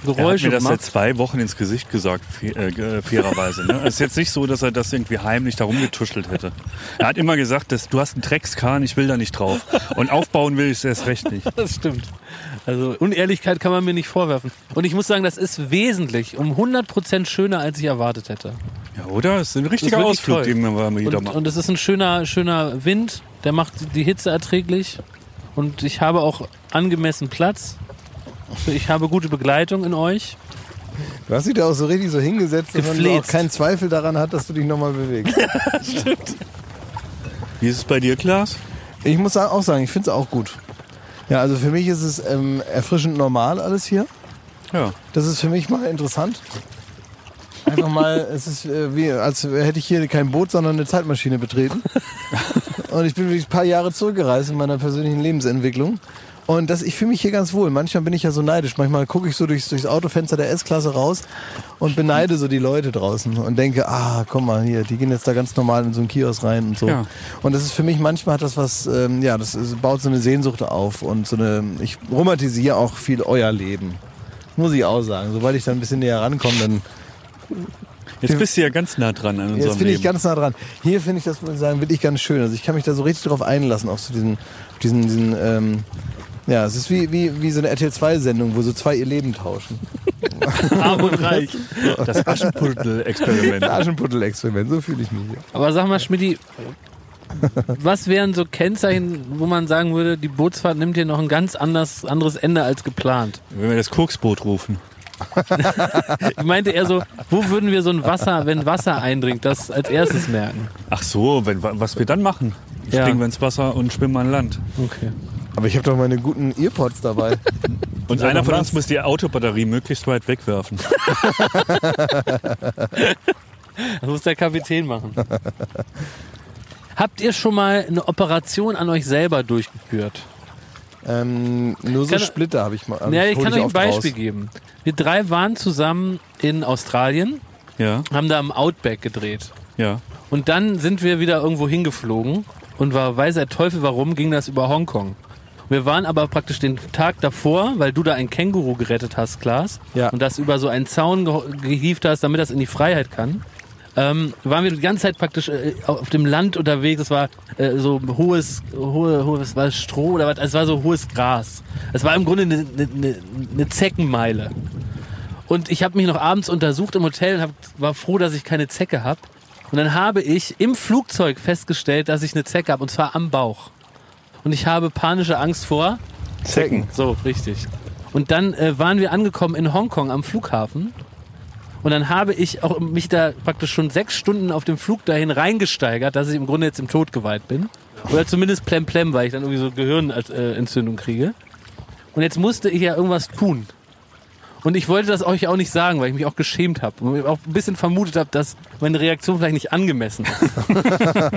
Er hat Geräusche mir das seit macht. zwei Wochen ins Gesicht gesagt, fe- äh, äh, fairerweise. Ne? Es ist jetzt nicht so, dass er das irgendwie heimlich da rumgetuschelt hätte. Er hat immer gesagt, dass, du hast einen Dreckskahn, ich will da nicht drauf. Und aufbauen will ich es erst recht nicht. Das stimmt. Also Unehrlichkeit kann man mir nicht vorwerfen. Und ich muss sagen, das ist wesentlich um 100% schöner, als ich erwartet hätte. Ja, oder? Es ist ein Das ist richtiger wirklich Ausflug, toll. den wir mal wieder Und, machen. und es ist ein schöner, schöner Wind, der macht die Hitze erträglich. Und ich habe auch angemessen Platz. Ich habe gute Begleitung in euch. Du hast dich da auch so richtig so hingesetzt, dass man auch Gefläzt. keinen Zweifel daran hat, dass du dich nochmal bewegst. Wie ist es bei dir, Klaas? Ich muss sa- auch sagen, ich finde es auch gut. Ja, also für mich ist es ähm, erfrischend normal alles hier. Ja. Das ist für mich mal interessant. Einfach mal, es ist äh, wie, als hätte ich hier kein Boot, sondern eine Zeitmaschine betreten. und ich bin wirklich ein paar Jahre zurückgereist in meiner persönlichen Lebensentwicklung. Und das, ich fühle mich hier ganz wohl. Manchmal bin ich ja so neidisch. Manchmal gucke ich so durchs, durchs Autofenster der S-Klasse raus und beneide so die Leute draußen und denke, ah, komm mal hier, die gehen jetzt da ganz normal in so einen Kiosk rein und so. Ja. Und das ist für mich manchmal hat das was, ähm, ja, das ist, baut so eine Sehnsucht auf und so eine, ich romantisiere auch viel euer Leben. Muss ich auch sagen. Sobald ich dann ein bisschen näher rankomme, dann Jetzt bist du ja ganz nah dran an Jetzt unserem bin ich Leben. ganz nah dran. Hier finde ich das, muss ich sagen, wirklich ganz schön. Also ich kann mich da so richtig drauf einlassen, auf so diesen, auf diesen, diesen ähm, ja, es ist wie, wie, wie so eine RTL2-Sendung, wo so zwei ihr Leben tauschen. Arm und reich. Das Aschenputtel-Experiment. Das Aschenputtel-Experiment, so fühle ich mich hier. Aber sag mal, Schmidti, was wären so Kennzeichen, wo man sagen würde, die Bootsfahrt nimmt hier noch ein ganz anders, anderes Ende als geplant? Wenn wir das Koksboot rufen. Ich meinte eher so, wo würden wir so ein Wasser, wenn Wasser eindringt, das als erstes merken? Ach so, wenn, wa- was wir dann machen. Ja. Springen wir ins Wasser und schwimmen an Land. Okay. Aber ich habe doch meine guten Earpods dabei. Und Sag einer doch von was. uns muss die Autobatterie möglichst weit wegwerfen. Das muss der Kapitän machen. Habt ihr schon mal eine Operation an euch selber durchgeführt? ähm, nur so Kann- Splitter habe ich mal. Ja, ich hol kann euch ein oft raus. Beispiel geben. Wir drei waren zusammen in Australien, ja, haben da im Outback gedreht. ja. Und dann sind wir wieder irgendwo hingeflogen und war weiß der Teufel warum, ging das über Hongkong. Wir waren aber praktisch den Tag davor, weil du da ein Känguru gerettet hast, Klaas, Ja. und das über so einen Zaun geho- gehievt hast, damit das in die Freiheit kann. Ähm, waren wir die ganze Zeit praktisch äh, auf dem Land unterwegs. Es war äh, so hohes, hohe, hohes, war es Stroh oder was? Es war so hohes Gras. Es war im Grunde eine, eine- eine, eine Zeckenmeile. Und ich habe mich noch abends untersucht im Hotel und hab, war froh, dass ich keine Zecke habe. Und dann habe ich im Flugzeug festgestellt, dass ich eine Zecke habe, und zwar am Bauch. Und ich habe panische Angst vor Zecken. so, richtig. Und dann äh, waren wir angekommen in Hongkong am Flughafen. Und dann habe ich auch mich da praktisch schon sechs Stunden auf dem Flug dahin reingesteigert, dass ich im Grunde jetzt im Tod geweiht bin. Oder zumindest plemplem, weil ich dann irgendwie so Gehirnentzündung kriege. Und jetzt musste ich ja irgendwas tun. Und ich wollte das euch auch nicht sagen, weil ich mich auch geschämt habe. Und auch ein bisschen vermutet habe, dass meine Reaktion vielleicht nicht angemessen ist.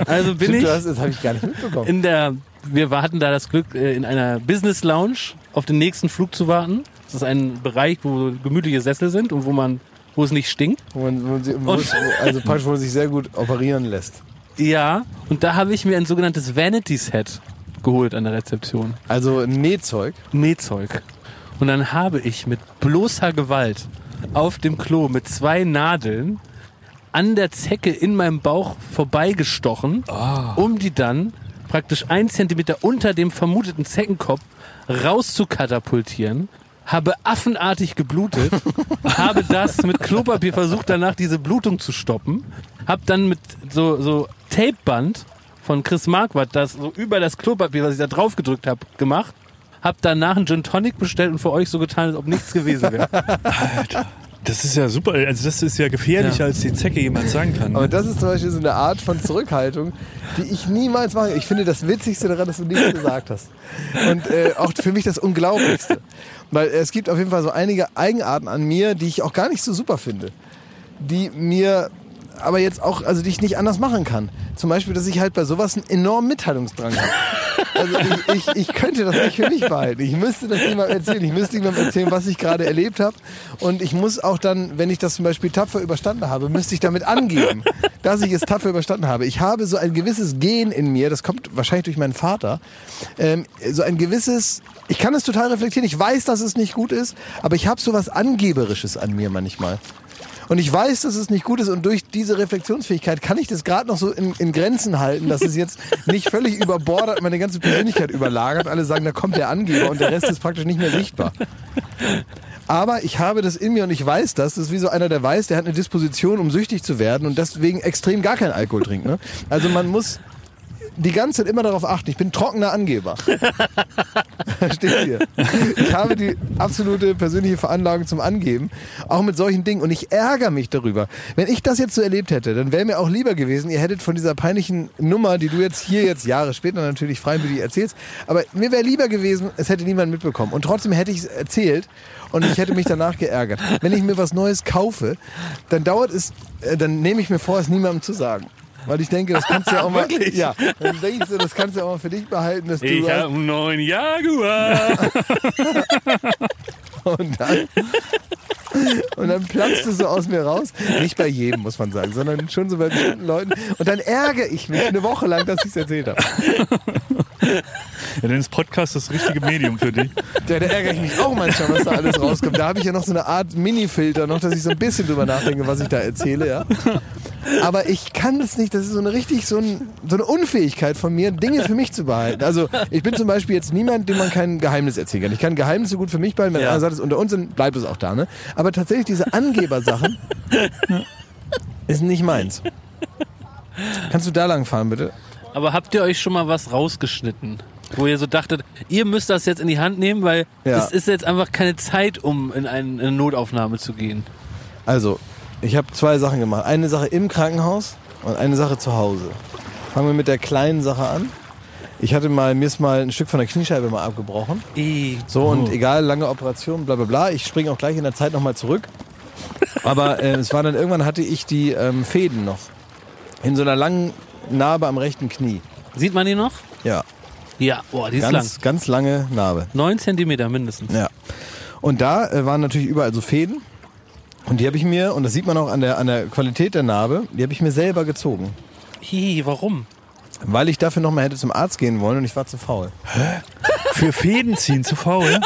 also bin ich Stimmt, Das, das habe ich gar nicht mitbekommen. in der, wir hatten da das Glück, äh, in einer Business Lounge auf den nächsten Flug zu warten. Das ist ein Bereich, wo gemütliche Sessel sind und wo man, wo es nicht stinkt. Wo man, wo man, sich- wo, Und- also praktisch, wo man sich sehr gut operieren lässt. Ja, und da habe ich mir ein sogenanntes Vanity Set geholt an der Rezeption. Also ein Nähzeug. Nähzeug. Und dann habe ich mit bloßer Gewalt auf dem Klo mit zwei Nadeln an der Zecke in meinem Bauch vorbeigestochen, um die dann praktisch ein Zentimeter unter dem vermuteten Zeckenkopf rauszukatapultieren. Habe affenartig geblutet, habe das mit Klopapier versucht, danach diese Blutung zu stoppen. Hab dann mit so, so Tapeband von Chris Marquardt das so über das Klopapier, was ich da drauf gedrückt habe, gemacht. Hab danach einen Gin Tonic bestellt und für euch so getan, als ob nichts gewesen wäre. Das ist ja super. Also das ist ja gefährlicher, Ja. als die Zecke jemand sagen kann. ne? Aber das ist zum Beispiel so eine Art von Zurückhaltung, die ich niemals mache. Ich finde das Witzigste daran, dass du nichts gesagt hast. Und äh, auch für mich das Unglaublichste. Weil es gibt auf jeden Fall so einige Eigenarten an mir, die ich auch gar nicht so super finde. Die mir aber jetzt auch, also die ich nicht anders machen kann. Zum Beispiel, dass ich halt bei sowas einen enormen Mitteilungsdrang habe. Also ich, ich, ich könnte das nicht für mich behalten. Ich müsste das jemandem erzählen. Ich müsste jemandem erzählen, was ich gerade erlebt habe. Und ich muss auch dann, wenn ich das zum Beispiel tapfer überstanden habe, müsste ich damit angeben, dass ich es tapfer überstanden habe. Ich habe so ein gewisses Gen in mir, das kommt wahrscheinlich durch meinen Vater, ähm, so ein gewisses, ich kann es total reflektieren, ich weiß, dass es nicht gut ist, aber ich habe so was Angeberisches an mir manchmal. Und ich weiß, dass es nicht gut ist und durch diese Reflexionsfähigkeit kann ich das gerade noch so in, in Grenzen halten, dass es jetzt nicht völlig überbordert, meine ganze Persönlichkeit überlagert. Alle sagen, da kommt der Angeber und der Rest ist praktisch nicht mehr sichtbar. Aber ich habe das in mir und ich weiß das. Das ist wie so einer, der weiß, der hat eine Disposition, um süchtig zu werden und deswegen extrem gar keinen Alkohol trinkt. Ne? Also man muss die ganze Zeit immer darauf achten. Ich bin trockener Angeber. Steht hier. Ich habe die absolute persönliche Veranlagung zum Angeben. Auch mit solchen Dingen. Und ich ärgere mich darüber. Wenn ich das jetzt so erlebt hätte, dann wäre mir auch lieber gewesen, ihr hättet von dieser peinlichen Nummer, die du jetzt hier jetzt Jahre später natürlich freimütig erzählst, aber mir wäre lieber gewesen, es hätte niemand mitbekommen. Und trotzdem hätte ich es erzählt und ich hätte mich danach geärgert. Wenn ich mir was Neues kaufe, dann dauert es, äh, dann nehme ich mir vor, es niemandem zu sagen. Weil ich denke, das kannst du ja auch mal. Wirklich? Ja, dann denke ich so, das kannst du ja auch mal für dich behalten, dass du. Ich hast- habe einen neuen Jaguar. und dann. Und dann platzt es so aus mir raus. Nicht bei jedem, muss man sagen, sondern schon so bei bestimmten Leuten. Und dann ärgere ich mich eine Woche lang, dass ich es erzählt habe. Ja, dann ist Podcast das richtige Medium für dich. Ja, da ärgere ich mich auch manchmal, was da alles rauskommt. Da habe ich ja noch so eine Art Mini-Filter, noch, dass ich so ein bisschen drüber nachdenke, was ich da erzähle, ja. Aber ich kann das nicht. Das ist so eine richtig so, ein, so eine Unfähigkeit von mir, Dinge für mich zu behalten. Also ich bin zum Beispiel jetzt niemand, dem man kein Geheimnis erzählen kann. Ich kann Geheimnisse gut für mich behalten. Wenn Ja. einer sagt, es ist unter uns, dann bleibt es auch da. Ne? Aber tatsächlich diese Angebersachen ist nicht meins. Kannst du da lang fahren, bitte? Aber habt ihr euch schon mal was rausgeschnitten? Wo ihr so dachtet, ihr müsst das jetzt in die Hand nehmen, weil Ja. es ist jetzt einfach keine Zeit, um in ein- in eine Notaufnahme zu gehen. Also, ich habe zwei Sachen gemacht. Eine Sache im Krankenhaus und eine Sache zu Hause. Fangen wir mit der kleinen Sache an. Ich hatte mal, mir ist mal ein Stück von der Kniescheibe mal abgebrochen. So, und Oh. egal, lange Operation, bla bla bla. Ich springe auch gleich in der Zeit nochmal zurück. Aber äh, es war dann irgendwann hatte ich die ähm, Fäden noch. In so einer langen Narbe am rechten Knie. Sieht man die noch? Ja. Ja, boah, die ist ganz, lang. ganz lange Narbe. Neun Zentimeter mindestens. Ja. Und da äh, waren natürlich überall so Fäden. Und die habe ich mir, und das sieht man auch an der, an der Qualität der Narbe, die habe ich mir selber gezogen. Hi, warum? Weil ich dafür nochmal hätte zum Arzt gehen wollen und ich war zu faul. Für Fäden ziehen zu faul.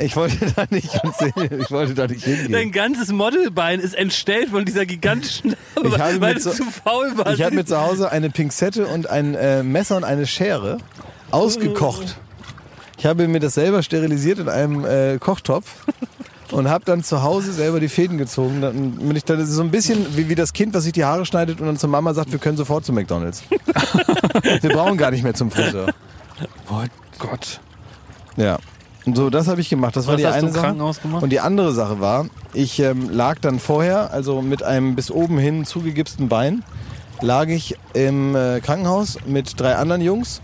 Ich wollte da nicht, ganz hin- ich wollte da nicht Dein hingehen. ganzes Modelbein ist entstellt von dieser gigantischen, Ich habe weil mir du zu- zu faul warst. Ich habe mir zu Hause eine Pinzette und ein äh, Messer und eine Schere ausgekocht. Ich habe mir das selber sterilisiert in einem äh, Kochtopf und habe dann zu Hause selber die Fäden gezogen. Dann bin ich dann das ist so ein bisschen wie, wie das Kind, was sich die Haare schneidet und dann zur Mama sagt, wir können sofort zu McDonald's. wir brauchen gar nicht mehr zum Friseur. Oh Gott. Ja. Und so, das habe ich gemacht. Das war Was die hast du eine im Sache. Krankenhaus gemacht? Und die andere Sache war, ich ähm, lag dann vorher, also mit einem bis oben hin zugegipsten Bein, lag ich im äh, Krankenhaus mit drei anderen Jungs.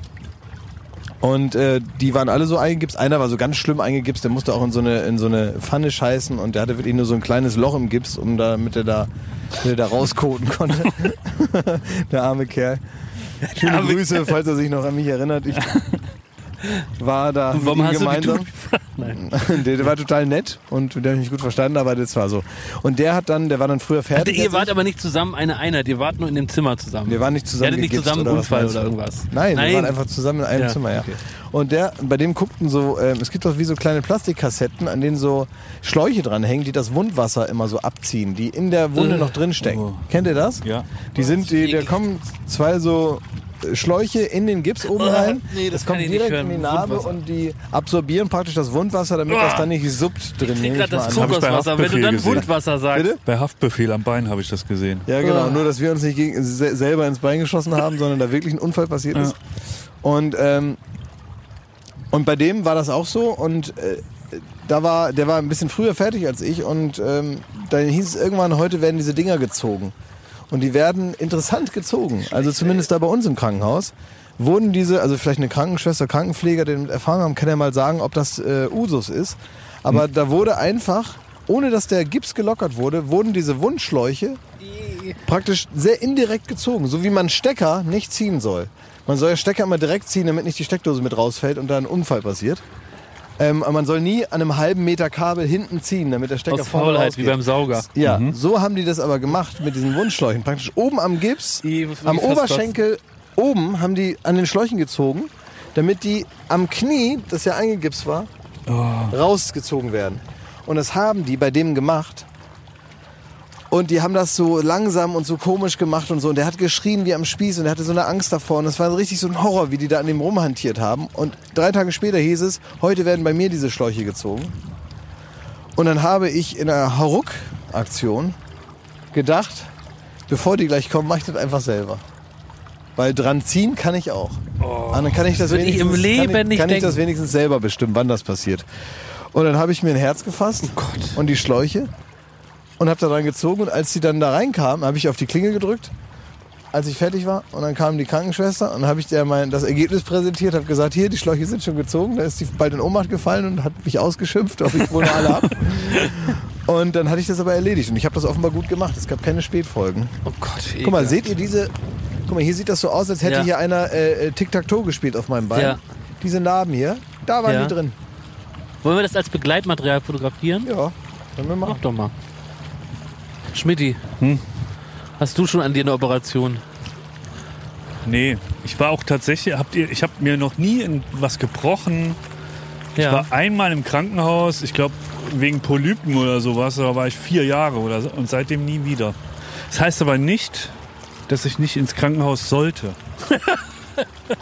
Und äh, die waren alle so eingegipst. Einer war so ganz schlimm eingegipst, der musste auch in so eine, in so eine Pfanne scheißen und der hatte wirklich nur so ein kleines Loch im Gips, um da, damit er da, damit er da rauskoten konnte. der arme Kerl. Schöne arme Grüße, Kerl. falls er sich noch an mich erinnert. Ich war da Und warum mit ihm hast du die gemeinsam. Tube Nein. der, der war total nett und der hat mich gut verstanden, aber das war so. Und der hat dann, der war dann früher fertig. Ihr als wart aber nicht zusammen eine Einheit, ihr wart nur in dem Zimmer zusammen. wir waren nicht zusammen. Ihr hattet nicht gegipst zusammen oder was Unfall meinst oder du? irgendwas. Nein, wir Nein. waren einfach zusammen in einem Ja, Zimmer, ja. okay. Und der, bei dem guckten so, ähm, es gibt doch wie so kleine Plastikkassetten, an denen so Schläuche dranhängen, die das Wundwasser immer so abziehen, die in der Wunde Äh. noch drin stecken. Oh. Kennt ihr das? Ja. Die sind, die, da kommen zwei so äh, Schläuche in den Gips oben Oh, rein. nee, das das kann kommt ich nicht direkt hören. in die Narbe Wundwasser. und die absorbieren praktisch das Wundwasser, damit Ah. das dann nicht suppt drin. Ich nehme grad mal das an. Hab ich bei Kokoswasser, wenn du Haftbefehl dann gesehen. Wundwasser sagst. Bitte? Bei Haftbefehl am Bein habe ich das gesehen. Ja, genau. Nur, dass wir uns nicht gegen, se selber ins Bein geschossen haben, sondern da wirklich ein Unfall passiert ist. Und, ähm, und bei dem war das auch so. Und äh, da war, der war ein bisschen früher fertig als ich. Und ähm, dann hieß es irgendwann, heute werden diese Dinger gezogen. Und die werden interessant gezogen. Also zumindest da bei uns im Krankenhaus. Wurden diese, also vielleicht eine Krankenschwester, Krankenpfleger, die damit erfahren haben, kann ja mal sagen, ob das äh, Usus ist. Aber da wurde einfach, ohne dass der Gips gelockert wurde, wurden diese Wundschläuche praktisch sehr indirekt gezogen, so wie man einen Stecker nicht ziehen soll. Man soll ja Stecker immer direkt ziehen, damit nicht die Steckdose mit rausfällt und da ein Unfall passiert. Ähm, aber man soll nie an einem halben Meter Kabel hinten ziehen, damit der Stecker Aus vorne Faulheit, wie rausgeht. beim Sauger. Ja, so haben die das aber gemacht mit diesen Wundschläuchen. Praktisch oben am Gips, I, was- am wie fast Oberschenkel, oben haben die an den Schläuchen gezogen, damit die am Knie, das ja eingegipst war, Oh. rausgezogen werden. Und das haben die bei dem gemacht. Und die haben das so langsam und so komisch gemacht und so. Und der hat geschrien wie am Spieß und er hatte so eine Angst davor. Und es war richtig so ein Horror, wie die da an dem rumhantiert haben. Und drei Tage später hieß es, heute werden bei mir diese Schläuche gezogen. Und dann habe ich in einer Haruk-Aktion gedacht, bevor die gleich kommen, mach ich das einfach selber. Weil dran ziehen kann ich auch. Und dann kann ich das, Oh. das würd ich im wenigstens- Leben kann ich, nicht kann ich denken. das wenigstens selber bestimmen, wann das passiert. Und dann habe ich mir ein Herz Oh gefasst und die Schläuche und habe daran gezogen. Und als die dann da reinkamen, habe ich auf die Klingel gedrückt, als ich fertig war. Und dann kam die Krankenschwester und habe ich der mein, das Ergebnis präsentiert, habe gesagt, hier, die Schläuche sind schon gezogen. Da ist die bald in Ohnmacht gefallen und hat mich ausgeschimpft, ob ich wohl noch alle habe. Und dann hatte ich das aber erledigt. Und ich habe das offenbar gut gemacht. Es gab keine Spätfolgen. Oh Gott, Guck mal, seht ihr diese? Guck mal, hier sieht das so aus, als hätte Ja. hier einer äh, äh, Tic-Tac-Toe gespielt auf meinem Bein. Ja. Diese Narben hier, da waren Ja. die drin. Wollen wir das als Begleitmaterial fotografieren? Ja, können wir machen. Mach doch mal. Schmidti, hast du schon an dir eine Operation? Nee, ich war auch tatsächlich, habt ihr, ich habe mir noch nie in was gebrochen. Ich Ja. war einmal im Krankenhaus, ich glaube wegen Polypen oder sowas, da war ich vier Jahre oder so und seitdem nie wieder. Das heißt aber nicht, dass ich nicht ins Krankenhaus sollte.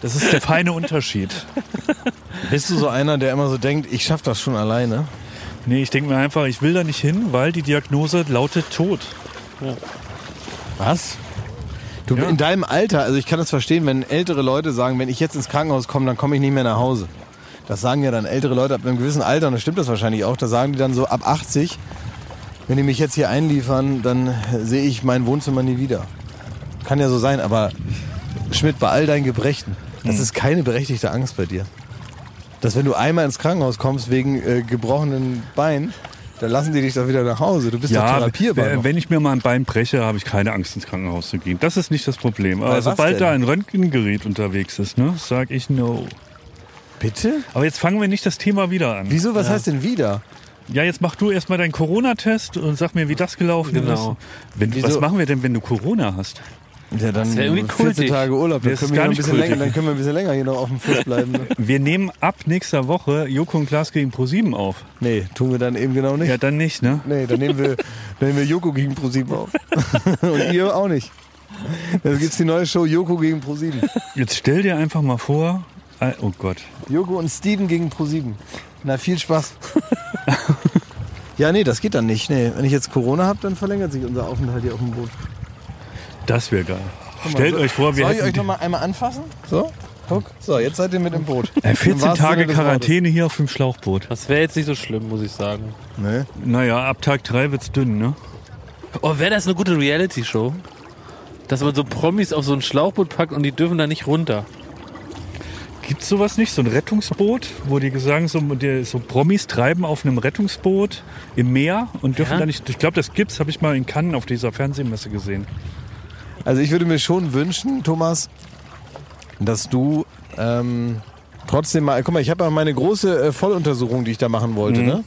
Das ist der feine Unterschied. Bist du so einer, der immer so denkt, ich schaff das schon alleine? Nee, ich denke mir einfach, ich will da nicht hin, weil die Diagnose lautet Tod. Was? Du in deinem Alter, also ich kann das verstehen, wenn ältere Leute sagen, wenn ich jetzt ins Krankenhaus komme, dann komme ich nicht mehr nach Hause. Das sagen ja dann ältere Leute ab einem gewissen Alter, und das stimmt das wahrscheinlich auch, da sagen die dann so ab 80, wenn die mich jetzt hier einliefern, dann äh, sehe ich mein Wohnzimmer nie wieder. Kann ja so sein, aber Schmidt, bei all deinen Gebrechen, das ist keine berechtigte Angst bei dir. Dass wenn du einmal ins Krankenhaus kommst wegen äh, gebrochenen Bein, dann lassen die dich doch wieder nach Hause. Du bist doch therapierbar. w- noch. wenn ich mir mal ein Bein breche, habe ich keine Angst, ins Krankenhaus zu gehen. Das ist nicht das Problem. Bei Aber was sobald denn? da ein Röntgengerät unterwegs ist, ne, sag ich no. Bitte? Aber jetzt fangen wir nicht das Thema wieder an. Wieso? Was heißt denn wieder? Ja, jetzt mach du erstmal deinen Corona-Test und sag mir, wie das gelaufen Genau. ist. Wenn, Wieso? was machen wir denn, wenn du Corona hast? Ja, dann wär irgendwie 14 kultig. Tage Urlaub, dann Das ist können, wir gar hier ein nicht bisschen länger, kultig. dann können wir ein bisschen länger hier noch auf dem Fuß bleiben. Ne? Wir nehmen ab nächster Woche Joko und Klaas gegen ProSieben auf. Nee, tun wir dann eben genau nicht. Ja, dann nicht, ne? Nee, dann nehmen wir, dann nehmen wir Joko gegen ProSieben auf. Und ihr auch nicht. Dann gibt's die neue Show Joko gegen ProSieben. Jetzt stell dir einfach mal vor, äh, oh Gott. Joko und Steven gegen ProSieben. Na, viel Spaß. Ja, nee, das geht dann nicht. Nee, wenn ich jetzt Corona habe, dann verlängert sich unser Aufenthalt hier auf dem Boot. Das wäre geil. Guck mal, Stellt so- euch vor, wir Soll ich hätten euch die- noch mal einmal anfassen? So, guck. So, jetzt seid ihr mit im Boot. Äh, Im 14 wahrsten Tage Sinne des Wortes. Quarantäne hier auf dem Schlauchboot. Das wäre jetzt nicht so schlimm, muss ich sagen. Nee. Naja, ab Tag 3 wird's dünn, ne? Oh, wäre das eine gute Reality-Show? Dass man so Promis auf so ein Schlauchboot packt und die dürfen da nicht runter. Gibt's sowas nicht? So ein Rettungsboot, wo die sagen, so, die, so Promis treiben auf einem Rettungsboot im Meer und dürfen Ja? da nicht. Ich glaube, das gibt's, habe ich mal in Cannes auf dieser Fernsehmesse gesehen. Also ich würde mir schon wünschen, Thomas, dass du ähm, trotzdem mal, guck mal, ich habe ja meine große äh, Volluntersuchung, die ich da machen wollte, Mhm. ne?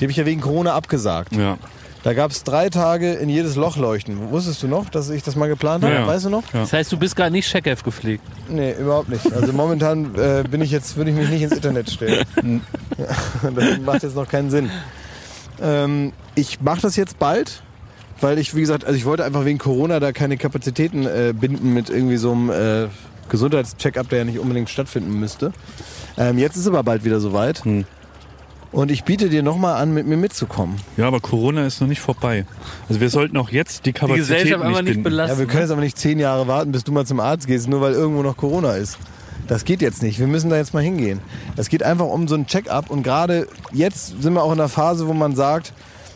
Die habe ich ja wegen Corona abgesagt. Ja. Da gab es drei Tage in jedes Loch leuchten. Wusstest du noch, dass ich das mal geplant habe? Weißt du noch? Das heißt, du bist gar nicht Checkheft gepflegt. Nee, überhaupt nicht. Also momentan äh, bin ich jetzt, würde ich mich nicht ins Internet stellen. Ja, das macht jetzt noch keinen Sinn. Ähm, ich mache das jetzt bald, weil ich, wie gesagt, also ich wollte einfach wegen Corona da keine Kapazitäten äh, binden mit irgendwie so einem äh, Gesundheitscheck-up, der ja nicht unbedingt stattfinden müsste. Ähm, jetzt ist aber bald wieder soweit. Und ich biete dir nochmal an, mit mir mitzukommen. Ja, aber Corona ist noch nicht vorbei. Also wir sollten auch jetzt die Kapazität nicht, binden. Ja, wir können jetzt aber nicht zehn Jahre warten, bis du mal zum Arzt gehst, nur weil irgendwo noch Corona ist. Das geht jetzt nicht. Wir müssen da jetzt mal hingehen. Es geht einfach um so ein Check-up und gerade jetzt sind wir auch in der Phase, wo man sagt,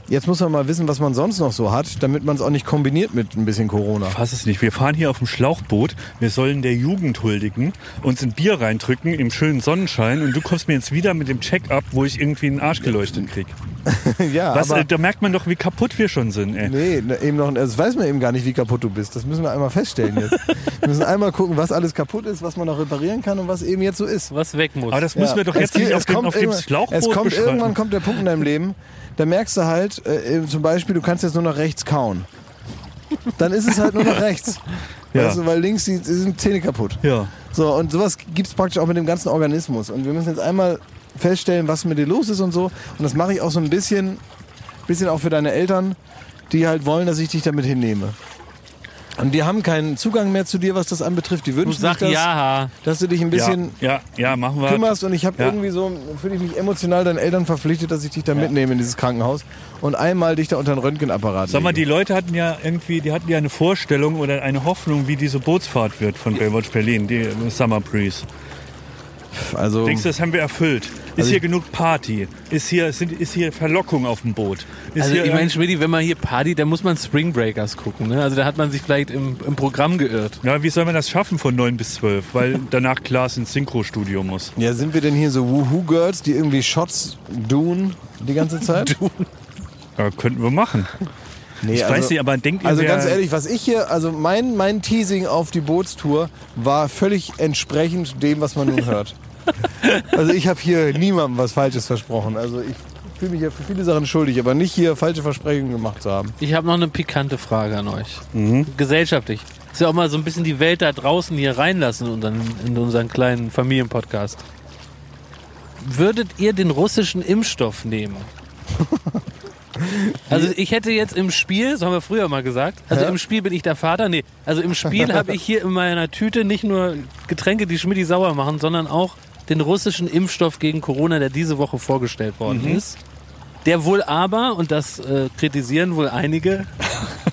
jetzt muss man mal wissen, was man sonst noch so hat, damit man es auch nicht kombiniert mit ein bisschen Corona. Fass es nicht. Wir fahren hier auf dem Schlauchboot. Wir sollen der Jugend huldigen, uns ein Bier reindrücken im schönen Sonnenschein und du kommst mir jetzt wieder mit dem Check-up, wo ich irgendwie einen Arsch geleuchtet krieg. ja, Was, aber äh, da merkt man doch, wie kaputt wir schon sind. Ey. nee, ne, eben noch, das weiß man eben gar nicht, wie kaputt du bist. Das müssen wir einmal feststellen jetzt. wir müssen einmal gucken, was alles kaputt ist, was man noch reparieren kann und was eben jetzt so ist. Was weg muss. Aber das müssen wir doch jetzt geht- nicht auf, den, kommt auf dem irgendwann- Schlauchboot Es kommt beschreiben. irgendwann kommt der Punkt in deinem Leben, da merkst du halt, äh, eben zum Beispiel, du kannst jetzt nur noch rechts kauen. Dann ist es halt nur noch rechts. Ja. Weißt du, weil links die, die sind Zähne kaputt. Ja. So, und sowas gibt es praktisch auch mit dem ganzen Organismus. Und wir müssen jetzt einmal feststellen, was mit dir los ist und so. Und das mache ich auch so ein bisschen, bisschen auch für deine Eltern, die halt wollen, dass ich dich damit hinnehme. Und die haben keinen Zugang mehr zu dir, was das anbetrifft. Die wünschen sich sag das, ja. dass du dich ein bisschen Ja, ja, ja machen wir. kümmerst. Und ich habe Ja. irgendwie so, fühle ich mich emotional deinen Eltern verpflichtet, dass ich dich da mitnehme in dieses Krankenhaus und einmal dich da unter den Röntgenapparat Sag mal, lege. die Leute hatten ja irgendwie, die hatten ja eine Vorstellung oder eine Hoffnung, wie diese Bootsfahrt wird von Baywatch Berlin, die Summer Breeze. Also, Denkst du, das haben wir erfüllt? Ist Also hier ich- genug Party? Ist hier, sind, ist hier Verlockung auf dem Boot? Ist Also hier äh, ich irgend- meine, Schmidi, wenn man hier Party, dann muss man Spring Breakers gucken. Ne? Also da hat man sich vielleicht im, im Programm geirrt. ja, wie soll man das schaffen von 9 bis 12? Weil danach Klaas ins Synchro-Studio muss. Ja, sind wir denn hier so Woohoo-Girls, die irgendwie Shots doen die ganze Zeit? Ja, könnten wir machen. Nee, ich weiß also- nicht, aber denkt ihr, Also wer- ganz ehrlich, was ich hier, also mein, mein Teasing auf die Bootstour war völlig entsprechend dem, was man nun hört. also ich habe hier niemandem was Falsches versprochen. Also ich fühle mich ja für viele Sachen schuldig, aber nicht hier falsche Versprechungen gemacht zu haben. Ich habe noch eine pikante Frage an euch. Gesellschaftlich. Ist ja auch mal so ein bisschen die Welt da draußen hier reinlassen in unseren, in unseren kleinen Familienpodcast. Würdet ihr den russischen Impfstoff nehmen? Also ich hätte jetzt im Spiel, so haben wir früher mal gesagt, also im Spiel bin ich der Vater, nee, also im Spiel habe ich hier in meiner Tüte nicht nur Getränke, die Schmidti sauer machen, sondern auch den russischen Impfstoff gegen Corona, der diese Woche vorgestellt worden Mhm. ist, der wohl aber, und das äh, kritisieren wohl einige,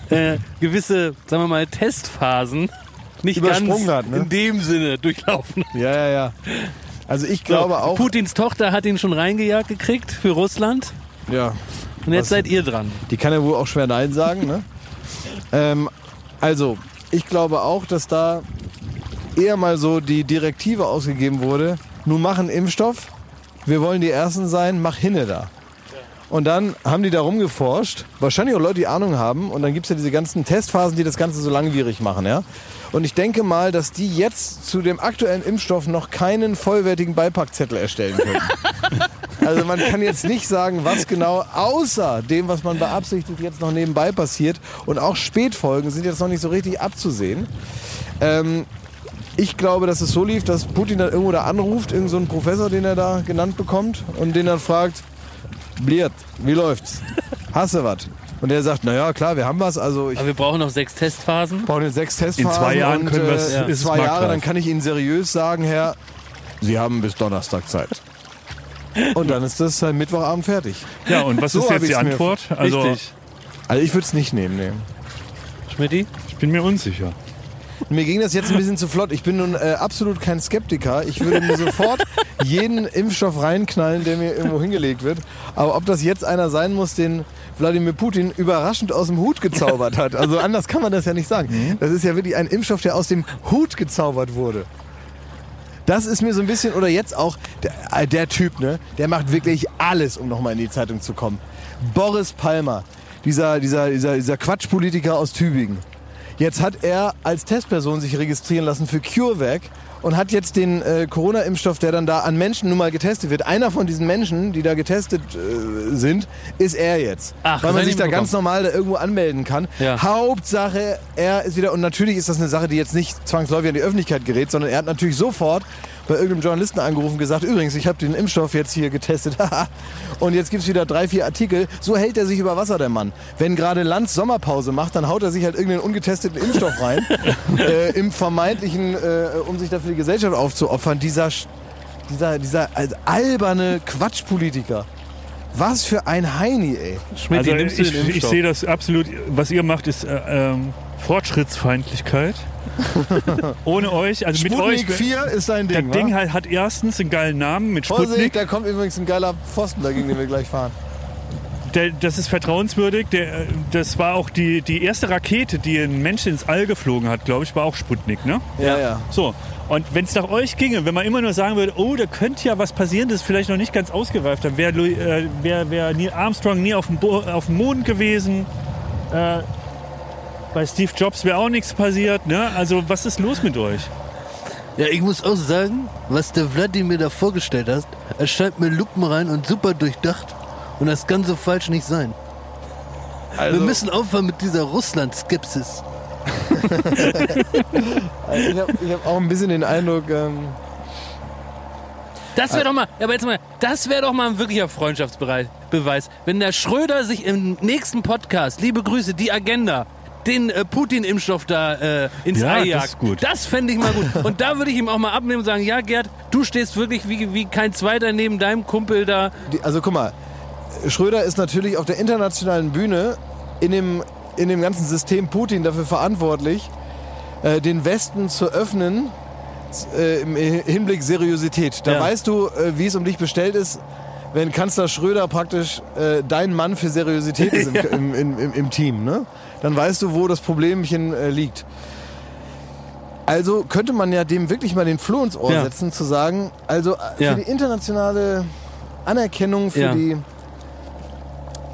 äh, gewisse, sagen wir mal, Testphasen nicht ganz Übersprungen hat, ne? in dem Sinne durchlaufen. Ja, ja, ja. Also ich glaube auch- Putins Tochter hat ihn schon reingejagt gekriegt für Russland. Ja. Und jetzt seid ihr dran. Die kann ja wohl auch schwer Nein sagen, ne? ähm, also, ich glaube auch, dass da eher mal so die Direktive ausgegeben wurde, nun mach einen Impfstoff, wir wollen die Ersten sein, mach hinne da. Und dann haben die da rumgeforscht, wahrscheinlich auch Leute, die Ahnung haben. Und dann gibt's ja diese ganzen Testphasen, die das Ganze so langwierig machen. Ja? Und ich denke mal, dass die jetzt zu dem aktuellen Impfstoff noch keinen vollwertigen Beipackzettel erstellen können. also man kann jetzt nicht sagen, was genau außer dem, was man beabsichtigt, jetzt noch nebenbei passiert. Und auch Spätfolgen sind jetzt noch nicht so richtig abzusehen. Ähm, ich glaube, dass es so lief, dass Putin dann irgendwo da anruft, irgendeinen so einen Professor, den er da genannt bekommt, und den dann fragt, Bliert, wie läuft's? Hast du was? Und der sagt, naja, klar, wir haben was. Also ich Aber wir brauchen noch sechs Testphasen. brauche jetzt sechs Testphasen. In zwei Jahren und, können wir's- äh, ist es zwei Jahre, marktreif. dann kann ich Ihnen seriös sagen, Herr, Sie haben bis Donnerstag Zeit. Und dann ist das dann Mittwochabend fertig. Ja, und was ist hab jetzt die ich's mir- Antwort? Also- Richtig. Also ich würde es nicht nehmen, nee. Schmidti? Ich bin mir unsicher. Mir ging das jetzt ein bisschen zu flott. Ich bin nun äh, absolut kein Skeptiker. Ich würde mir sofort jeden Impfstoff reinknallen, der mir irgendwo hingelegt wird. Aber ob das jetzt einer sein muss, den Wladimir Putin überraschend aus dem Hut gezaubert hat. Also anders kann man das ja nicht sagen. Das ist ja wirklich ein Impfstoff, der aus dem Hut gezaubert wurde. Das ist mir so ein bisschen, oder jetzt auch, der, äh, der Typ, ne? Der macht wirklich alles, um nochmal in die Zeitung zu kommen. Boris Palmer, dieser, dieser, dieser, dieser Quatschpolitiker aus Tübingen. Jetzt hat er als Testperson sich registrieren lassen für CureVac und hat jetzt den äh, Corona-Impfstoff, der dann da an Menschen nun mal getestet wird. Einer von diesen Menschen, die da getestet äh, sind, ist er jetzt. Ach, Ah. weil das man hab sich ich da mitbekommen. ganz normal da irgendwo anmelden kann. Ja. Hauptsache, er ist wieder, und natürlich ist das eine Sache, die jetzt nicht zwangsläufig an die Öffentlichkeit gerät, sondern er hat natürlich sofort bei irgendeinem Journalisten angerufen und gesagt, übrigens, ich habe den Impfstoff jetzt hier getestet. haha. und jetzt gibt's wieder drei, vier Artikel. So hält er sich über Wasser, der Mann. Wenn gerade Lanz Sommerpause macht, dann haut er sich halt irgendeinen ungetesteten Impfstoff rein, äh, im vermeintlichen, äh, um sich dafür die Gesellschaft aufzuopfern. Dieser, Sch- dieser, dieser äh, alberne Quatschpolitiker. Was für ein Heini, ey. also ich, ich sehe das absolut, was ihr macht, ist äh, ähm, Fortschrittsfeindlichkeit. Ohne euch, also mit Sputnik euch. 4 ist dein Ding, Das Ding wa? halt hat erstens einen geilen Namen mit Vorsicht, Sputnik. da kommt übrigens ein geiler Pfosten, dagegen den wir gleich fahren. Der, das ist vertrauenswürdig. Der, äh, das war auch die, die erste Rakete, die ein Mensch ins All geflogen hat, glaube ich, war auch Sputnik, ne? Ja, ja. So, und wenn es nach euch ginge, wenn man immer nur sagen würde, oh, da könnte ja was passieren, das ist vielleicht noch nicht ganz ausgereift, dann wäre Louis- äh, wär, wär Neil Armstrong nie auf dem, Bo auf dem Mond gewesen. Äh, bei Steve Jobs wäre auch nichts passiert. Ne? Also was ist los mit euch? Ja, ich muss auch sagen, was der Vladi mir da vorgestellt hat, erscheint mir lupenrein und super durchdacht. Und das kann so falsch nicht sein. Also- Wir müssen aufhören mit dieser Russland-Skepsis. Also ich habe ich hab auch ein bisschen den Eindruck, ähm, Das Ah. wäre doch mal, ja, aber jetzt mal, das wäre doch mal ein wirklicher Freundschaftsbeweis, wenn der Schröder sich im nächsten Podcast, liebe Grüße, die Agenda, den äh, Putin-Impfstoff da äh, ins Ja, Ei das jagt. ist gut. Das fände ich mal gut. Und da würde ich ihm auch mal abnehmen und sagen, ja Gerd, du stehst wirklich wie, wie kein Zweiter neben deinem Kumpel da. Die, also guck mal, Schröder ist natürlich auf der internationalen Bühne in dem, in dem ganzen System Putin dafür verantwortlich, äh, den Westen zu öffnen s- äh, im Hinblick Seriosität. Da Ja. weißt du, äh, wie es um dich bestellt ist, wenn Kanzler Schröder praktisch äh, dein Mann für Seriosität ist im, Ja. im, im, im, im Team. Ne? Dann weißt du, wo das Problemchen äh, liegt. Also könnte man ja dem wirklich mal den Floh ins Ohr Ja. setzen, zu sagen, also äh, Ja. für die internationale Anerkennung für Ja. die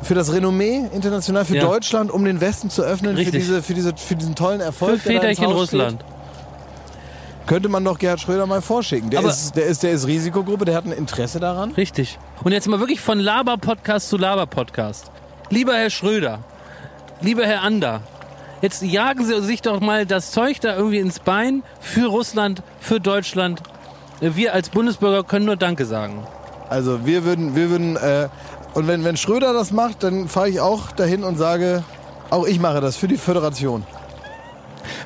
für das Renommee international für Ja. Deutschland, um den Westen zu öffnen für, Richtig. diese, für, diese, für diesen tollen Erfolg. Für der da ins Väterchen Haus Russland. Steht, könnte man doch Gerhard Schröder mal vorschicken. Der Aber- ist, der ist der ist Risikogruppe, der hat ein Interesse daran. Richtig. Und jetzt mal wirklich von Laber-Podcast zu Laber-Podcast. Lieber Herr Schröder, lieber Herr Ander, jetzt jagen Sie sich doch mal das Zeug da irgendwie ins Bein für Russland, für Deutschland. Wir als Bundesbürger können nur Danke sagen. Also wir würden, wir würden äh, und wenn, wenn Schröder das macht, dann fahre ich auch dahin und sage, auch ich mache das für die Föderation.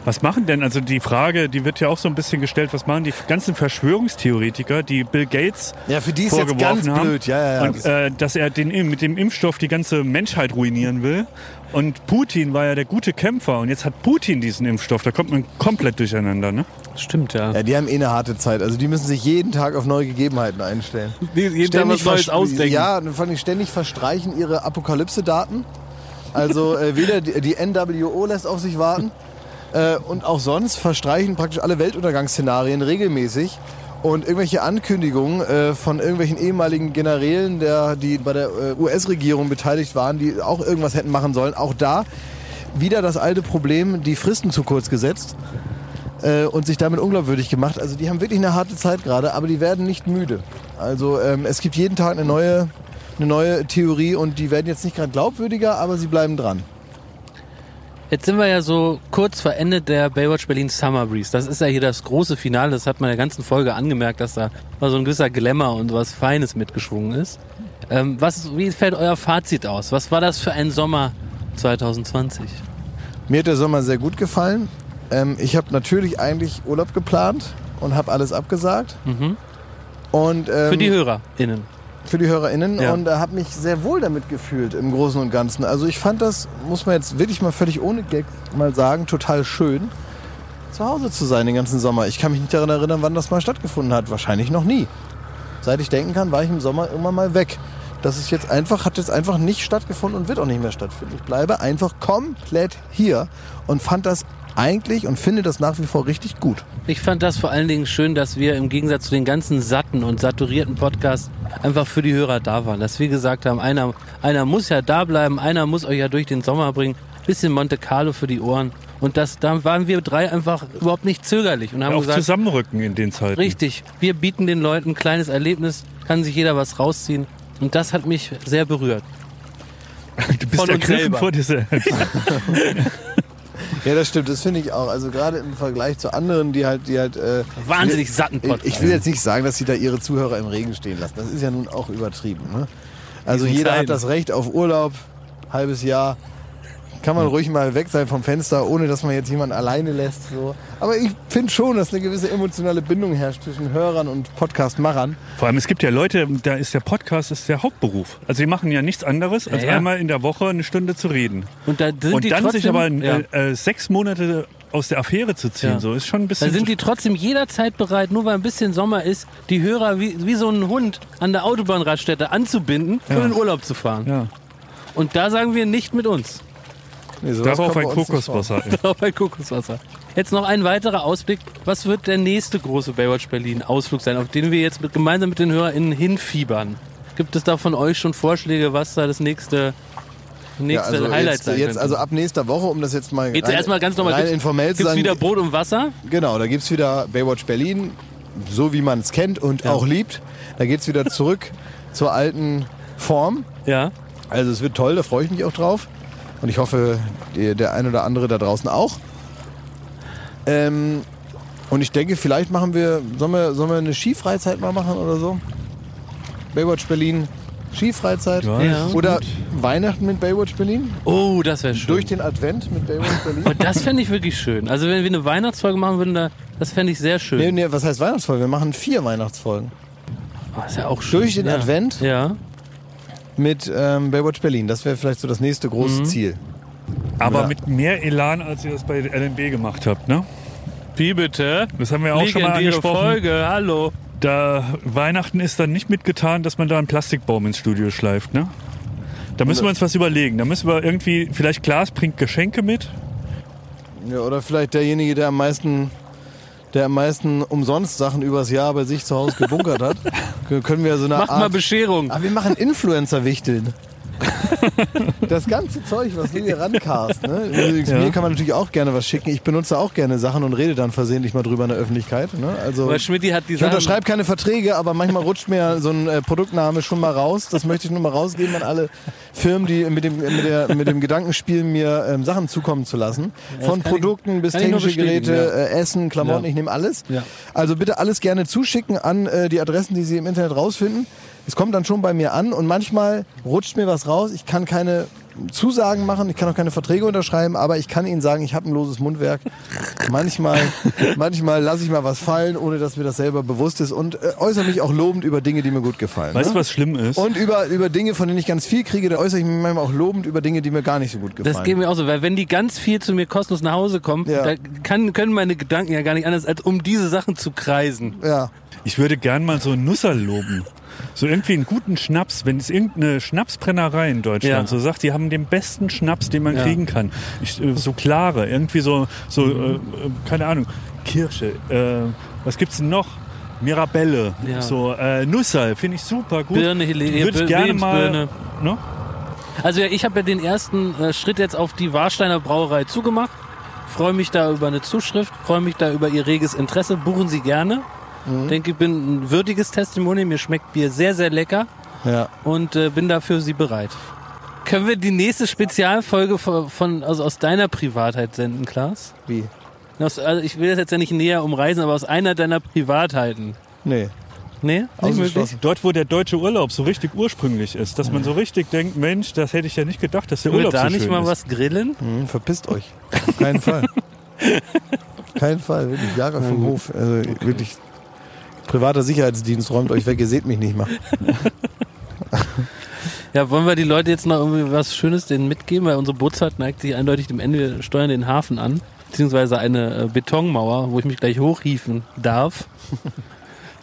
Was machen denn, also die Frage, die wird ja auch so ein bisschen gestellt, was machen die ganzen Verschwörungstheoretiker, die Bill Gates Ja, für die ist jetzt vorgeworfen ganz haben, blöd. Ja, ja, ja. Und, äh, dass er den, mit dem Impfstoff die ganze Menschheit ruinieren will. Und Putin war ja der gute Kämpfer und jetzt hat Putin diesen Impfstoff, da kommt man komplett durcheinander, ne? Stimmt, ja. Ja, die haben eh eine harte Zeit. Also die müssen sich jeden Tag auf neue Gegebenheiten einstellen. Jeden Tag was Neues versch- ausdenken. Ja, und vor allem ständig verstreichen ihre Apokalypse-Daten. Also äh, weder die, die NWO lässt auf sich warten äh, und auch sonst verstreichen praktisch alle Weltuntergangsszenarien regelmäßig. Und irgendwelche Ankündigungen äh, von irgendwelchen ehemaligen Generälen, der, die bei der äh, US-Regierung beteiligt waren, die auch irgendwas hätten machen sollen, auch da wieder das alte Problem, die Fristen zu kurz gesetzt äh, und sich damit unglaubwürdig gemacht. Also die haben wirklich eine harte Zeit gerade, aber die werden nicht müde. Also ähm, es gibt jeden Tag eine neue, eine neue Theorie und die werden jetzt nicht gerade glaubwürdiger, aber sie bleiben dran. Jetzt sind wir ja so kurz vor Ende der Baywatch Berlin Summer Breeze. Das ist ja hier das große Finale. Das hat man der ganzen Folge angemerkt, dass da mal so ein gewisser Glamour und was Feines mitgeschwungen ist. Ähm, was, wie fällt euer Fazit aus? Was war das für ein Sommer 2020? Mir hat der Sommer sehr gut gefallen. Ähm, ich habe natürlich eigentlich Urlaub geplant und habe alles abgesagt. Und, ähm, Mhm. Für die HörerInnen. Für die HörerInnen Ja. und äh, habe mich sehr wohl damit gefühlt im Großen und Ganzen. Also ich fand das, muss man jetzt wirklich mal völlig ohne Gag mal sagen, total schön, zu Hause zu sein den ganzen Sommer. Ich kann mich nicht daran erinnern, wann das mal stattgefunden hat. Wahrscheinlich noch nie. Seit ich denken kann, war ich im Sommer irgendwann mal weg. Das ist jetzt einfach, hat jetzt einfach nicht stattgefunden und wird auch nicht mehr stattfinden. Ich bleibe einfach komplett hier und fand das eigentlich und finde das nach wie vor richtig gut. Ich fand das vor allen Dingen schön, dass wir im Gegensatz zu den ganzen satten und saturierten Podcasts einfach für die Hörer da waren. Dass wir gesagt haben, einer, einer muss ja da bleiben, einer muss euch ja durch den Sommer bringen. Bisschen Monte Carlo für die Ohren. Und das, da waren wir drei einfach überhaupt nicht zögerlich und haben Auch gesagt, zusammenrücken in den Zeiten. richtig, wir bieten den Leuten ein kleines Erlebnis, kann sich jeder was rausziehen. Und das hat mich sehr berührt. Du bist Von uns ergriffen selber. vor dir selbst. Ja, das stimmt, das finde ich auch. Also gerade im Vergleich zu anderen, die halt, die halt äh, Wahnsinnig ich- satten Podcast. Ich, ich will jetzt nicht sagen, dass sie da ihre Zuhörer im Regen stehen lassen. Das ist ja nun auch übertrieben. Ne? Also Diesen jeder Zeiten. hat das Recht auf Urlaub, halbes Jahr. Kann man ruhig mal weg sein vom Fenster, ohne dass man jetzt jemanden alleine lässt. So. Aber ich finde schon, dass eine gewisse emotionale Bindung herrscht zwischen Hörern und Podcast-Machern. Vor allem, es gibt ja Leute, da ist der Podcast ist der Hauptberuf. Also die machen ja nichts anderes, als Ja, ja. einmal in der Woche eine Stunde zu reden. Und da sind und die dann trotzdem, sich aber ja. äh, äh, sechs Monate aus der Affäre zu ziehen, Ja. so ist schon ein bisschen. Dann sind die trotzdem jederzeit bereit, nur weil ein bisschen Sommer ist, die Hörer wie, wie so ein Hund an der Autobahnraststätte anzubinden Ja. und in Urlaub zu fahren. Ja. Und da sagen wir nicht mit uns. Nee, sowas Darauf kommt ein bei uns nicht vor. Kokoswasser. ey. Darauf ein Kokoswasser. Jetzt noch ein weiterer Ausblick. Was wird der nächste große Baywatch Berlin Ausflug sein, auf den wir jetzt mit, gemeinsam mit den HörerInnen hinfiebern? Gibt es da von euch schon Vorschläge, was da das nächste, Ja, nächste also Highlight jetzt, sein jetzt könnte? also ab nächster Woche, um das jetzt mal Geht's erstmal ganz normal. rein Gibt's- informell zu gibt's sagen, wieder Brot und Wasser? Genau, da gibt es wieder Baywatch Berlin, so wie man es kennt und auch liebt. Da geht es wieder zurück zur alten Form. Ja. Also es wird toll, da freue ich mich auch drauf. Und ich hoffe, die, der ein oder andere da draußen auch. Ähm, und ich denke, vielleicht machen wir, sollen wir, sollen wir eine Skifreizeit mal machen oder so? Baywatch Berlin, Skifreizeit Ja, Ja. ist oder Weihnachten mit Baywatch Berlin. Oh, das wäre schön. Durch den Advent mit Baywatch Berlin. Und das fände ich wirklich schön. Also wenn wir eine Weihnachtsfolge machen würden, da, das fände ich sehr schön. Nee, nee, was heißt Weihnachtsfolge? Wir machen vier Weihnachtsfolgen. Ah, ist ja auch schön. Durch den Ja. Advent Ja. mit ähm, Baywatch Berlin. Das wäre vielleicht so das nächste große Mhm. Ziel. Aber Ja. mit mehr Elan, als ihr das bei LNB gemacht habt, ne? Wie bitte? Das haben wir auch schon mal Legendäre angesprochen. Folge, hallo. Da Weihnachten ist dann nicht mitgetan, dass man da einen Plastikbaum ins Studio schleift, ne? Da müssen wir uns was überlegen. Da müssen wir irgendwie, vielleicht Glas bringt Geschenke mit. Ja, oder vielleicht derjenige, der am meisten der am meisten umsonst Sachen übers Jahr bei sich zu Hause gebunkert hat, K- können wir so eine Macht Art... mal Bescherung. Aber wir machen Influencer-Wichteln. Das ganze Zeug, was du hier rankast. Ne? Übrigens, Ja. Mir kann man natürlich auch gerne was schicken. Ich benutze auch gerne Sachen und rede dann versehentlich mal drüber in der Öffentlichkeit. Ne? Also, Weil Schmidti hat die ich Sachen- unterschreibe keine Verträge, aber manchmal rutscht mir so ein äh, Produktname schon mal raus. Das möchte ich nur mal rausgeben an alle Firmen, die mit dem, mit der, mit dem Gedanken spielen, mir ähm, Sachen zukommen zu lassen. Ja, Von das kann ich- Produkten bis kann ich nur technische Geräte, bestätigen, ja. äh, Essen, Klamotten, Ja. ich nehme alles. Ja. Also bitte alles gerne zuschicken an äh, die Adressen, die Sie im Internet rausfinden. Es kommt dann schon bei mir an und manchmal rutscht mir was raus. Ich kann keine Zusagen machen, ich kann auch keine Verträge unterschreiben, aber ich kann Ihnen sagen, ich habe ein loses Mundwerk. Manchmal, manchmal lasse ich mal was fallen, ohne dass mir das selber bewusst ist und äh, äußere mich auch lobend über Dinge, die mir gut gefallen. Weißt ne? du, was schlimm ist? Und über, über Dinge, von denen ich ganz viel kriege, da äußere ich mich manchmal auch lobend über Dinge, die mir gar nicht so gut gefallen. Das geht mir auch so, weil wenn die ganz viel zu mir kostenlos nach Hause kommen, da kann, können meine Gedanken ja gar nicht anders, als um diese Sachen zu kreisen. Ja. Ich würde gern mal so einen Nusser loben. So irgendwie einen guten Schnaps, wenn es irgendeine Schnapsbrennerei in Deutschland Ja. so sagt, die haben den besten Schnaps, den man Ja. Mhm. kriegen kann. Ich, äh, so klare, irgendwie so, so äh, äh, keine Ahnung, Kirsche. Äh, was gibt's denn noch? Mirabelle, Ja. so äh, Nusser, finde ich super gut. Birne, Hele- Würde Bir- ich gerne Lebensbirne. mal. Ne? Also ja, ich habe ja den ersten äh, Schritt jetzt auf die Warsteiner Brauerei zugemacht. Freue mich da über eine Zuschrift, freue mich da über Ihr reges Interesse. Buchen Sie gerne. Mhm. Denke, ich bin ein würdiges Testimonial. Mir schmeckt Bier sehr, sehr lecker Ja. und äh, bin dafür Sie bereit. Können wir die nächste Spezialfolge von, von also aus deiner Privatheit senden, Klaas? Wie? Aus, also ich will das jetzt ja nicht näher umreißen, aber aus einer deiner Privatheiten. Nee. Nee? Nicht möglich? Dort, wo der deutsche Urlaub so richtig ursprünglich ist, dass man so richtig denkt, Mensch, das hätte ich ja nicht gedacht, dass der Können wir Urlaub da so nicht schön mal ist. was grillen? Hm, verpisst euch. Auf keinen Fall. Auf keinen Fall, wirklich. Jahre Na vom gut. Hof. Also wirklich. Privater Sicherheitsdienst räumt euch weg, ihr seht mich nicht mal. Ja, wollen wir die Leute jetzt noch irgendwie was Schönes denen mitgeben, weil unsere Bootsfahrt neigt sich eindeutig dem Ende. Wir steuern den Hafen an, beziehungsweise eine äh, Betonmauer, wo ich mich gleich hochhieven darf.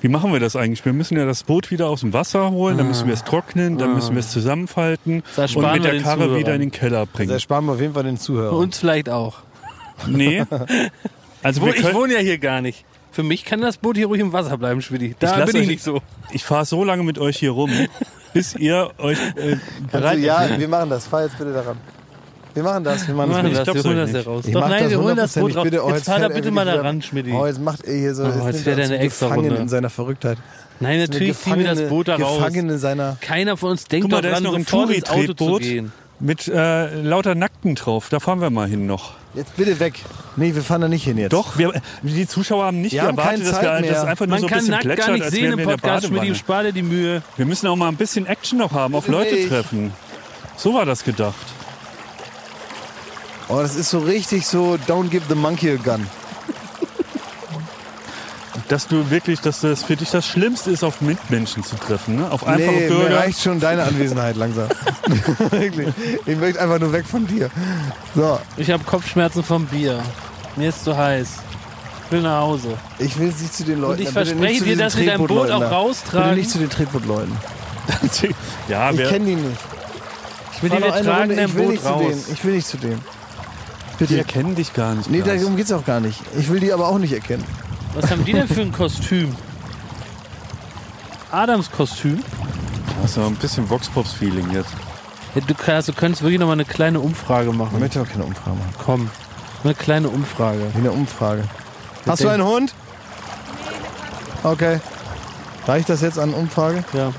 Wie machen wir das eigentlich? Wir müssen ja das Boot wieder aus dem Wasser holen, dann müssen wir Ah. es trocknen, dann müssen wir es zusammenfalten Das und ersparen wir mit der den Karre Zuhörern. wieder in den Keller bringen. Das ersparen wir auf jeden Fall den Zuhörern. Uns vielleicht auch. nee. Also Wo, wir ich können- wohne ja hier gar nicht. Für mich kann das Boot hier ruhig im Wasser bleiben, Schwidi. Da lass bin ich euch- nicht so. Ich fahre so lange mit euch hier rum, bis ihr euch äh, bereit Also, ja, wir machen das. Fahr jetzt bitte daran. Wir machen das. Wir machen Wir machen das. das, wir glaub's holen euch das nicht. ja raus. Ich Doch, mach nein, das wir holen Hm. das Boot 100%. raus. Bitte, oh, Jetzt fahr da fährt er bitte wieder mal da wieder- ran, Schmidti. Oh, jetzt macht er hier so. Oh, jetzt jetzt nimmt fährt er er uns eine extra gefangen Runde. in seiner Verrücktheit. Nein, Das ist eine natürlich ziehen wir das gefangene- Boot da raus. Gefangene seiner. Keiner von uns denkt Guck mal, da ist daran, noch ein sofort ins Auto zu Touri-Tretboot gehen. mit äh, lauter Nackten drauf. Da fahren wir mal hin noch. Jetzt bitte weg. Nee, wir fahren da nicht hin jetzt. Doch, wir, die Zuschauer haben nicht Wir haben erwartet, keine dass Zeit wir mehr. das einfach nur Man so ein kann bisschen nackt gar plätschern, nicht als sehen wären im wir in der Podcast, Schmidti. Badewanne. Spar dir die Mühe. Wir müssen auch mal ein bisschen Action noch haben, auf Bitte Leute nicht. treffen. So war das gedacht. Oh, das ist so richtig so, don't give the monkey a gun. dass du wirklich, dass das für dich das Schlimmste ist, auf Mitmenschen zu treffen, ne? Auf einfache nee, mir Bürger. reicht schon deine Anwesenheit langsam. Wirklich. Ich möchte einfach nur weg von dir. So, Ich habe Kopfschmerzen vom Bier. Mir ist zu heiß. Ich will nach Hause. ich will nicht zu den Leuten. ich Oh, bitte nicht verspreche zu dir, diesen dass wir dein Boot Tretbootleuten auch da. raustragen. Bitte nicht zu den Tretbootleuten. ja, Ich wir, kenne die nicht. Ich will Fahr dir, wir noch eine tragen Runde. dein ich will Boot nicht zu raus. denen. Ich will nicht zu denen. wir Bitte. kennen dich gar nicht. Nee, Klaus. darum geht's auch gar nicht. Ich will die aber auch nicht erkennen. Was haben die denn für ein Kostüm? Adams Kostüm? Hast du ein bisschen Vox-Pops-Feeling jetzt. Ja, du, kannst, du könntest wirklich noch mal eine kleine Umfrage Ich machen. möchte auch keine Umfrage machen. Komm, eine kleine Umfrage. Wie eine Umfrage. Hast du einen Hund? Okay. Reicht das jetzt an Umfrage? Ja.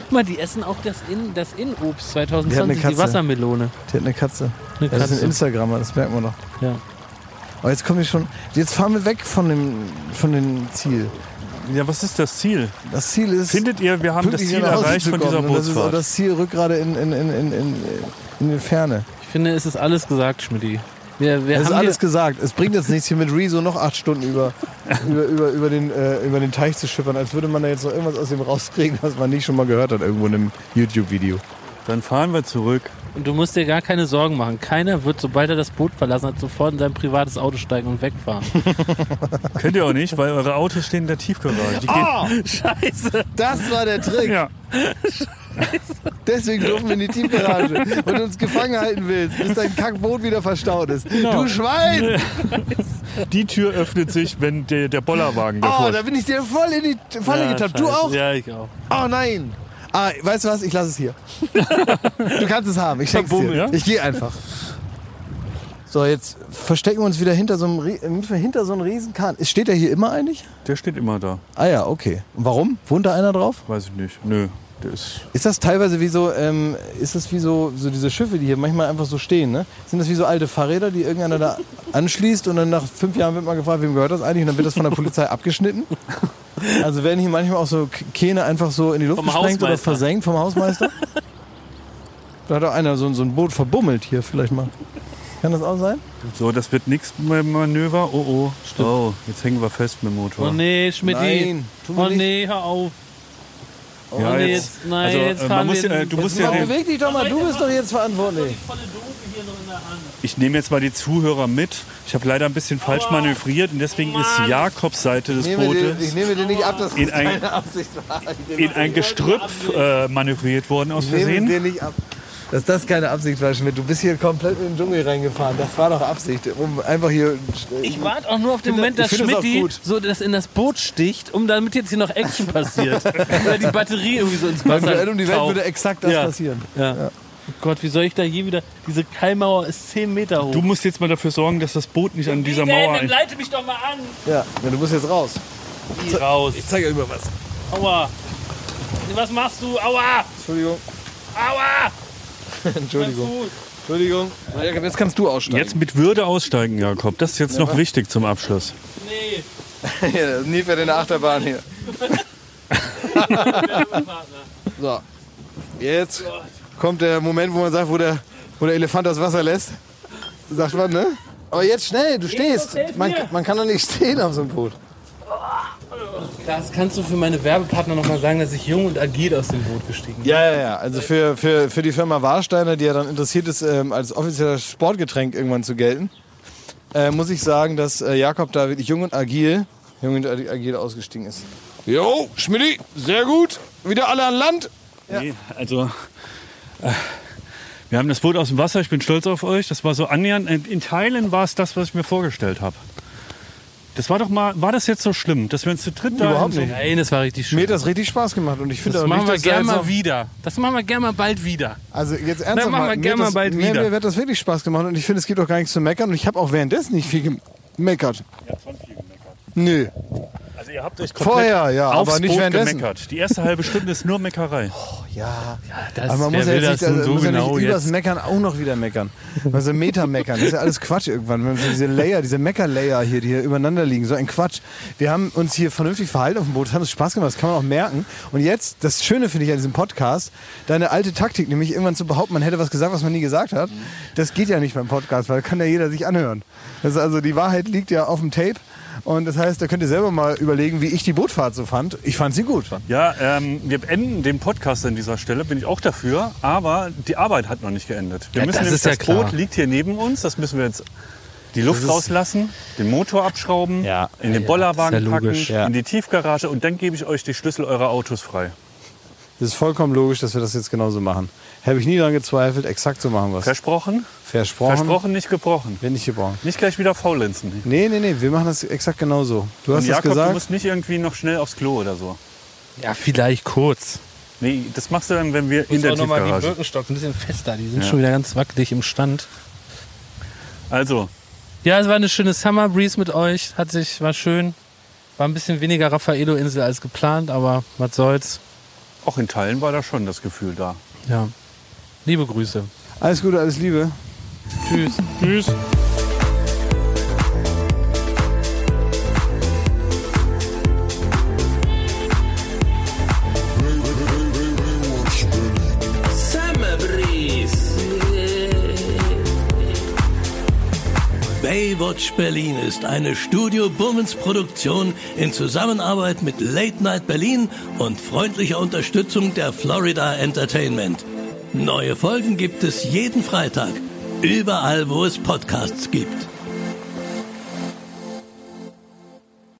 Guck mal, die essen auch das, In, das Innenobst Die hat eine 2020, die, Katze. Wassermelone. Die hat eine Katze. Eine das ist Katze. ein Instagrammer, das merkt man doch. Ja. Aber jetzt kommen wir schon. Jetzt fahren wir weg von dem, von dem Ziel. Ja, was ist das Ziel? Das Ziel ist. Findet ihr, wir haben das pünktlich Ziel nach Hause erreicht zu von kommen. dieser Und Das ist auch Bootsfahrt? das Ziel, Rückgrade in, in, in, in, in, in die Ferne. Ich finde, es ist alles gesagt, Schmidti. Wir, wir es ist haben alles hier, gesagt. Es bringt jetzt nichts, hier mit Rezo noch acht Stunden über, über, über, über, den, äh, über den Teich zu schippern, als würde man da jetzt noch irgendwas aus dem rauskriegen, was man nicht schon mal gehört hat irgendwo in einem YouTube-Video. Dann fahren wir zurück. und du musst dir gar keine Sorgen machen. Keiner wird, sobald er das Boot verlassen hat, sofort in sein privates Auto steigen und wegfahren. Könnt ihr auch nicht, weil eure Autos stehen in der Tiefgarage. Die gehen- Ah! Scheiße. Das war der Trick. Ja. Deswegen dürfen wir in die Tiefgarage und uns gefangen halten willst, bis dein Kackboot wieder verstaut ist. Genau. Du Schwein! Die Tür öffnet sich, wenn der, der Bollerwagen davor Oh, da bin ich dir voll in die Falle Ja, getappt. Du scheiße. auch? Ja, ich auch. Oh nein! Ah, weißt du was? Ich lasse es hier. du kannst es haben. Ich schenk's dir. Verbummelt, ja? Ich gehe einfach. So, jetzt verstecken wir uns wieder hinter so einem, Rie- äh, hinter so einem Riesenkahn. Steht der hier immer eigentlich? Der steht immer da. Ah ja, okay. Und warum? Wohnt da einer drauf? Weiß ich nicht. Nö, der ist. Ist das teilweise wie so, ähm, ist das wie so, so diese Schiffe, die hier manchmal einfach so stehen, ne? Sind das wie so alte Fahrräder, die irgendeiner da anschließt und dann nach fünf Jahren wird man gefragt, wem gehört das eigentlich? Und dann wird das von der Polizei abgeschnitten? Also werden hier manchmal auch so K- Kähne einfach so in die Luft Vom gesprengt oder Hausmeister. versenkt vom Hausmeister? Da hat doch einer so, so ein Boot verbummelt hier vielleicht mal. Kann das auch sein? So, das wird nichts mit dem Manöver. Oh, oh. Oh, jetzt hängen wir fest mit dem Motor. Oh nee, Schmidti. Nein, tu mir Oh nicht. nee, hör auf. Oh Ja, nee, jetzt- jetzt, nein, also, jetzt äh, man fahren muss wir ja, äh, den- du musst jetzt ja fahren den- Beweg dich doch mal, du bist doch jetzt verantwortlich. Ich nehme jetzt mal die Zuhörer mit. Ich habe leider ein bisschen falsch manövriert und deswegen ist Jakobs Seite des Ich nehme dir, Bootes ich nehme dir nicht ab, dass In das ein- deine Absicht war. halt Ich in nehme ein Gestrüpp äh, manövriert worden aus Nehmen Versehen. dir nicht ab. Dass das keine Absicht war, Schmidt. Du bist hier komplett in den Dschungel reingefahren. Das war doch Absicht, um einfach hier. Ich warte auch nur auf den Moment, ich dass finde es auch Schmidti gut. so das in das Boot sticht, um damit jetzt hier noch Action passiert. Oder die Batterie irgendwie so ins Beim Wasser Duell um die Welt taucht. würde exakt das Ja. passieren. Ja. Oh Gott, wie soll ich da je wieder... Diese Keilmauer ist 10 Meter hoch. Du musst jetzt mal dafür sorgen, dass das Boot nicht an dieser Mauer ein. leite mich doch mal an. Ja, ja, du musst jetzt raus. Geh raus. Ich zeige euch mal was. Aua. Was machst du? Aua. Entschuldigung, Aua. Entschuldigung, Entschuldigung. Na, Jakob, Jetzt kannst du aussteigen. Jetzt mit Würde aussteigen, Jakob. Das ist jetzt noch wichtig zum Abschluss. Nee. Hier, nie für den Achterbahn hier. So, jetzt kommt der Moment, wo man sagt, wo der, wo der Elefant das Wasser lässt. Sagt man, ne? Aber jetzt schnell, du stehst. Man, man kann doch nicht stehen auf so einem Boot. Das kannst du für meine Werbepartner nochmal sagen, dass ich jung und agil aus dem Boot gestiegen bin. Ja, ja, ja. Also für, für, für die Firma Warsteiner, die ja dann interessiert ist, ähm, als offizielles Sportgetränk irgendwann zu gelten, äh, muss ich sagen, dass äh, Jakob da wirklich jung und agil, jung und ag- agil ausgestiegen ist. Jo, Schmidti, sehr gut. Wieder alle an Land. Nee, also. äh, Wir haben das Boot aus dem Wasser. Ich bin stolz auf euch. Das war so annähernd. In in Teilen war es das, was ich mir vorgestellt habe. Das war doch mal. War das jetzt so schlimm, dass wir uns zu dritt da Überhaupt in so- nicht. Nein, das war richtig Mir schön. hat das richtig Spaß gemacht und ich finde Das auch machen nicht, wir dass da gerne jetzt mal noch- wieder. Das machen wir gerne mal bald wieder. Also jetzt ernsthaft machen wir mir gerne hat das- mal bald mir, wieder. Mir hat das wirklich Spaß gemacht und ich finde, es gibt auch gar nichts zu meckern und ich habe auch währenddessen nicht viel gemeckert. Nö. Also ihr habt euch komplett Vorher, ja, aufs aber nicht Boot währenddessen. gemeckert. Die erste halbe Stunde ist nur Meckerei. Ja, Das, aber man wer muss ja will das jetzt nicht, denn also, so muss ja genau nicht übers jetzt? Meckern auch noch wieder meckern. Also Meta-Meckern, das ist ja alles Quatsch irgendwann. Wenn so Diese Layer, diese Mecker-Layer hier, die hier übereinander liegen, so ein Quatsch. Wir haben uns hier vernünftig verhalten auf dem Boot, es hat uns Spaß gemacht, das kann man auch merken. Und jetzt, das Schöne finde ich an diesem Podcast, deine alte Taktik, nämlich irgendwann zu behaupten, man hätte was gesagt, was man nie gesagt hat, das geht ja nicht beim Podcast, weil kann ja jeder sich anhören. Das ist also, die Wahrheit liegt ja auf dem Tape. Und das heißt, da könnt ihr selber mal überlegen, wie ich die Bootfahrt so fand. Ich fand sie gut. Ja, ähm, wir beenden den Podcast an dieser Stelle, bin ich auch dafür, aber die Arbeit hat noch nicht geendet. Wir Ja, müssen das jetzt, ist ja das klar. Boot liegt hier neben uns, das müssen wir jetzt die Luft rauslassen, den Motor abschrauben, Ja. in den das Bollerwagen ist ja packen, logisch. Ja. in die Tiefgarage und dann gebe ich euch die Schlüssel eurer Autos frei. Das ist vollkommen logisch, dass wir das jetzt genauso machen. Habe ich nie daran gezweifelt, exakt so machen wir es. Versprochen? Versprochen. Versprochen, nicht gebrochen. Wenn nicht gebrochen. Nicht gleich wieder faulenzen. Nee, nee, nee, wir machen das exakt genauso. Du hast Und es Jakob, du gesagt. musst nicht irgendwie noch schnell aufs Klo oder so. Ja, vielleicht kurz. Nee, das machst du dann, wenn wir in Muss der auch nochmal die Tiefgarage. Birkenstock ein bisschen fester. Die sind schon wieder ganz wackelig im Stand. Also, Ja, es war eine schöne Summer Breeze mit euch. Hat sich, war schön. War ein bisschen weniger Raffaello-Insel als geplant, aber was soll's. auch in Teilen war da schon das Gefühl da. Ja. Liebe Grüße. Alles Gute, alles Liebe. Tschüss. Tschüss. Baywatch Berlin ist eine Studio Bummens Produktion in Zusammenarbeit mit Late Night Berlin und freundlicher Unterstützung der Florida Entertainment. Neue Folgen gibt es jeden Freitag, überall wo es Podcasts gibt.